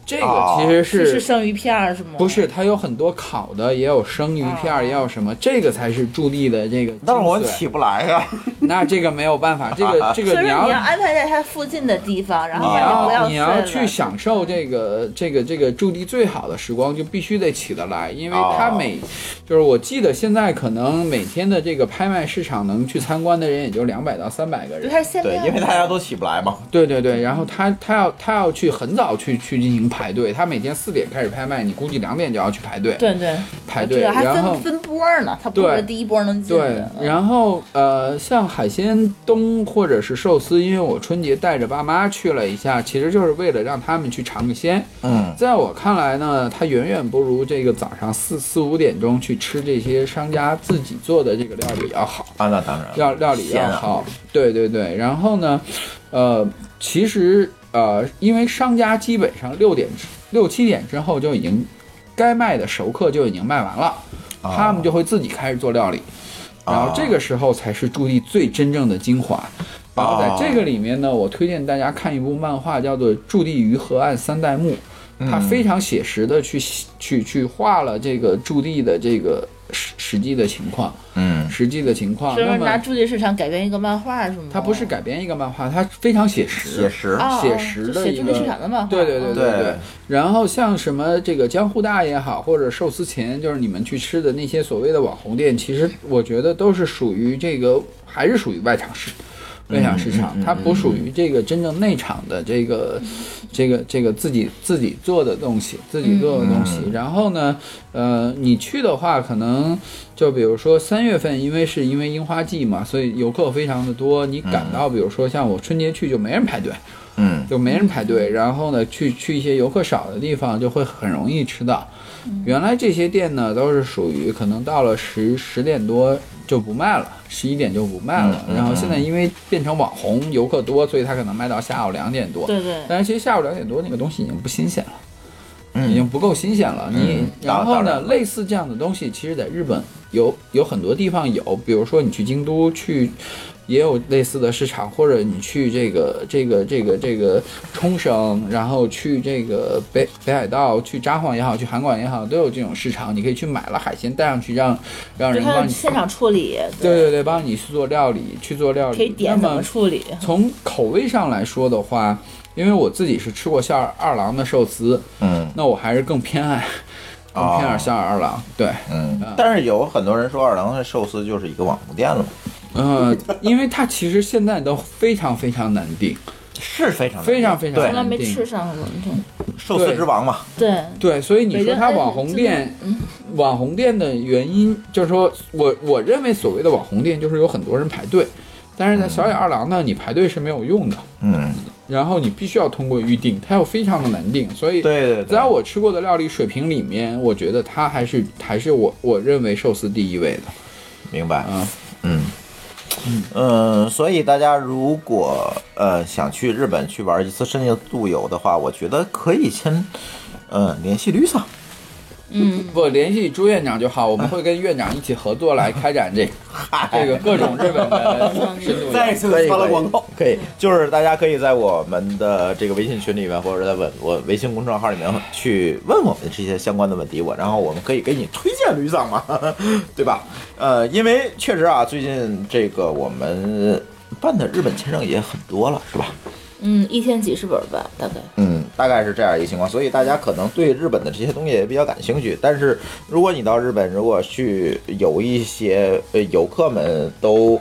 [SPEAKER 4] 这个其实是、
[SPEAKER 2] 哦是生鱼片儿是吗？
[SPEAKER 4] 不是，它有很多烤的，也有生鱼片儿，也有什么，这个才是驻地的这个精髓。
[SPEAKER 1] 但是我起不来啊呀、
[SPEAKER 4] 那这个没有办法，这个这
[SPEAKER 2] 就
[SPEAKER 4] 个
[SPEAKER 2] 是
[SPEAKER 4] 你
[SPEAKER 2] 你
[SPEAKER 4] 要
[SPEAKER 2] 要安排在它附近的地方，然后
[SPEAKER 4] 你
[SPEAKER 2] 让不
[SPEAKER 4] 要
[SPEAKER 2] 要
[SPEAKER 4] 你要
[SPEAKER 2] 哦睡了
[SPEAKER 4] 去享受这个这个这个驻地最好的时光，就必须得起得来，因为它
[SPEAKER 1] 哦
[SPEAKER 4] 每、就是我记得现在可能每天的这个拍卖市场能去参观的人也就两百到三百个人
[SPEAKER 2] 对，。它是限
[SPEAKER 1] 对，
[SPEAKER 2] 量的，
[SPEAKER 1] 因为大家都起不来嘛。
[SPEAKER 4] 对对对，然后他他要他要去很早去去进行排队，他每天四点开始拍卖，你估计两点就要去排队
[SPEAKER 2] 对对，
[SPEAKER 4] 排
[SPEAKER 2] 这
[SPEAKER 4] 队，
[SPEAKER 2] 个还
[SPEAKER 4] 然后
[SPEAKER 2] 分分波儿呢，它不
[SPEAKER 4] 对
[SPEAKER 2] 是第一波能进
[SPEAKER 4] 对
[SPEAKER 2] 的，。
[SPEAKER 4] 然后呃，像海鲜东或者是寿司，因为我春节带着爸妈去了一下，其实就是为了让他们去尝个鲜。
[SPEAKER 1] 嗯，
[SPEAKER 4] 在我看来呢，它远远不如这个早上四四五点钟去吃这些商家自己做的这个料理要好。
[SPEAKER 1] 啊，那当然。
[SPEAKER 4] 料料理
[SPEAKER 1] 鲜
[SPEAKER 4] 要
[SPEAKER 1] 啊
[SPEAKER 4] 好，对对对。然后呢，呃，其实呃，因为商家基本上六点之六七点之后就已经该卖的熟客就已经卖完了，
[SPEAKER 1] 啊
[SPEAKER 4] 他们就会自己开始做料理，
[SPEAKER 1] 哦
[SPEAKER 4] 然后这个时候才是驻地最真正的精华。然后在
[SPEAKER 1] 哦
[SPEAKER 4] 这个里面呢，我推荐大家看一部漫画，叫做《驻地于河岸三代目》，
[SPEAKER 1] 嗯
[SPEAKER 4] 它非常写实的去去去画了这个驻地的这个实实际的情况，
[SPEAKER 1] 嗯，
[SPEAKER 4] 实际的情况。
[SPEAKER 2] 专
[SPEAKER 4] 那
[SPEAKER 2] 门
[SPEAKER 4] 么
[SPEAKER 2] 拿驻地市场改编一个漫画是吗？
[SPEAKER 4] 它不是改编一个漫画，它非常写实，
[SPEAKER 1] 写实。
[SPEAKER 2] 哦
[SPEAKER 4] 写实
[SPEAKER 2] 就
[SPEAKER 4] 的
[SPEAKER 2] 写
[SPEAKER 4] 一
[SPEAKER 2] 驻
[SPEAKER 4] 个
[SPEAKER 2] 地市场的漫画，
[SPEAKER 4] 对对对
[SPEAKER 2] 嗯
[SPEAKER 4] 对
[SPEAKER 1] 对
[SPEAKER 4] 然后像什么这个江户大也好，或者寿司前，就是你们去吃的那些所谓的网红店，其实我觉得都是属于这个，还是属于外场市。外场市场，它不属于这个真正内场的这个，这个这个自己自己做的东西，自己做的东西。然后呢，呃，你去的话，可能就比如说三月份，因为是因为樱花季嘛，所以游客非常的多。你赶到，比如说像我春节去就没人排队，
[SPEAKER 1] 嗯，
[SPEAKER 4] 就没人排队，然后呢，去去一些游客少的地方，就会很容易吃到。原来这些店呢，都是属于可能到了十十点多就不卖了，十一点就不卖了。然后现在因为变成网红，游客多，所以他可能卖到下午两点多。
[SPEAKER 2] 对对，
[SPEAKER 4] 但是其实下午两点多那个东西已经不新鲜了。
[SPEAKER 1] 嗯
[SPEAKER 4] 已经不够新鲜了。你
[SPEAKER 1] 嗯
[SPEAKER 4] 然
[SPEAKER 1] 当
[SPEAKER 4] 后
[SPEAKER 1] 当然
[SPEAKER 4] 呢，类似这样的东西，其实在日本有有很多地方有，比如说你去京都去。也有类似的市场，或者你去这个这个这个这个冲绳，然后去这个北北海道，去札幌也好，去函馆也好，都有这种市场，你可以去买了海鲜带上去，让让
[SPEAKER 2] 就
[SPEAKER 4] 人
[SPEAKER 2] 它
[SPEAKER 4] 帮
[SPEAKER 2] 的
[SPEAKER 4] 你，
[SPEAKER 2] 现场处理，
[SPEAKER 4] 对，对对，帮你去做料理，去做料理，
[SPEAKER 2] 可以点
[SPEAKER 4] 那
[SPEAKER 2] 怎
[SPEAKER 4] 么
[SPEAKER 2] 么处理，
[SPEAKER 4] 从口味上来说的话，因为我自己是吃过夏尔二郎的寿司，
[SPEAKER 1] 嗯
[SPEAKER 4] 那我还是更偏爱，更偏爱夏尔二郎。对，
[SPEAKER 1] 嗯，但是有很多人说二郎的寿司就是一个网红店了嘛，
[SPEAKER 4] 呃，因为它其实现在都非常非常难定，
[SPEAKER 1] 是非常
[SPEAKER 4] 非常非常
[SPEAKER 1] 对
[SPEAKER 2] 从来没吃上过，
[SPEAKER 1] 寿司之王嘛。
[SPEAKER 2] 对
[SPEAKER 4] 对，所以你说它
[SPEAKER 2] 北京
[SPEAKER 4] 网红店，网红店的原因就是说我我认为所谓的网红店就是有很多人排队，但是在小野二郎呢，你排队是没有用的。
[SPEAKER 1] 嗯，
[SPEAKER 4] 然后你必须要通过预定，它又非常的难定，所以
[SPEAKER 1] 对对对
[SPEAKER 4] 在我吃过的料理水平里面，我觉得它还是还是我我认为寿司第一位的。
[SPEAKER 1] 明白。
[SPEAKER 4] 嗯
[SPEAKER 1] 嗯嗯，所以大家如果呃想去日本去玩一次深夜度游的话，我觉得可以先呃联系绿萨。
[SPEAKER 2] 嗯
[SPEAKER 4] 不联系朱院长就好，我们会跟院长一起合作来开展这这个各种日本的深度游。
[SPEAKER 3] 再次
[SPEAKER 1] 可以
[SPEAKER 3] 发了广告，
[SPEAKER 1] 可以，就是大家可以在我们的这个微信群里面，或者在问我微信公众号里面去问我们这些相关的问题，我然后我们可以给你推荐驴桑嘛， 对吧？呃，因为确实啊，最近这个我们办的日本签证也很多了，是吧？
[SPEAKER 2] 嗯，一天几十本吧，大概。
[SPEAKER 1] 嗯，大概是这样一个情况，所以大家可能对日本的这些东西也比较感兴趣。但是如果你到日本，如果去有一些呃游客们都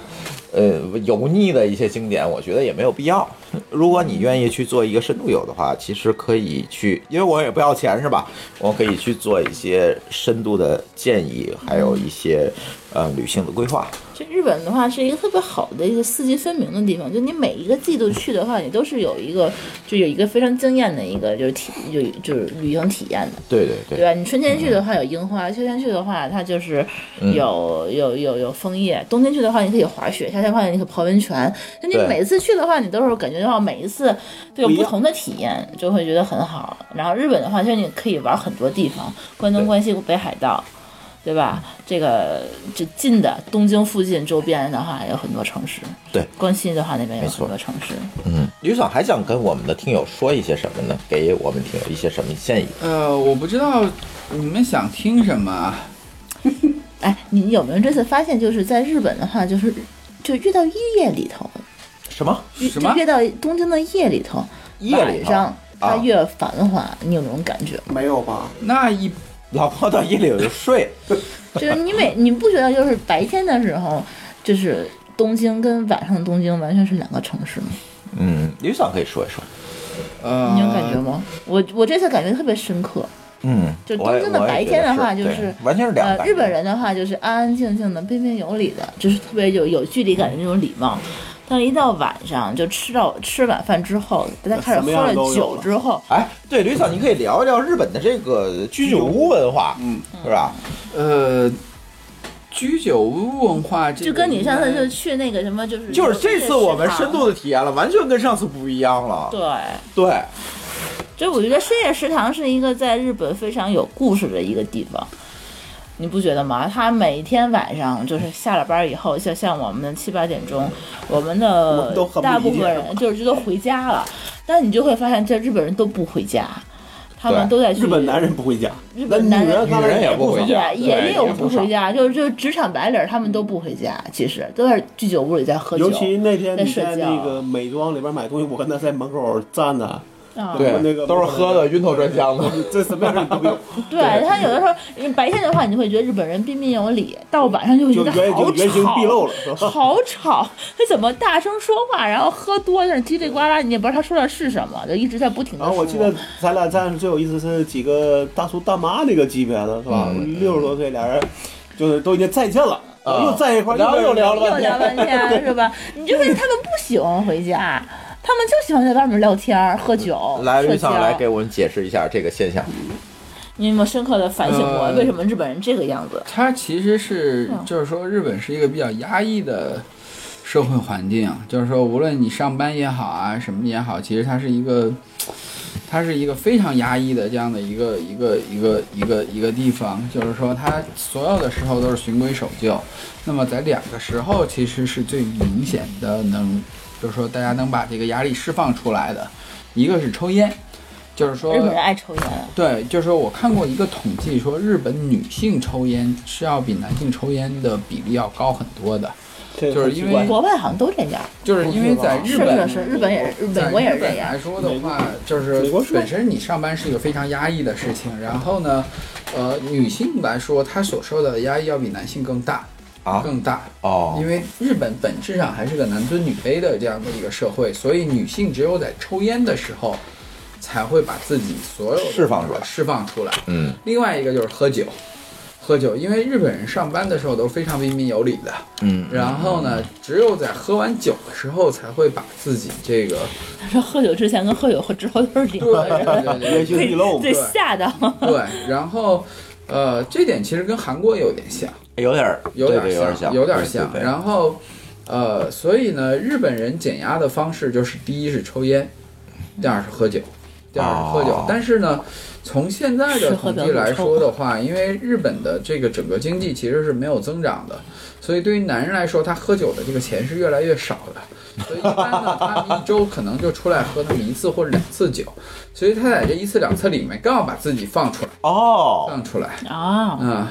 [SPEAKER 1] 呃油腻的一些景点，我觉得也没有必要。如果你愿意去做一个深度游的话，其实可以去，因为我也不要钱是吧？我可以去做一些深度的建议，还有一些呃旅行的规划。
[SPEAKER 2] 就日本的话是一个特别好的一个四季分明的地方，就你每一个季度去的话，你都是有一个就有一个非常惊艳的一个就是体就就是旅行体验的，
[SPEAKER 1] 对对对嗯
[SPEAKER 2] 对啊吧？你春天去的话有樱花，秋天去的话它就是有、有有有枫叶，冬天去的话你可以滑雪，夏天的话你可以泡温泉。就你
[SPEAKER 1] 对
[SPEAKER 2] 每次去的话，你都是感觉到每一次都有
[SPEAKER 3] 不一
[SPEAKER 2] 不
[SPEAKER 3] 样
[SPEAKER 2] 同的体验，就会觉得很好。然后日本的话，就是你可以玩很多地方，关东、关西、北海道。对吧？这个这近的东京附近周边的话，有很多城市。
[SPEAKER 1] 对，
[SPEAKER 2] 关西的话那边有
[SPEAKER 1] 没错
[SPEAKER 2] 很多城市。
[SPEAKER 1] 嗯，吕总还想跟我们的听友说一些什么呢？给我们听友一些什么建议？
[SPEAKER 4] 呃，我不知道你们想听什么啊。
[SPEAKER 2] 哎，你有没有这次发现，就是在日本的话，就是就越到夜里头，
[SPEAKER 1] 什么
[SPEAKER 2] 越
[SPEAKER 4] 什
[SPEAKER 2] 就
[SPEAKER 4] 么
[SPEAKER 2] 越到东京的夜里头，
[SPEAKER 1] 夜里
[SPEAKER 2] 晚
[SPEAKER 1] 头
[SPEAKER 2] 上
[SPEAKER 1] 啊
[SPEAKER 2] 它越繁华，你有那种感觉吗？
[SPEAKER 3] 没有吧？
[SPEAKER 4] 那一
[SPEAKER 1] 老婆到夜里我就睡，
[SPEAKER 2] 就是你每你不觉得就是白天的时候，就是东京跟晚上的东京完全是两个城市吗？
[SPEAKER 1] 嗯，吕总可以说一说。
[SPEAKER 4] 呃，
[SPEAKER 2] 你有感觉吗？我我这次感觉特别深刻，
[SPEAKER 1] 嗯，
[SPEAKER 2] 就
[SPEAKER 1] 我也
[SPEAKER 2] 东京的
[SPEAKER 1] 我也
[SPEAKER 2] 白
[SPEAKER 1] 觉
[SPEAKER 2] 天
[SPEAKER 1] 得
[SPEAKER 2] 的话
[SPEAKER 1] 是
[SPEAKER 2] 就
[SPEAKER 1] 对
[SPEAKER 2] 是
[SPEAKER 1] 完全是两个
[SPEAKER 2] 呃
[SPEAKER 1] 感，觉
[SPEAKER 2] 日本人的话就是安安静静的、彬彬有礼的，就是特别有有距离感的那种礼貌。但是一到晚上，就吃到吃晚饭之后，大家开始
[SPEAKER 3] 什么
[SPEAKER 2] 喝
[SPEAKER 3] 样的
[SPEAKER 2] 了
[SPEAKER 3] 都有
[SPEAKER 2] 酒
[SPEAKER 3] 了
[SPEAKER 2] 之后，
[SPEAKER 1] 哎，对，吕嫂，你可以聊一聊日本的这个居酒屋文化，嗯，是吧？
[SPEAKER 4] 呃，居酒屋文化这个
[SPEAKER 2] 就跟你上次
[SPEAKER 4] 应该
[SPEAKER 2] 就去那个什么，就是
[SPEAKER 1] 就是这次我们深度的体验了，完全跟上次不一样了。
[SPEAKER 2] 对，
[SPEAKER 1] 对，
[SPEAKER 2] 就是我觉得深夜食堂是一个在日本非常有故事的一个地方，你不觉得吗？他每天晚上就是下了班以后，就像我们七八点钟，我们
[SPEAKER 3] 我
[SPEAKER 2] 的
[SPEAKER 3] 们都很不
[SPEAKER 2] 大部
[SPEAKER 3] 理解
[SPEAKER 2] 分人就是都回家了，但你就会发现，这日本人都不回家，他们
[SPEAKER 1] 对
[SPEAKER 2] 都在去
[SPEAKER 3] 日本男人不回家，
[SPEAKER 2] 日
[SPEAKER 3] 那
[SPEAKER 2] 本
[SPEAKER 3] 女
[SPEAKER 2] 男
[SPEAKER 3] 人
[SPEAKER 2] 人
[SPEAKER 1] 女人也不
[SPEAKER 3] 不
[SPEAKER 1] 回
[SPEAKER 3] 少
[SPEAKER 1] 家
[SPEAKER 2] 对也
[SPEAKER 1] 对
[SPEAKER 2] 有
[SPEAKER 1] 也
[SPEAKER 2] 不
[SPEAKER 1] 不少
[SPEAKER 2] 回家，就是就是职场白领儿他们都不回家，其实都在居酒屋里在喝酒，
[SPEAKER 3] 尤其那天
[SPEAKER 2] 在
[SPEAKER 3] 你
[SPEAKER 2] 睡
[SPEAKER 3] 在
[SPEAKER 2] 觉
[SPEAKER 3] 那个美妆里边买东西，我跟他在门口站着，
[SPEAKER 2] 啊
[SPEAKER 3] 我们那个
[SPEAKER 1] 都是喝的晕头转向的。
[SPEAKER 3] 这什么样的人都有。
[SPEAKER 2] 对他有的时候，你白天的话，你就会觉得日本人彬彬有礼，到晚上就会觉
[SPEAKER 3] 就
[SPEAKER 2] 得
[SPEAKER 3] 原
[SPEAKER 2] 好
[SPEAKER 3] 就原形毕
[SPEAKER 2] 吵，
[SPEAKER 3] 露了，是吧？
[SPEAKER 2] 好吵。他怎么大声说话，然后喝多在那叽里呱啦，你也不知道他说的是什么，就一直在不停的
[SPEAKER 3] 然后
[SPEAKER 2] 说。
[SPEAKER 3] 啊我记得咱俩站是最有意思是几个大叔大妈那个级别的，是吧？六十多岁俩人，就是都已经再见了，
[SPEAKER 1] 嗯啊
[SPEAKER 3] 又站一块儿，
[SPEAKER 1] 然后又聊了
[SPEAKER 2] 又聊半天是吧？你就发现他们不喜欢回家，他们就喜欢在外面聊天儿、喝酒、
[SPEAKER 1] 嗯来，
[SPEAKER 2] 社
[SPEAKER 1] 吕
[SPEAKER 2] 交
[SPEAKER 1] 嫂。来给我们解释一下这个现象。
[SPEAKER 2] 你有没有深刻的反省过
[SPEAKER 4] 呃
[SPEAKER 2] 为什么日本人这个样子？
[SPEAKER 4] 它其实是
[SPEAKER 2] 嗯
[SPEAKER 4] 就是说，日本是一个比较压抑的社会环境，就是说，无论你上班也好啊，什么也好，其实它是一个，它是一个非常压抑的这样的一个一个一个一个一个地方，就是说，它所有的时候都是循规守旧。那么在两个时候，其实是最明显的能，就是说，大家能把这个压力释放出来的，一个是抽烟。就是说，
[SPEAKER 2] 日本人爱抽烟，
[SPEAKER 4] 对，就是说我看过一个统计，说日本女性抽烟是要比男性抽烟的比例要高很多的，
[SPEAKER 3] 这
[SPEAKER 4] 就
[SPEAKER 3] 个
[SPEAKER 4] 是
[SPEAKER 3] 很
[SPEAKER 4] 因
[SPEAKER 3] 奇怪
[SPEAKER 4] 为
[SPEAKER 2] 国外好像都这样，
[SPEAKER 4] 就是因为在日
[SPEAKER 2] 是不
[SPEAKER 4] 本
[SPEAKER 2] 是？是日本也是，美
[SPEAKER 4] 在
[SPEAKER 2] 国也是
[SPEAKER 4] 日
[SPEAKER 2] 这
[SPEAKER 4] 本
[SPEAKER 2] 样
[SPEAKER 4] 来。说的话，就是
[SPEAKER 3] 美国是
[SPEAKER 4] 本身你上班是一个非常压抑的事情，然后呢，呃，女性来说她所受到的压抑要比男性更大
[SPEAKER 1] 啊
[SPEAKER 4] 更大，
[SPEAKER 1] 哦
[SPEAKER 4] 因，为日本本质上还是个男尊女卑的这样的一个社会，所以女性只有在抽烟的时候，才会把自己所有的
[SPEAKER 1] 释放出来
[SPEAKER 4] 释放出来。
[SPEAKER 1] 嗯，
[SPEAKER 4] 另外一个就是喝酒，喝酒，因为日本人上班的时候都是非常彬彬有礼的，
[SPEAKER 1] 嗯，
[SPEAKER 4] 然后呢，只有在喝完酒的时候才会把自己 这个，
[SPEAKER 2] 他说喝酒之前跟喝酒喝之后都是两个
[SPEAKER 4] 对对
[SPEAKER 2] 人。
[SPEAKER 4] 对
[SPEAKER 3] 原形毕露嘛
[SPEAKER 2] 这吓到，
[SPEAKER 4] 对，然后，呃，这点其实跟韩国有点像。
[SPEAKER 1] 有点儿，
[SPEAKER 4] 有点
[SPEAKER 1] 对对有
[SPEAKER 4] 像，
[SPEAKER 1] 像，
[SPEAKER 4] 有
[SPEAKER 1] 对
[SPEAKER 4] 点
[SPEAKER 1] 对
[SPEAKER 4] 像。
[SPEAKER 1] 对
[SPEAKER 4] 然后，呃，所以呢，日本人减压的方式就是第一是抽烟，第二是喝酒，第二是喝酒。
[SPEAKER 1] 哦
[SPEAKER 4] 但是呢，从现在的
[SPEAKER 2] 吃喝
[SPEAKER 4] 统计
[SPEAKER 2] 嫖赌
[SPEAKER 4] 来
[SPEAKER 2] 抽
[SPEAKER 4] 说的话，因为日本的这个整个经济其实是没有增长的，所以对于男人来说，他喝酒的这个钱是越来越少的。所以一般呢，他们一周可能就出来喝那么一次或者两次酒，所以他在这一次两次里面，刚好把自己放出来，
[SPEAKER 1] 哦，
[SPEAKER 4] 放出来，
[SPEAKER 2] 啊！
[SPEAKER 4] 嗯。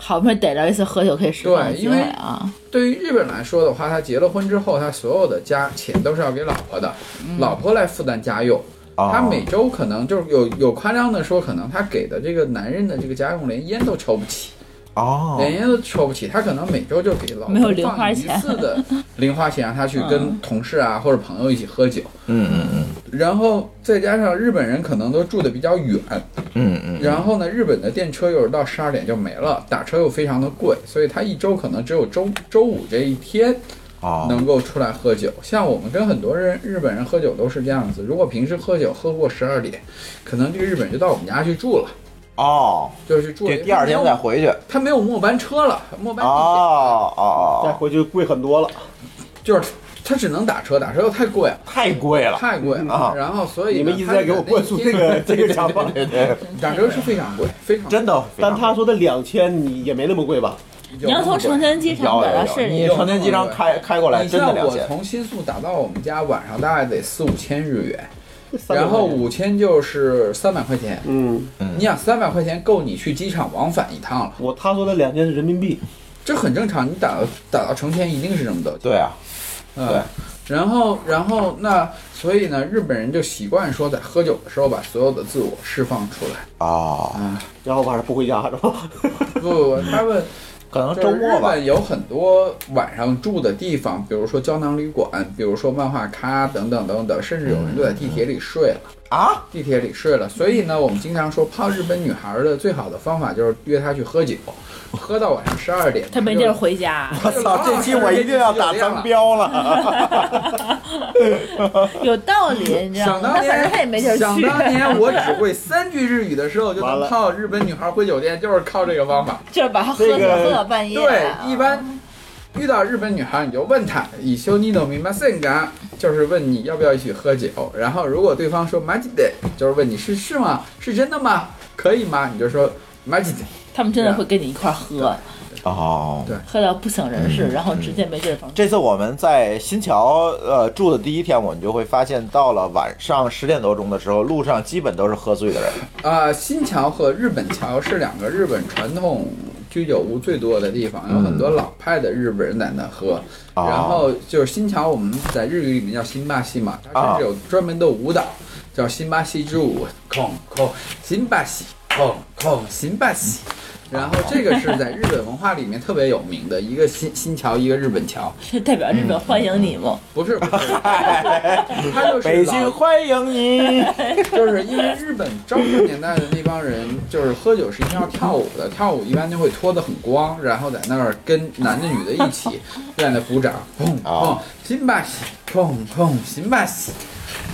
[SPEAKER 2] 好不容易逮着一次喝酒可以释放的
[SPEAKER 4] 对
[SPEAKER 2] 机
[SPEAKER 4] 因为
[SPEAKER 2] 会啊！
[SPEAKER 4] 对于日本来说的话，他结了婚之后，他所有的家钱都是要给老婆的，
[SPEAKER 2] 嗯
[SPEAKER 4] 老婆来负担家用。
[SPEAKER 1] 哦
[SPEAKER 4] 他每周可能就是有有夸张的说，可能他给的这个男人的这个家用连烟都抽不起，
[SPEAKER 1] 哦，
[SPEAKER 4] 连烟都抽不起。他可能每周就给老婆
[SPEAKER 2] 没有零花
[SPEAKER 4] 放一
[SPEAKER 2] 钱嗯
[SPEAKER 4] 次 的零花钱，让他去跟同事啊或者朋友一起喝酒。
[SPEAKER 1] 嗯嗯
[SPEAKER 4] 然后再加上日本人可能都住的比较远，
[SPEAKER 1] 嗯嗯
[SPEAKER 4] 然后呢，日本的电车又是到十二点就没了，打车又非常的贵，所以他一周可能只有周周五这一天。
[SPEAKER 1] 嗯，哦，
[SPEAKER 4] 能够出来喝酒。像我们跟很多人日本人喝酒都是这样子，如果平时喝酒喝过十二点，可能这个日本人就到我们家去住了，
[SPEAKER 1] 哦，
[SPEAKER 4] 就是去住了
[SPEAKER 1] 对，。第二天再回去，哦
[SPEAKER 4] 他没有末班车了，末班地铁、
[SPEAKER 1] 哦哦
[SPEAKER 3] 再
[SPEAKER 1] 哦
[SPEAKER 3] 回去贵很多了。
[SPEAKER 4] 就是它只能打车，打车又太贵了，
[SPEAKER 1] 太贵了。
[SPEAKER 4] 太贵了。
[SPEAKER 1] 啊
[SPEAKER 4] 然后所以呢
[SPEAKER 1] 你们一直在给我灌输这个这个想法，对对，
[SPEAKER 4] 打车是非常贵，非常贵
[SPEAKER 1] 真的。
[SPEAKER 3] 但他说的两千，你也没那么贵吧？
[SPEAKER 2] 你要从成田机场
[SPEAKER 1] 有
[SPEAKER 2] 打
[SPEAKER 1] 有
[SPEAKER 2] 到
[SPEAKER 1] 有，
[SPEAKER 2] 市
[SPEAKER 1] 你
[SPEAKER 2] 里，
[SPEAKER 1] 成天机场开开过来，
[SPEAKER 4] 啊你
[SPEAKER 1] 真的
[SPEAKER 4] 像
[SPEAKER 1] 两
[SPEAKER 4] 我
[SPEAKER 1] 千。
[SPEAKER 4] 从新宿打到我们家，晚上大概得四五千日元，
[SPEAKER 3] 三百
[SPEAKER 4] 然后
[SPEAKER 3] 块钱
[SPEAKER 4] 五千就是三百块钱。
[SPEAKER 3] 嗯，
[SPEAKER 4] 你想三百块钱够你去机场往返一趟了，
[SPEAKER 3] 我他说的两千是人民币，
[SPEAKER 4] 这很正常。你打到打到成田一定是这么多钱。
[SPEAKER 1] 对啊，
[SPEAKER 4] 嗯，然后，然后那所以呢，日本人就习惯说，在喝酒的时候把所有的自我释放出来。
[SPEAKER 1] 啊，
[SPEAKER 4] 嗯
[SPEAKER 3] 然后晚上不回家是吧？
[SPEAKER 4] 不不不，他们
[SPEAKER 1] 可能
[SPEAKER 4] 就是
[SPEAKER 1] 啊周末
[SPEAKER 4] 日
[SPEAKER 1] 吧。
[SPEAKER 4] 本有很多晚上住的地方，比如说胶囊旅馆，比如说漫画咖等等等等，甚至有人就在地铁里睡了，
[SPEAKER 1] 啊，
[SPEAKER 4] 地铁里睡了。所以呢，我们经常说泡日本女孩儿的最好的方法就是约她去喝酒，喝到晚上十二点，啊
[SPEAKER 2] 他没地儿回家，
[SPEAKER 1] 我操，这 期我一定要打商标了。
[SPEAKER 2] 有道理，你知道
[SPEAKER 4] 想
[SPEAKER 2] 吗？
[SPEAKER 4] 当
[SPEAKER 2] 他反正
[SPEAKER 4] 年，
[SPEAKER 2] 他也没地儿去。
[SPEAKER 4] 想当年我只会三句日语的时候，就能泡日本女孩回酒店，就是靠这个方法。
[SPEAKER 2] 就是把他喝
[SPEAKER 3] 这个
[SPEAKER 2] 喝到半夜。
[SPEAKER 4] 对，一般遇到日本女孩，你就问她以修尼诺明白森嘎，啊就是问你要不要一起喝酒。然后如果对方说马吉得，就是问你是是吗？是真的吗？可以吗？你就说马吉得。
[SPEAKER 2] 他们真的会跟你一块儿喝，
[SPEAKER 1] 哦，
[SPEAKER 2] 喝到不省人
[SPEAKER 4] 嗯
[SPEAKER 2] 事，然后直接没地儿放。
[SPEAKER 1] 这次我们在新桥呃住的第一天，我们就会发现，到了晚上十点多钟的时候，路上基本都是喝醉的人。
[SPEAKER 4] 啊，新桥和日本桥是两个日本传统居酒屋最多的地方，有很多老派的日本人在那喝。
[SPEAKER 1] 哦
[SPEAKER 4] 然后就是新桥，我们在日语里面叫新巴西嘛，它
[SPEAKER 1] 啊
[SPEAKER 4] 是有专门的舞蹈，叫新巴西之舞，空空新巴西，空空新巴西。然后这个是在日本文化里面特别有名的一个新新桥，一个日本桥，
[SPEAKER 2] 这代表日
[SPEAKER 4] 嗯
[SPEAKER 2] 本欢迎你吗？
[SPEAKER 4] 不是，不是 它就是
[SPEAKER 1] 北
[SPEAKER 4] 老
[SPEAKER 1] 京欢迎你。
[SPEAKER 4] 就是因为日本昭和年代的那帮人，就是喝酒是一定要跳舞的，跳舞一般就会脱得很光，然后在那儿跟男的女的一 起在那鼓掌，砰砰
[SPEAKER 1] 哦，
[SPEAKER 4] 新巴西，砰砰，新巴西。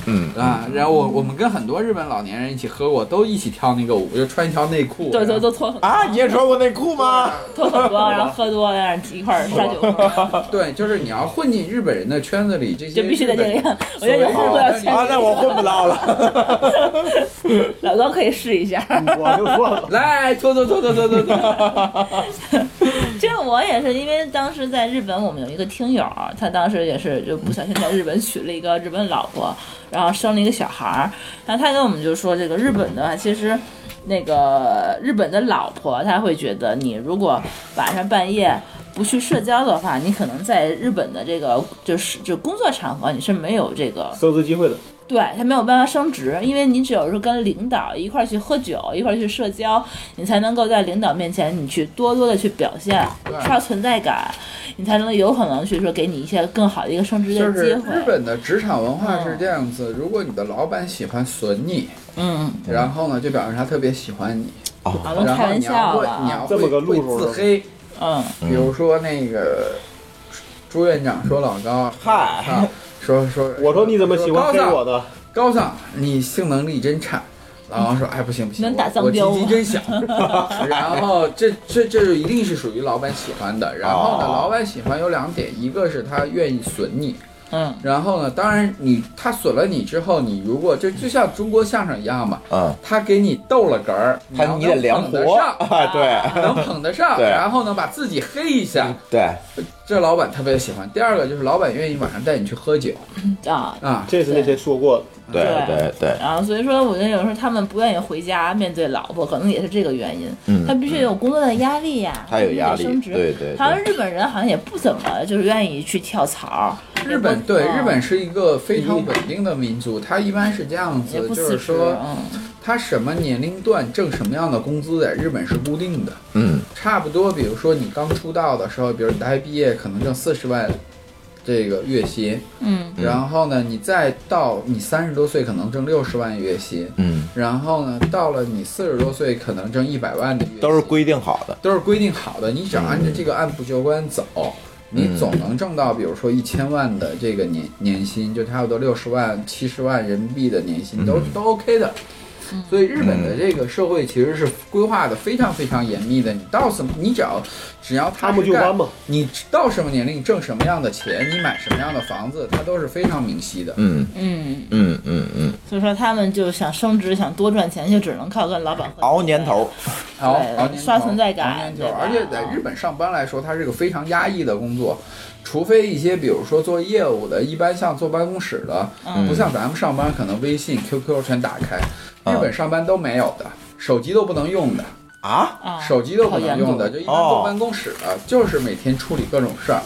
[SPEAKER 1] 嗯
[SPEAKER 4] 啊，然后我我们跟很多日本老年人一起喝过，都一起跳那个舞，就穿一条内裤，
[SPEAKER 2] 对
[SPEAKER 4] 然
[SPEAKER 2] 对，
[SPEAKER 4] 后
[SPEAKER 2] 都脱很
[SPEAKER 1] 啊，你也穿过内裤吗？
[SPEAKER 2] 脱很多，然后喝多了然后 一块儿下酒，
[SPEAKER 4] 对，就是你要混进日本人的圈子里，这些
[SPEAKER 2] 就必须得
[SPEAKER 4] 日本
[SPEAKER 2] 这样。我觉得有事不要去，
[SPEAKER 1] 啊，那我混不到了。
[SPEAKER 2] 老高可以试一下。
[SPEAKER 3] 我就算了，
[SPEAKER 4] 来，脱脱脱脱脱脱脱，
[SPEAKER 2] 这我也是，因为当时在日本，我们有一个听友，他当时也是就不小心在日本娶了一个日本老婆，然后生了一个小孩儿。然后他跟我们就说，这个日本的其实，那个日本的老婆，他会觉得你如果晚上半夜不去社交的话，你可能在日本的这个就是就工作场合你是没有这个
[SPEAKER 3] 升职机会的。
[SPEAKER 2] 对他没有办法升职，因为你只有是跟领导一块儿去喝酒，一块儿去社交，你才能够在领导面前你去多多的去表现，刷存在感，你才能有可能去说给你一些更好的一个升职
[SPEAKER 4] 就
[SPEAKER 2] 的
[SPEAKER 4] 是
[SPEAKER 2] 机
[SPEAKER 4] 日
[SPEAKER 2] 会。
[SPEAKER 4] 本的职场文化是这样子，如果你的老板喜欢损你，
[SPEAKER 2] 嗯，
[SPEAKER 4] 然后呢，就表示他特别喜欢你，
[SPEAKER 2] 好
[SPEAKER 4] 然后
[SPEAKER 2] 了，开玩
[SPEAKER 4] 你要
[SPEAKER 2] 笑
[SPEAKER 4] 会你
[SPEAKER 2] 了，
[SPEAKER 4] 要
[SPEAKER 3] 这么
[SPEAKER 4] 会
[SPEAKER 3] 个路
[SPEAKER 4] 会
[SPEAKER 3] 数
[SPEAKER 4] 自
[SPEAKER 3] 是吧
[SPEAKER 4] 黑，
[SPEAKER 2] 嗯，
[SPEAKER 4] 比如说那个朱院长说老高，啊
[SPEAKER 1] 嗨，
[SPEAKER 4] 说说，
[SPEAKER 3] 我说你怎么喜欢黑我
[SPEAKER 4] 高
[SPEAKER 3] 的？
[SPEAKER 4] 高尚，你性能力真差。老王说：“哎，不行不行，
[SPEAKER 2] 能打
[SPEAKER 4] 我
[SPEAKER 2] 脏标
[SPEAKER 4] 我鸡鸡
[SPEAKER 2] 吗
[SPEAKER 4] 真 小。然后这这这就一定是属于老板喜欢的。然后呢，
[SPEAKER 1] 哦
[SPEAKER 4] 老板喜欢有两点，一个是他愿意损你，
[SPEAKER 2] 嗯，
[SPEAKER 4] 然后呢，当然你他损了你之后，你如果就就像中国相声一样嘛，
[SPEAKER 1] 嗯，
[SPEAKER 4] 他给你逗了哏儿，
[SPEAKER 1] 他
[SPEAKER 4] 要
[SPEAKER 1] 你得
[SPEAKER 4] 能
[SPEAKER 1] 量
[SPEAKER 4] 捧得
[SPEAKER 1] 活
[SPEAKER 4] 上，
[SPEAKER 1] 啊，对
[SPEAKER 4] 能捧得上，
[SPEAKER 1] 对
[SPEAKER 4] 然后呢把自己黑一下，
[SPEAKER 1] 对，
[SPEAKER 4] 这老板特别喜欢。第二个就是老板愿意晚上带你去喝酒
[SPEAKER 2] 啊，
[SPEAKER 4] 啊，
[SPEAKER 3] 这是那天说过的，
[SPEAKER 1] 对对对，
[SPEAKER 2] 然后所以说，我觉得有时候他们不愿意回家面对老婆，可能也是这个原因。
[SPEAKER 1] 嗯
[SPEAKER 2] 他必须有工作的压力呀，
[SPEAKER 1] 他有压力
[SPEAKER 2] 必须得升职。
[SPEAKER 1] 对对对
[SPEAKER 2] 好像日本人好像也不怎么就是愿意去跳槽。
[SPEAKER 4] 日本对
[SPEAKER 2] 嗯
[SPEAKER 4] 日本是一个非常稳定的民族，它一般是这样
[SPEAKER 2] 也
[SPEAKER 4] 子，
[SPEAKER 2] 不
[SPEAKER 4] 就
[SPEAKER 2] 辞
[SPEAKER 4] 是
[SPEAKER 2] 职，
[SPEAKER 4] 说
[SPEAKER 2] 嗯，
[SPEAKER 4] 他什么年龄段挣什么样的工资，在日本是固定的。
[SPEAKER 1] 嗯，
[SPEAKER 4] 差不多，比如说你刚出道的时候，比如大学毕业可能挣四十万这个月薪，
[SPEAKER 2] 嗯，
[SPEAKER 4] 然后呢，你再到你三十多岁可能挣六十万月薪，
[SPEAKER 1] 嗯，
[SPEAKER 4] 然后呢，到了你四十多岁可能挣一百万的月薪，
[SPEAKER 1] 都是规定好的。
[SPEAKER 4] 都是规定好的，你只要按
[SPEAKER 3] 嗯
[SPEAKER 4] 照这个按部就班走，你总能挣到，比如说一千万的
[SPEAKER 3] 嗯
[SPEAKER 4] 这个年年薪，就差不多六十万、七十万人民币的年薪，都都 OK 的。所以日本的这个社会其实是规划的非常非常严密的。你到什么，你只要只要他
[SPEAKER 3] 按部
[SPEAKER 4] 是
[SPEAKER 3] 就
[SPEAKER 4] 干
[SPEAKER 3] 班嘛，
[SPEAKER 4] 你到什么年龄挣什么样的钱，你买什么样的房子，它都是非常明晰的。
[SPEAKER 1] 嗯
[SPEAKER 2] 嗯，
[SPEAKER 1] 嗯嗯嗯，
[SPEAKER 2] 所以说他们就想升职，想多赚钱，就只能靠跟老板合作
[SPEAKER 1] 熬年头，
[SPEAKER 4] 好，
[SPEAKER 2] 对
[SPEAKER 4] 熬年
[SPEAKER 2] 刷
[SPEAKER 4] 头
[SPEAKER 2] 存在感
[SPEAKER 4] 熬年头
[SPEAKER 2] 对吧
[SPEAKER 4] 而且在日本上班来说，它是个非常压抑的工作，除非一些比如说做业务的，一般像坐办公室的，
[SPEAKER 2] 嗯
[SPEAKER 4] 不像咱们上班可能微信、QQ 全打开，
[SPEAKER 1] 嗯
[SPEAKER 4] 日本上班都没有的，手机都不能用的，
[SPEAKER 1] 啊，
[SPEAKER 2] 啊，
[SPEAKER 4] 手机都不能用
[SPEAKER 2] 好
[SPEAKER 4] 的，
[SPEAKER 2] 严
[SPEAKER 4] 就
[SPEAKER 2] 格
[SPEAKER 4] 一般坐办公室的，就是每天处理各种事儿。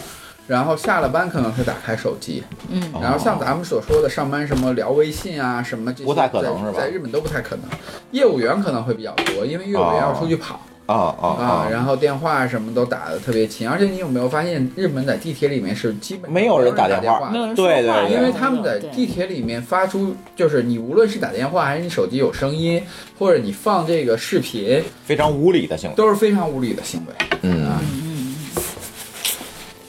[SPEAKER 4] 然后下了班可能会打开手机，
[SPEAKER 2] 嗯，
[SPEAKER 1] 哦
[SPEAKER 4] 然后像咱们所说的上班什么聊微信啊什么这些，
[SPEAKER 1] 不太可能
[SPEAKER 4] 在
[SPEAKER 1] 是吧
[SPEAKER 4] 在日本都不太可能，业务员可能会比较多，因为业务员要出去跑，
[SPEAKER 1] 啊啊
[SPEAKER 4] 啊，然后电话什么都打得特别勤，而且你有没有发现，日本在地铁里面是基本
[SPEAKER 1] 没有人打
[SPEAKER 4] 打
[SPEAKER 1] 电话
[SPEAKER 4] 话
[SPEAKER 2] 没有人说
[SPEAKER 1] 对
[SPEAKER 2] 话
[SPEAKER 1] 对对
[SPEAKER 4] 因为他们在
[SPEAKER 2] 对
[SPEAKER 4] 地铁里面发出，就是你无论是打电话还是你手机有声音，或者你放这个视频，
[SPEAKER 1] 非常无理的行为。
[SPEAKER 4] 都是非常无理的行为。
[SPEAKER 1] 嗯，
[SPEAKER 4] 啊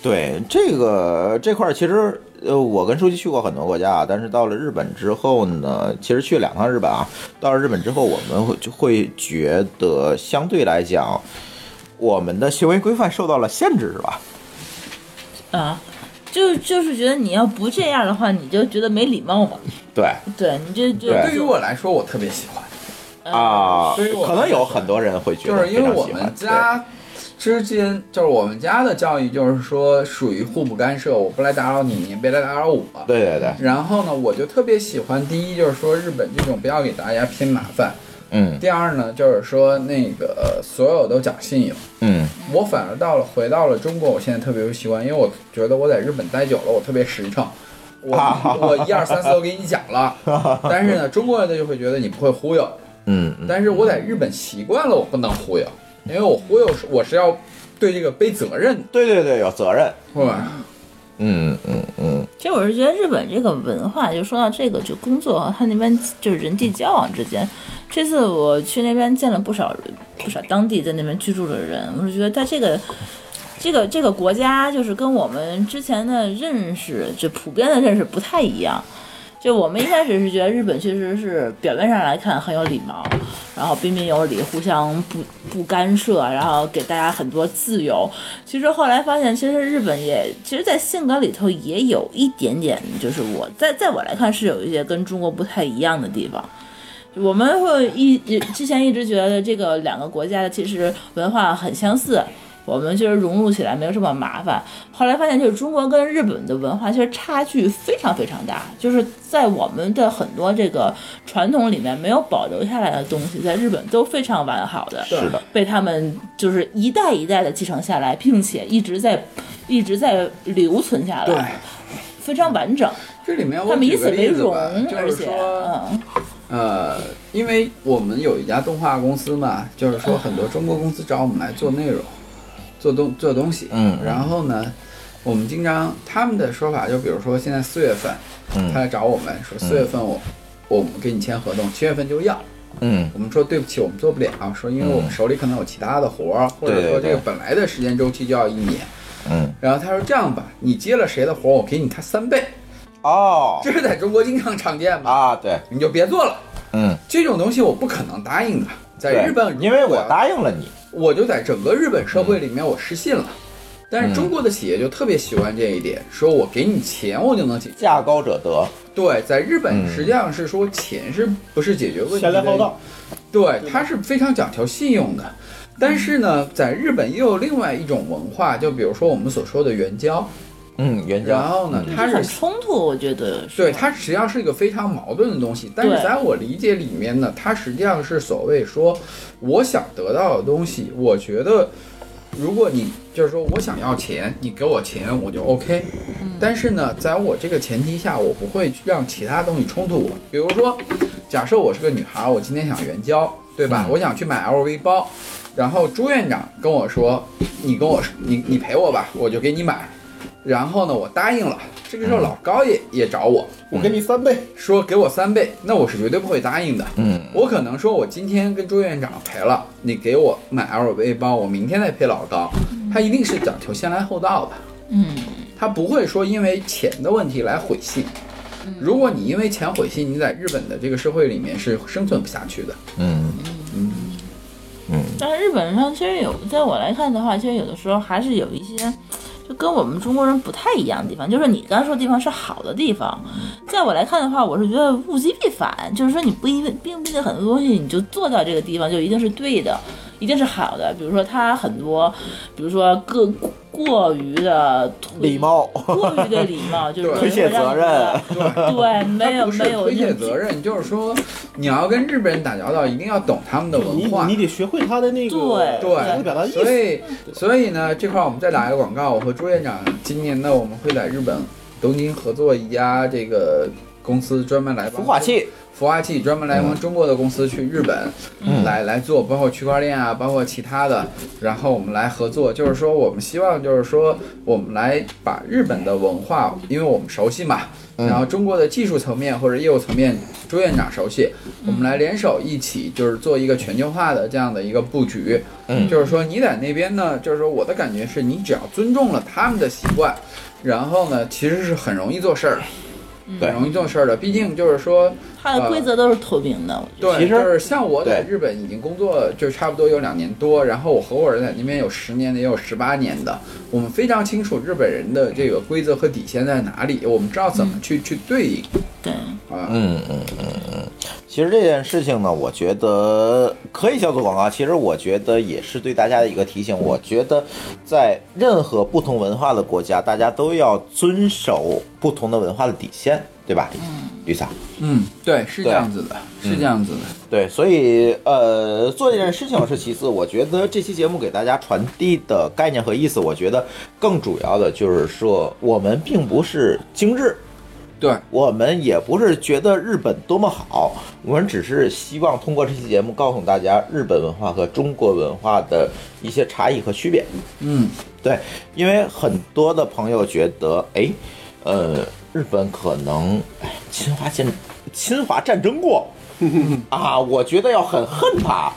[SPEAKER 1] 对这个这块儿，其实呃，我跟书记去过很多国家啊，但是到了日本之后呢，其实去了两趟日本啊，到了日本之后，我们会就会觉得相对来讲，我们的行为规范受到了限制，是吧？
[SPEAKER 2] 啊，就就是觉得你要不这样的话，你就觉得没礼貌嘛。
[SPEAKER 1] 对
[SPEAKER 2] 对，你这就
[SPEAKER 1] 对
[SPEAKER 4] 对于我来说，我特别喜欢，
[SPEAKER 2] 呃
[SPEAKER 1] 啊，
[SPEAKER 4] 对于嗯我
[SPEAKER 1] 可能有很多人会觉
[SPEAKER 4] 就
[SPEAKER 1] 得非
[SPEAKER 4] 是因为
[SPEAKER 1] 常
[SPEAKER 4] 我
[SPEAKER 1] 喜欢
[SPEAKER 4] 们家之间，就是我们家的教育就是说属于互不干涉，我不来打扰你，你也别来打扰我。
[SPEAKER 1] 对对对对，
[SPEAKER 4] 然后呢，我就特别喜欢，第一就是说日本这种不要给大家添麻烦，
[SPEAKER 1] 嗯
[SPEAKER 4] 第二呢，就是说那个呃所有都讲信用。
[SPEAKER 1] 嗯
[SPEAKER 4] 我反而到了回到了中国，我现在特别不习惯，因为我觉得我在日本待久了，我特别 实诚。我我一二三四都给你讲了，但是呢，中国人呢就会觉得你不会忽悠。
[SPEAKER 1] 嗯嗯，
[SPEAKER 4] 但是我在日本习惯了，我不能忽悠，因为我忽悠是我是要对这个背责任的，
[SPEAKER 1] 对对对，有责任，
[SPEAKER 4] 是吧？
[SPEAKER 1] 嗯嗯嗯，
[SPEAKER 2] 其实我是觉得日本这个文化，就说到这个，就工作和他那边就是人际交往之间。这次我去那边见了不少不少当地在那边居住的人，我是觉得在这个这个这个国家，就是跟我们之前的认识，就普遍的认识不太一样。就我们一开始是觉得日本确实是表面上来看很有礼貌，然后彬彬有礼，互相不不干涉，然后给大家很多自由。其实后来发现，其实日本也，其实，在性格里头也有一点点，就是我在在我来看是有一些跟中国不太一样的地方。我们会一之前一直觉得这个两个国家的其实文化很相似，我们就是融入起来没有这么麻烦。后来发现，就是中国跟日本的文化其实差距非常非常大，就是在我们的很多这个传统里面没有保留下来的东西，在日本都非常完好的。
[SPEAKER 1] 是的，
[SPEAKER 2] 被他们就是一代一代的继承下来，并且一直在一直在留存下
[SPEAKER 4] 对，
[SPEAKER 2] 来，非常完整。
[SPEAKER 4] 这里面
[SPEAKER 2] 他
[SPEAKER 4] 我
[SPEAKER 2] 们以
[SPEAKER 4] 举
[SPEAKER 2] 此
[SPEAKER 4] 个
[SPEAKER 2] 为
[SPEAKER 4] 例子
[SPEAKER 2] 荣
[SPEAKER 4] 吧，，就
[SPEAKER 2] 而
[SPEAKER 4] 是
[SPEAKER 2] 且
[SPEAKER 4] 说，
[SPEAKER 2] 嗯，
[SPEAKER 4] 呃，因为我们有一家动画公司嘛，就是说很多中国公司找我们来做内容，做东做东西。
[SPEAKER 1] 嗯嗯
[SPEAKER 4] 然后呢，我们经常他们的说法就比如说现在四月份，
[SPEAKER 1] 嗯
[SPEAKER 4] 他来找我们说四月份我、我们给你签合同，七月份就要。
[SPEAKER 1] 嗯
[SPEAKER 4] 我们说对不起，我们做不了，说因为我们手里可能有其他的活儿，或者
[SPEAKER 1] 对
[SPEAKER 4] 说这个
[SPEAKER 1] 对
[SPEAKER 4] 本来的时间周期就要一年。
[SPEAKER 1] 嗯，
[SPEAKER 4] 然后他说这样吧，你接了谁的活儿，我给你他三倍，
[SPEAKER 1] 哦
[SPEAKER 4] 这是在中国经常常见吧？
[SPEAKER 1] 啊，对，
[SPEAKER 4] 你就别做了。
[SPEAKER 1] 嗯。
[SPEAKER 4] 这种东西我不可能答应的。在
[SPEAKER 1] 对，
[SPEAKER 4] 日本，
[SPEAKER 1] 因为我
[SPEAKER 4] 要，
[SPEAKER 1] 答嗯应了你，
[SPEAKER 4] 我就在整个日本社会里面我失信了。但
[SPEAKER 1] 嗯
[SPEAKER 4] 是中国的企业就特别喜欢这一点，说我给你钱我就能解决。
[SPEAKER 1] 价高者得，
[SPEAKER 4] 对，在日本
[SPEAKER 1] 嗯
[SPEAKER 4] 实际上是说钱是不是解决问题
[SPEAKER 3] 先来
[SPEAKER 4] 的？
[SPEAKER 3] 后到，
[SPEAKER 4] 对，它是非常讲求信用的。但是呢，在日本也有另外一种文化，就比如说我们所说的援交，
[SPEAKER 1] 嗯，援交，
[SPEAKER 4] 然后呢，它
[SPEAKER 2] 这很
[SPEAKER 4] 是
[SPEAKER 2] 冲突，我觉得是
[SPEAKER 4] 对，它实际上是一个非常矛盾的东西。但是
[SPEAKER 2] 对
[SPEAKER 4] 在我理解里面呢，它实际上是所谓说，我想得到的东西，我觉得如果你就是说我想要钱，你给我钱我就 OK。但是呢，在我这个前提下，我不会让其他东西冲突我。比如说，假设我是个女孩，我今天想援交，对吧？我想去买 LV 包，然后朱院长跟我说，你跟我你你陪我吧，我就给你买。然后呢，我答应了。这个时候老高也也找我，
[SPEAKER 3] 我给你三倍，
[SPEAKER 4] 说给我三倍，那我是绝对不会答应的。
[SPEAKER 1] 嗯，
[SPEAKER 4] 我可能说我今天跟朱院长赔了，你给我买 LV 包，我明天再赔老高。他一定是讲求先来后到的，
[SPEAKER 2] 嗯，
[SPEAKER 4] 他不会说因为钱的问题来毁信。
[SPEAKER 2] 嗯
[SPEAKER 4] 如果你因为钱毁信，你在日本的这个社会里面是生存不下去的。
[SPEAKER 1] 嗯
[SPEAKER 2] 但是日本上其实有，在我来看的话，其实有的时候还是有一些，就跟我们中国人不太一样的地方。就是你刚才说的地方是好的地方，在我来看的话，我是觉得物极必反，就是说你不一定并不一定很多东西你就做到这个地方就一定是对的，一定是好的。比如说它很多，比如说各过于的
[SPEAKER 1] 礼，貌，
[SPEAKER 2] 过于的礼貌，就是
[SPEAKER 1] 推卸责任，
[SPEAKER 2] 对，没
[SPEAKER 4] 它
[SPEAKER 2] 有
[SPEAKER 4] 不是
[SPEAKER 2] 没有
[SPEAKER 4] 推卸
[SPEAKER 2] 任
[SPEAKER 4] 责任，就是说你要跟日本人打交道，一定要懂他们的
[SPEAKER 3] 你
[SPEAKER 4] 文化。
[SPEAKER 3] 你得学会他的那个
[SPEAKER 2] 对
[SPEAKER 4] 对，
[SPEAKER 3] 他的表达意
[SPEAKER 4] 所
[SPEAKER 3] 思。
[SPEAKER 4] 以所以呢，这块儿我们再打一个广告，我和朱院长今年呢，我们会在日本东京合作一家这个公司，专门来帮
[SPEAKER 1] 孵化器。
[SPEAKER 4] 孵化器专门来帮中国的公司去日本、
[SPEAKER 1] 嗯
[SPEAKER 4] 来来做，包括区块链啊，包括其他的，然后我们来合作，就是说我们希望就是说我们来把日本的文化，因为我们熟悉嘛。然后中国的技术层面或者业务层面，朱院长熟悉，我们来联手一起，就是做一个全球化的这样的一个布局。
[SPEAKER 1] 嗯
[SPEAKER 4] 就是说你在那边呢，就是说我的感觉是你只要尊重了他们的习惯，然后呢，其实是很容易做事儿，很容易做事儿的。毕竟就是说，
[SPEAKER 2] 它的规则都是透明的，我觉得
[SPEAKER 4] 对，
[SPEAKER 1] 其实
[SPEAKER 4] 就是像我在
[SPEAKER 1] 对
[SPEAKER 4] 日本已经工作就差不多有两年多，然后我合伙人在那边有十年的，也有十八年的，我们非常清楚日本人的这个规则和底线在哪里，我们知道怎么去、去对应。
[SPEAKER 2] 对。
[SPEAKER 1] 嗯嗯嗯嗯，其实这件事情呢，我觉得可以叫做广告。其实我觉得也是对大家的一个提醒。我觉得在任何不同文化的国家，大家都要遵守不同的文化的底线，对吧？吕萨，
[SPEAKER 4] 嗯，对，是这
[SPEAKER 1] 对嗯
[SPEAKER 4] 样子的，是这样子的。
[SPEAKER 1] 对，所以呃，做这件事情是其次。我觉得这期节目给大家传递的概念和意思，我觉得更主要的就是说，我们并不是精致，
[SPEAKER 4] 对，
[SPEAKER 1] 我们也不是觉得日本多么好，我们只是希望通过这期节目告诉大家日本文化和中国文化的一些差异和区别。
[SPEAKER 4] 嗯，
[SPEAKER 1] 对，因为很多的朋友觉得，哎，呃，日本可能哎侵华战侵华战争过啊，我觉得要很恨他。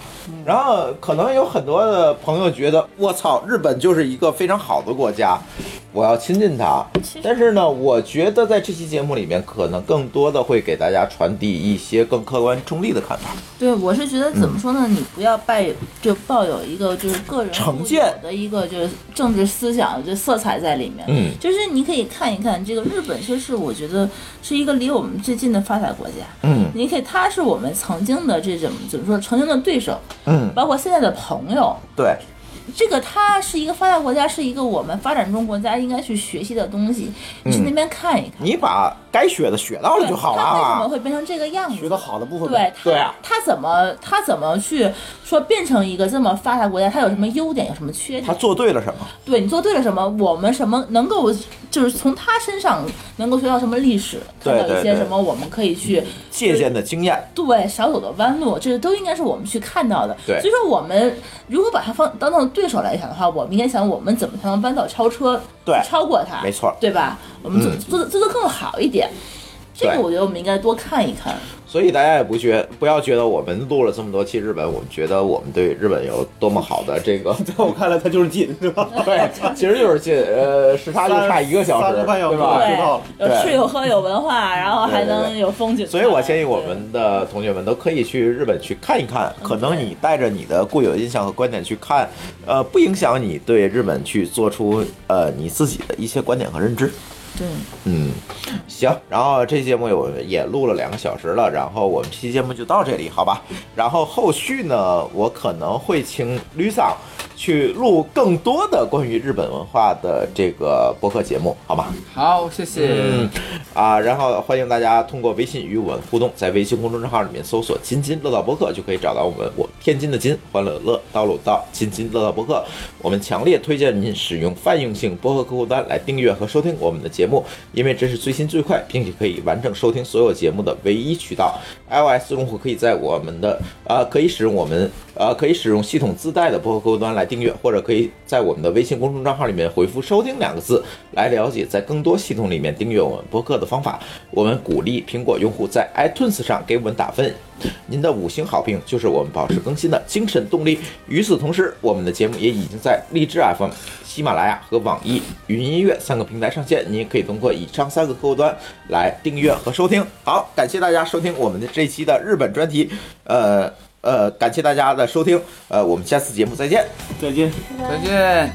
[SPEAKER 1] 然后可能有很多的朋友觉得，我操，日本就是一个非常好的国家，我要亲近它。但是呢，我觉得在这期节目里面，可能更多的会给大家传递一些更客观中立的看法。
[SPEAKER 2] 对，我是觉得
[SPEAKER 1] 嗯
[SPEAKER 2] 怎么说呢？你不要抱就抱有一个就是个人
[SPEAKER 1] 成
[SPEAKER 2] 固
[SPEAKER 1] 见
[SPEAKER 2] 有的一个就是政治思想就色彩在里面。
[SPEAKER 1] 嗯
[SPEAKER 2] 就是你可以看一看这个日本，其实是我觉得是一个离我们最近的发达国家。
[SPEAKER 1] 嗯
[SPEAKER 2] 你可以，它是我们曾经的这种怎么说，曾经的对手，
[SPEAKER 1] 嗯，
[SPEAKER 2] 包括现在的朋友。
[SPEAKER 1] 对，
[SPEAKER 2] 这个它是一个发达国家，是一个我们发展中国家应该去学习的东西。你去那边看一看，
[SPEAKER 1] 你把该学的学到了
[SPEAKER 2] 对
[SPEAKER 1] 嗯就好了
[SPEAKER 2] 它为什
[SPEAKER 1] 啊
[SPEAKER 2] 么。会变成这个样子？
[SPEAKER 3] 学的好的部分，
[SPEAKER 2] 对他，
[SPEAKER 1] 对啊
[SPEAKER 2] 他怎么他怎么去说变成一个这么发达国家？他有什么优点，有什么缺
[SPEAKER 1] 他
[SPEAKER 2] 点？
[SPEAKER 1] 做对了什么？
[SPEAKER 2] 对你做对了什么？我们什么能够就是从他身上能够学到什么历史，看
[SPEAKER 1] 对
[SPEAKER 2] 到一
[SPEAKER 1] 对
[SPEAKER 2] 些
[SPEAKER 1] 对
[SPEAKER 2] 什么我们可以去
[SPEAKER 1] 借鉴的经验。
[SPEAKER 2] 对少走的弯路，这都应该是我们去看到的。
[SPEAKER 1] 对
[SPEAKER 2] 所以说我们如果把他放当成对手来想的话，我们应该想我们怎么才能弯道超车，
[SPEAKER 1] 对
[SPEAKER 2] 超过他，
[SPEAKER 1] 没错
[SPEAKER 2] 对吧？我们做、
[SPEAKER 1] 嗯
[SPEAKER 2] 做得做得更好一点。这个
[SPEAKER 1] 对
[SPEAKER 2] 我觉得我们应该多看一看。
[SPEAKER 1] 所以大家也不觉不要觉得我们录了这么多期日本，我们觉得我们对日本有多么好的这个，
[SPEAKER 3] 在我看来他就是紧，对吧？
[SPEAKER 1] 对，其实就是近呃时差就差一个小
[SPEAKER 3] 三
[SPEAKER 1] 时，
[SPEAKER 3] 三个半小时
[SPEAKER 1] 对吧？
[SPEAKER 3] 知道了
[SPEAKER 2] 有吃
[SPEAKER 1] 对
[SPEAKER 2] 有喝有文化，然后还
[SPEAKER 1] 对对对
[SPEAKER 2] 能有风景看。
[SPEAKER 1] 所以我建议我
[SPEAKER 2] 对
[SPEAKER 1] 们的同学们都可以去日本去看一看，可能你带着你的固有印象和观点去看，呃，不影响你对日本去做出呃你自己的一些观点和认知。
[SPEAKER 2] 对
[SPEAKER 1] 嗯，行，然后这期节目我们也录了两个小时了，然后我们这期节目就到这里，好吧？然后后续呢，我可能会请吕桑去录更多的关于日本文化的这个播客节目，好吗？
[SPEAKER 4] 好，谢谢。
[SPEAKER 1] 嗯啊，然后欢迎大家通过微信与我们互动，在微信公众号里面搜索“津津乐道播客”就可以找到我们。我天津的津，欢乐乐，道路道，津津乐道播客。我们强烈推荐您使用泛用性播客客户端来订阅和收听我们的节目，因为这是最新最快，并且可以完整收听所有节目的唯一渠道。iOS 用户可以在我们的呃可以使用我们呃可以使用系统自带的播客客户端来。来订阅，或者可以在我们的微信公众账号里面回复“收听”两个字来了解在更多系统里面订阅我们播客的方法。我们鼓励苹果用户在 iTunes 上给我们打分，您的五星好评就是我们保持更新的精神动力。与此同时，我们的节目也已经在荔枝 FM、喜马拉雅和网易云音乐三个平台上线，您也可以通过以上三个客户端来订阅和收听。好，感谢大家收听我们的这期的日本专题，呃呃，感谢大家的收听，呃，我们下次节目再见。
[SPEAKER 3] 再见。
[SPEAKER 4] 再见。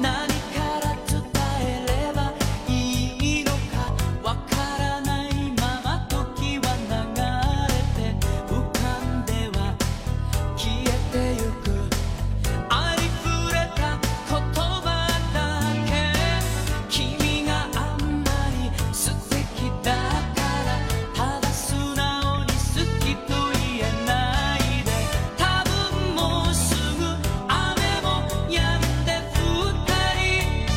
[SPEAKER 7] 何から伝えればいいのかわからないまま時は流れて浮かんでは消えてゆくありふれた言葉だけ君があんまり素敵だからただ素直に好きと言えないで多分もうすぐ雨も止んで二人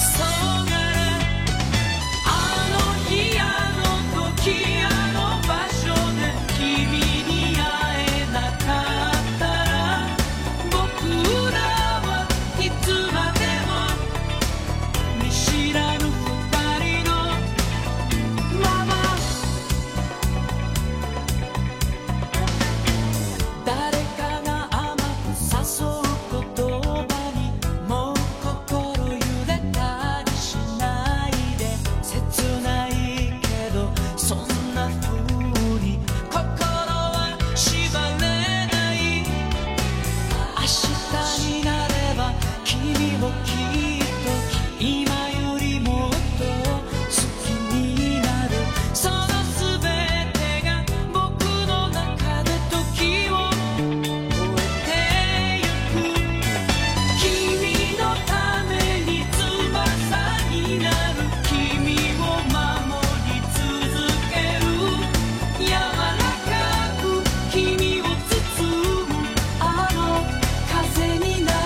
[SPEAKER 7] そがれ「あの日あの時あの場所で君に会えなかったら僕らはいつまでも見知らぬ二人のまま」「誰かが甘く誘う言葉にもう心揺れたりしないで」「切ないけどそんな風に心は縛れない」「明日になれば君もきっと今よりもっと好きになる」「その全てが僕の中で時を超えてゆく」「君のために翼になる」「君を守り続ける」「柔らかく君を包むあの風になる」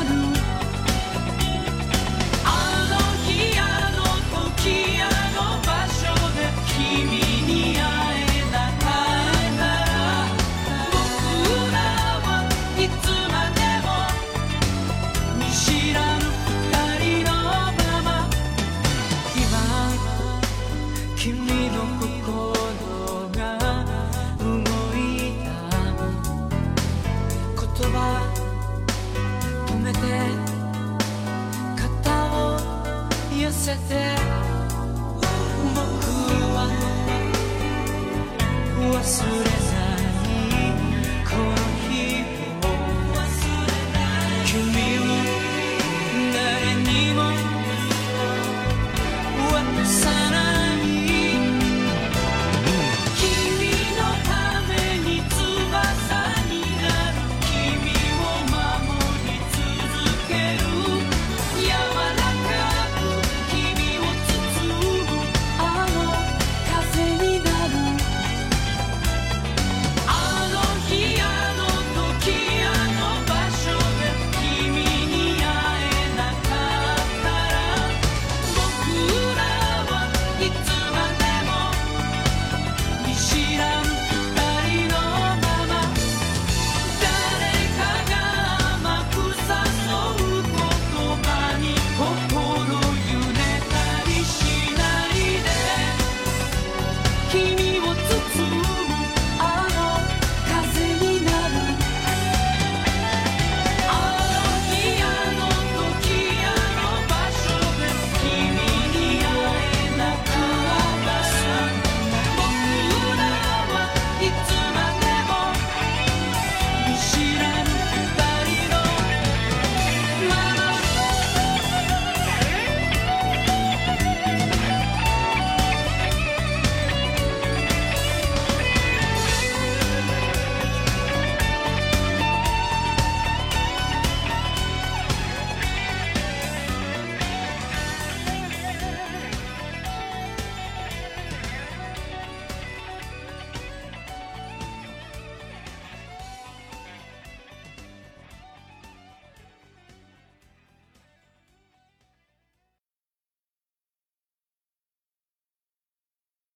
[SPEAKER 7] 「あの日あの時あの場所で君に会えなかったら」「僕らはいつまでも」見知らぬ二人のまま今君の心が動いた言葉止めて肩を寄せて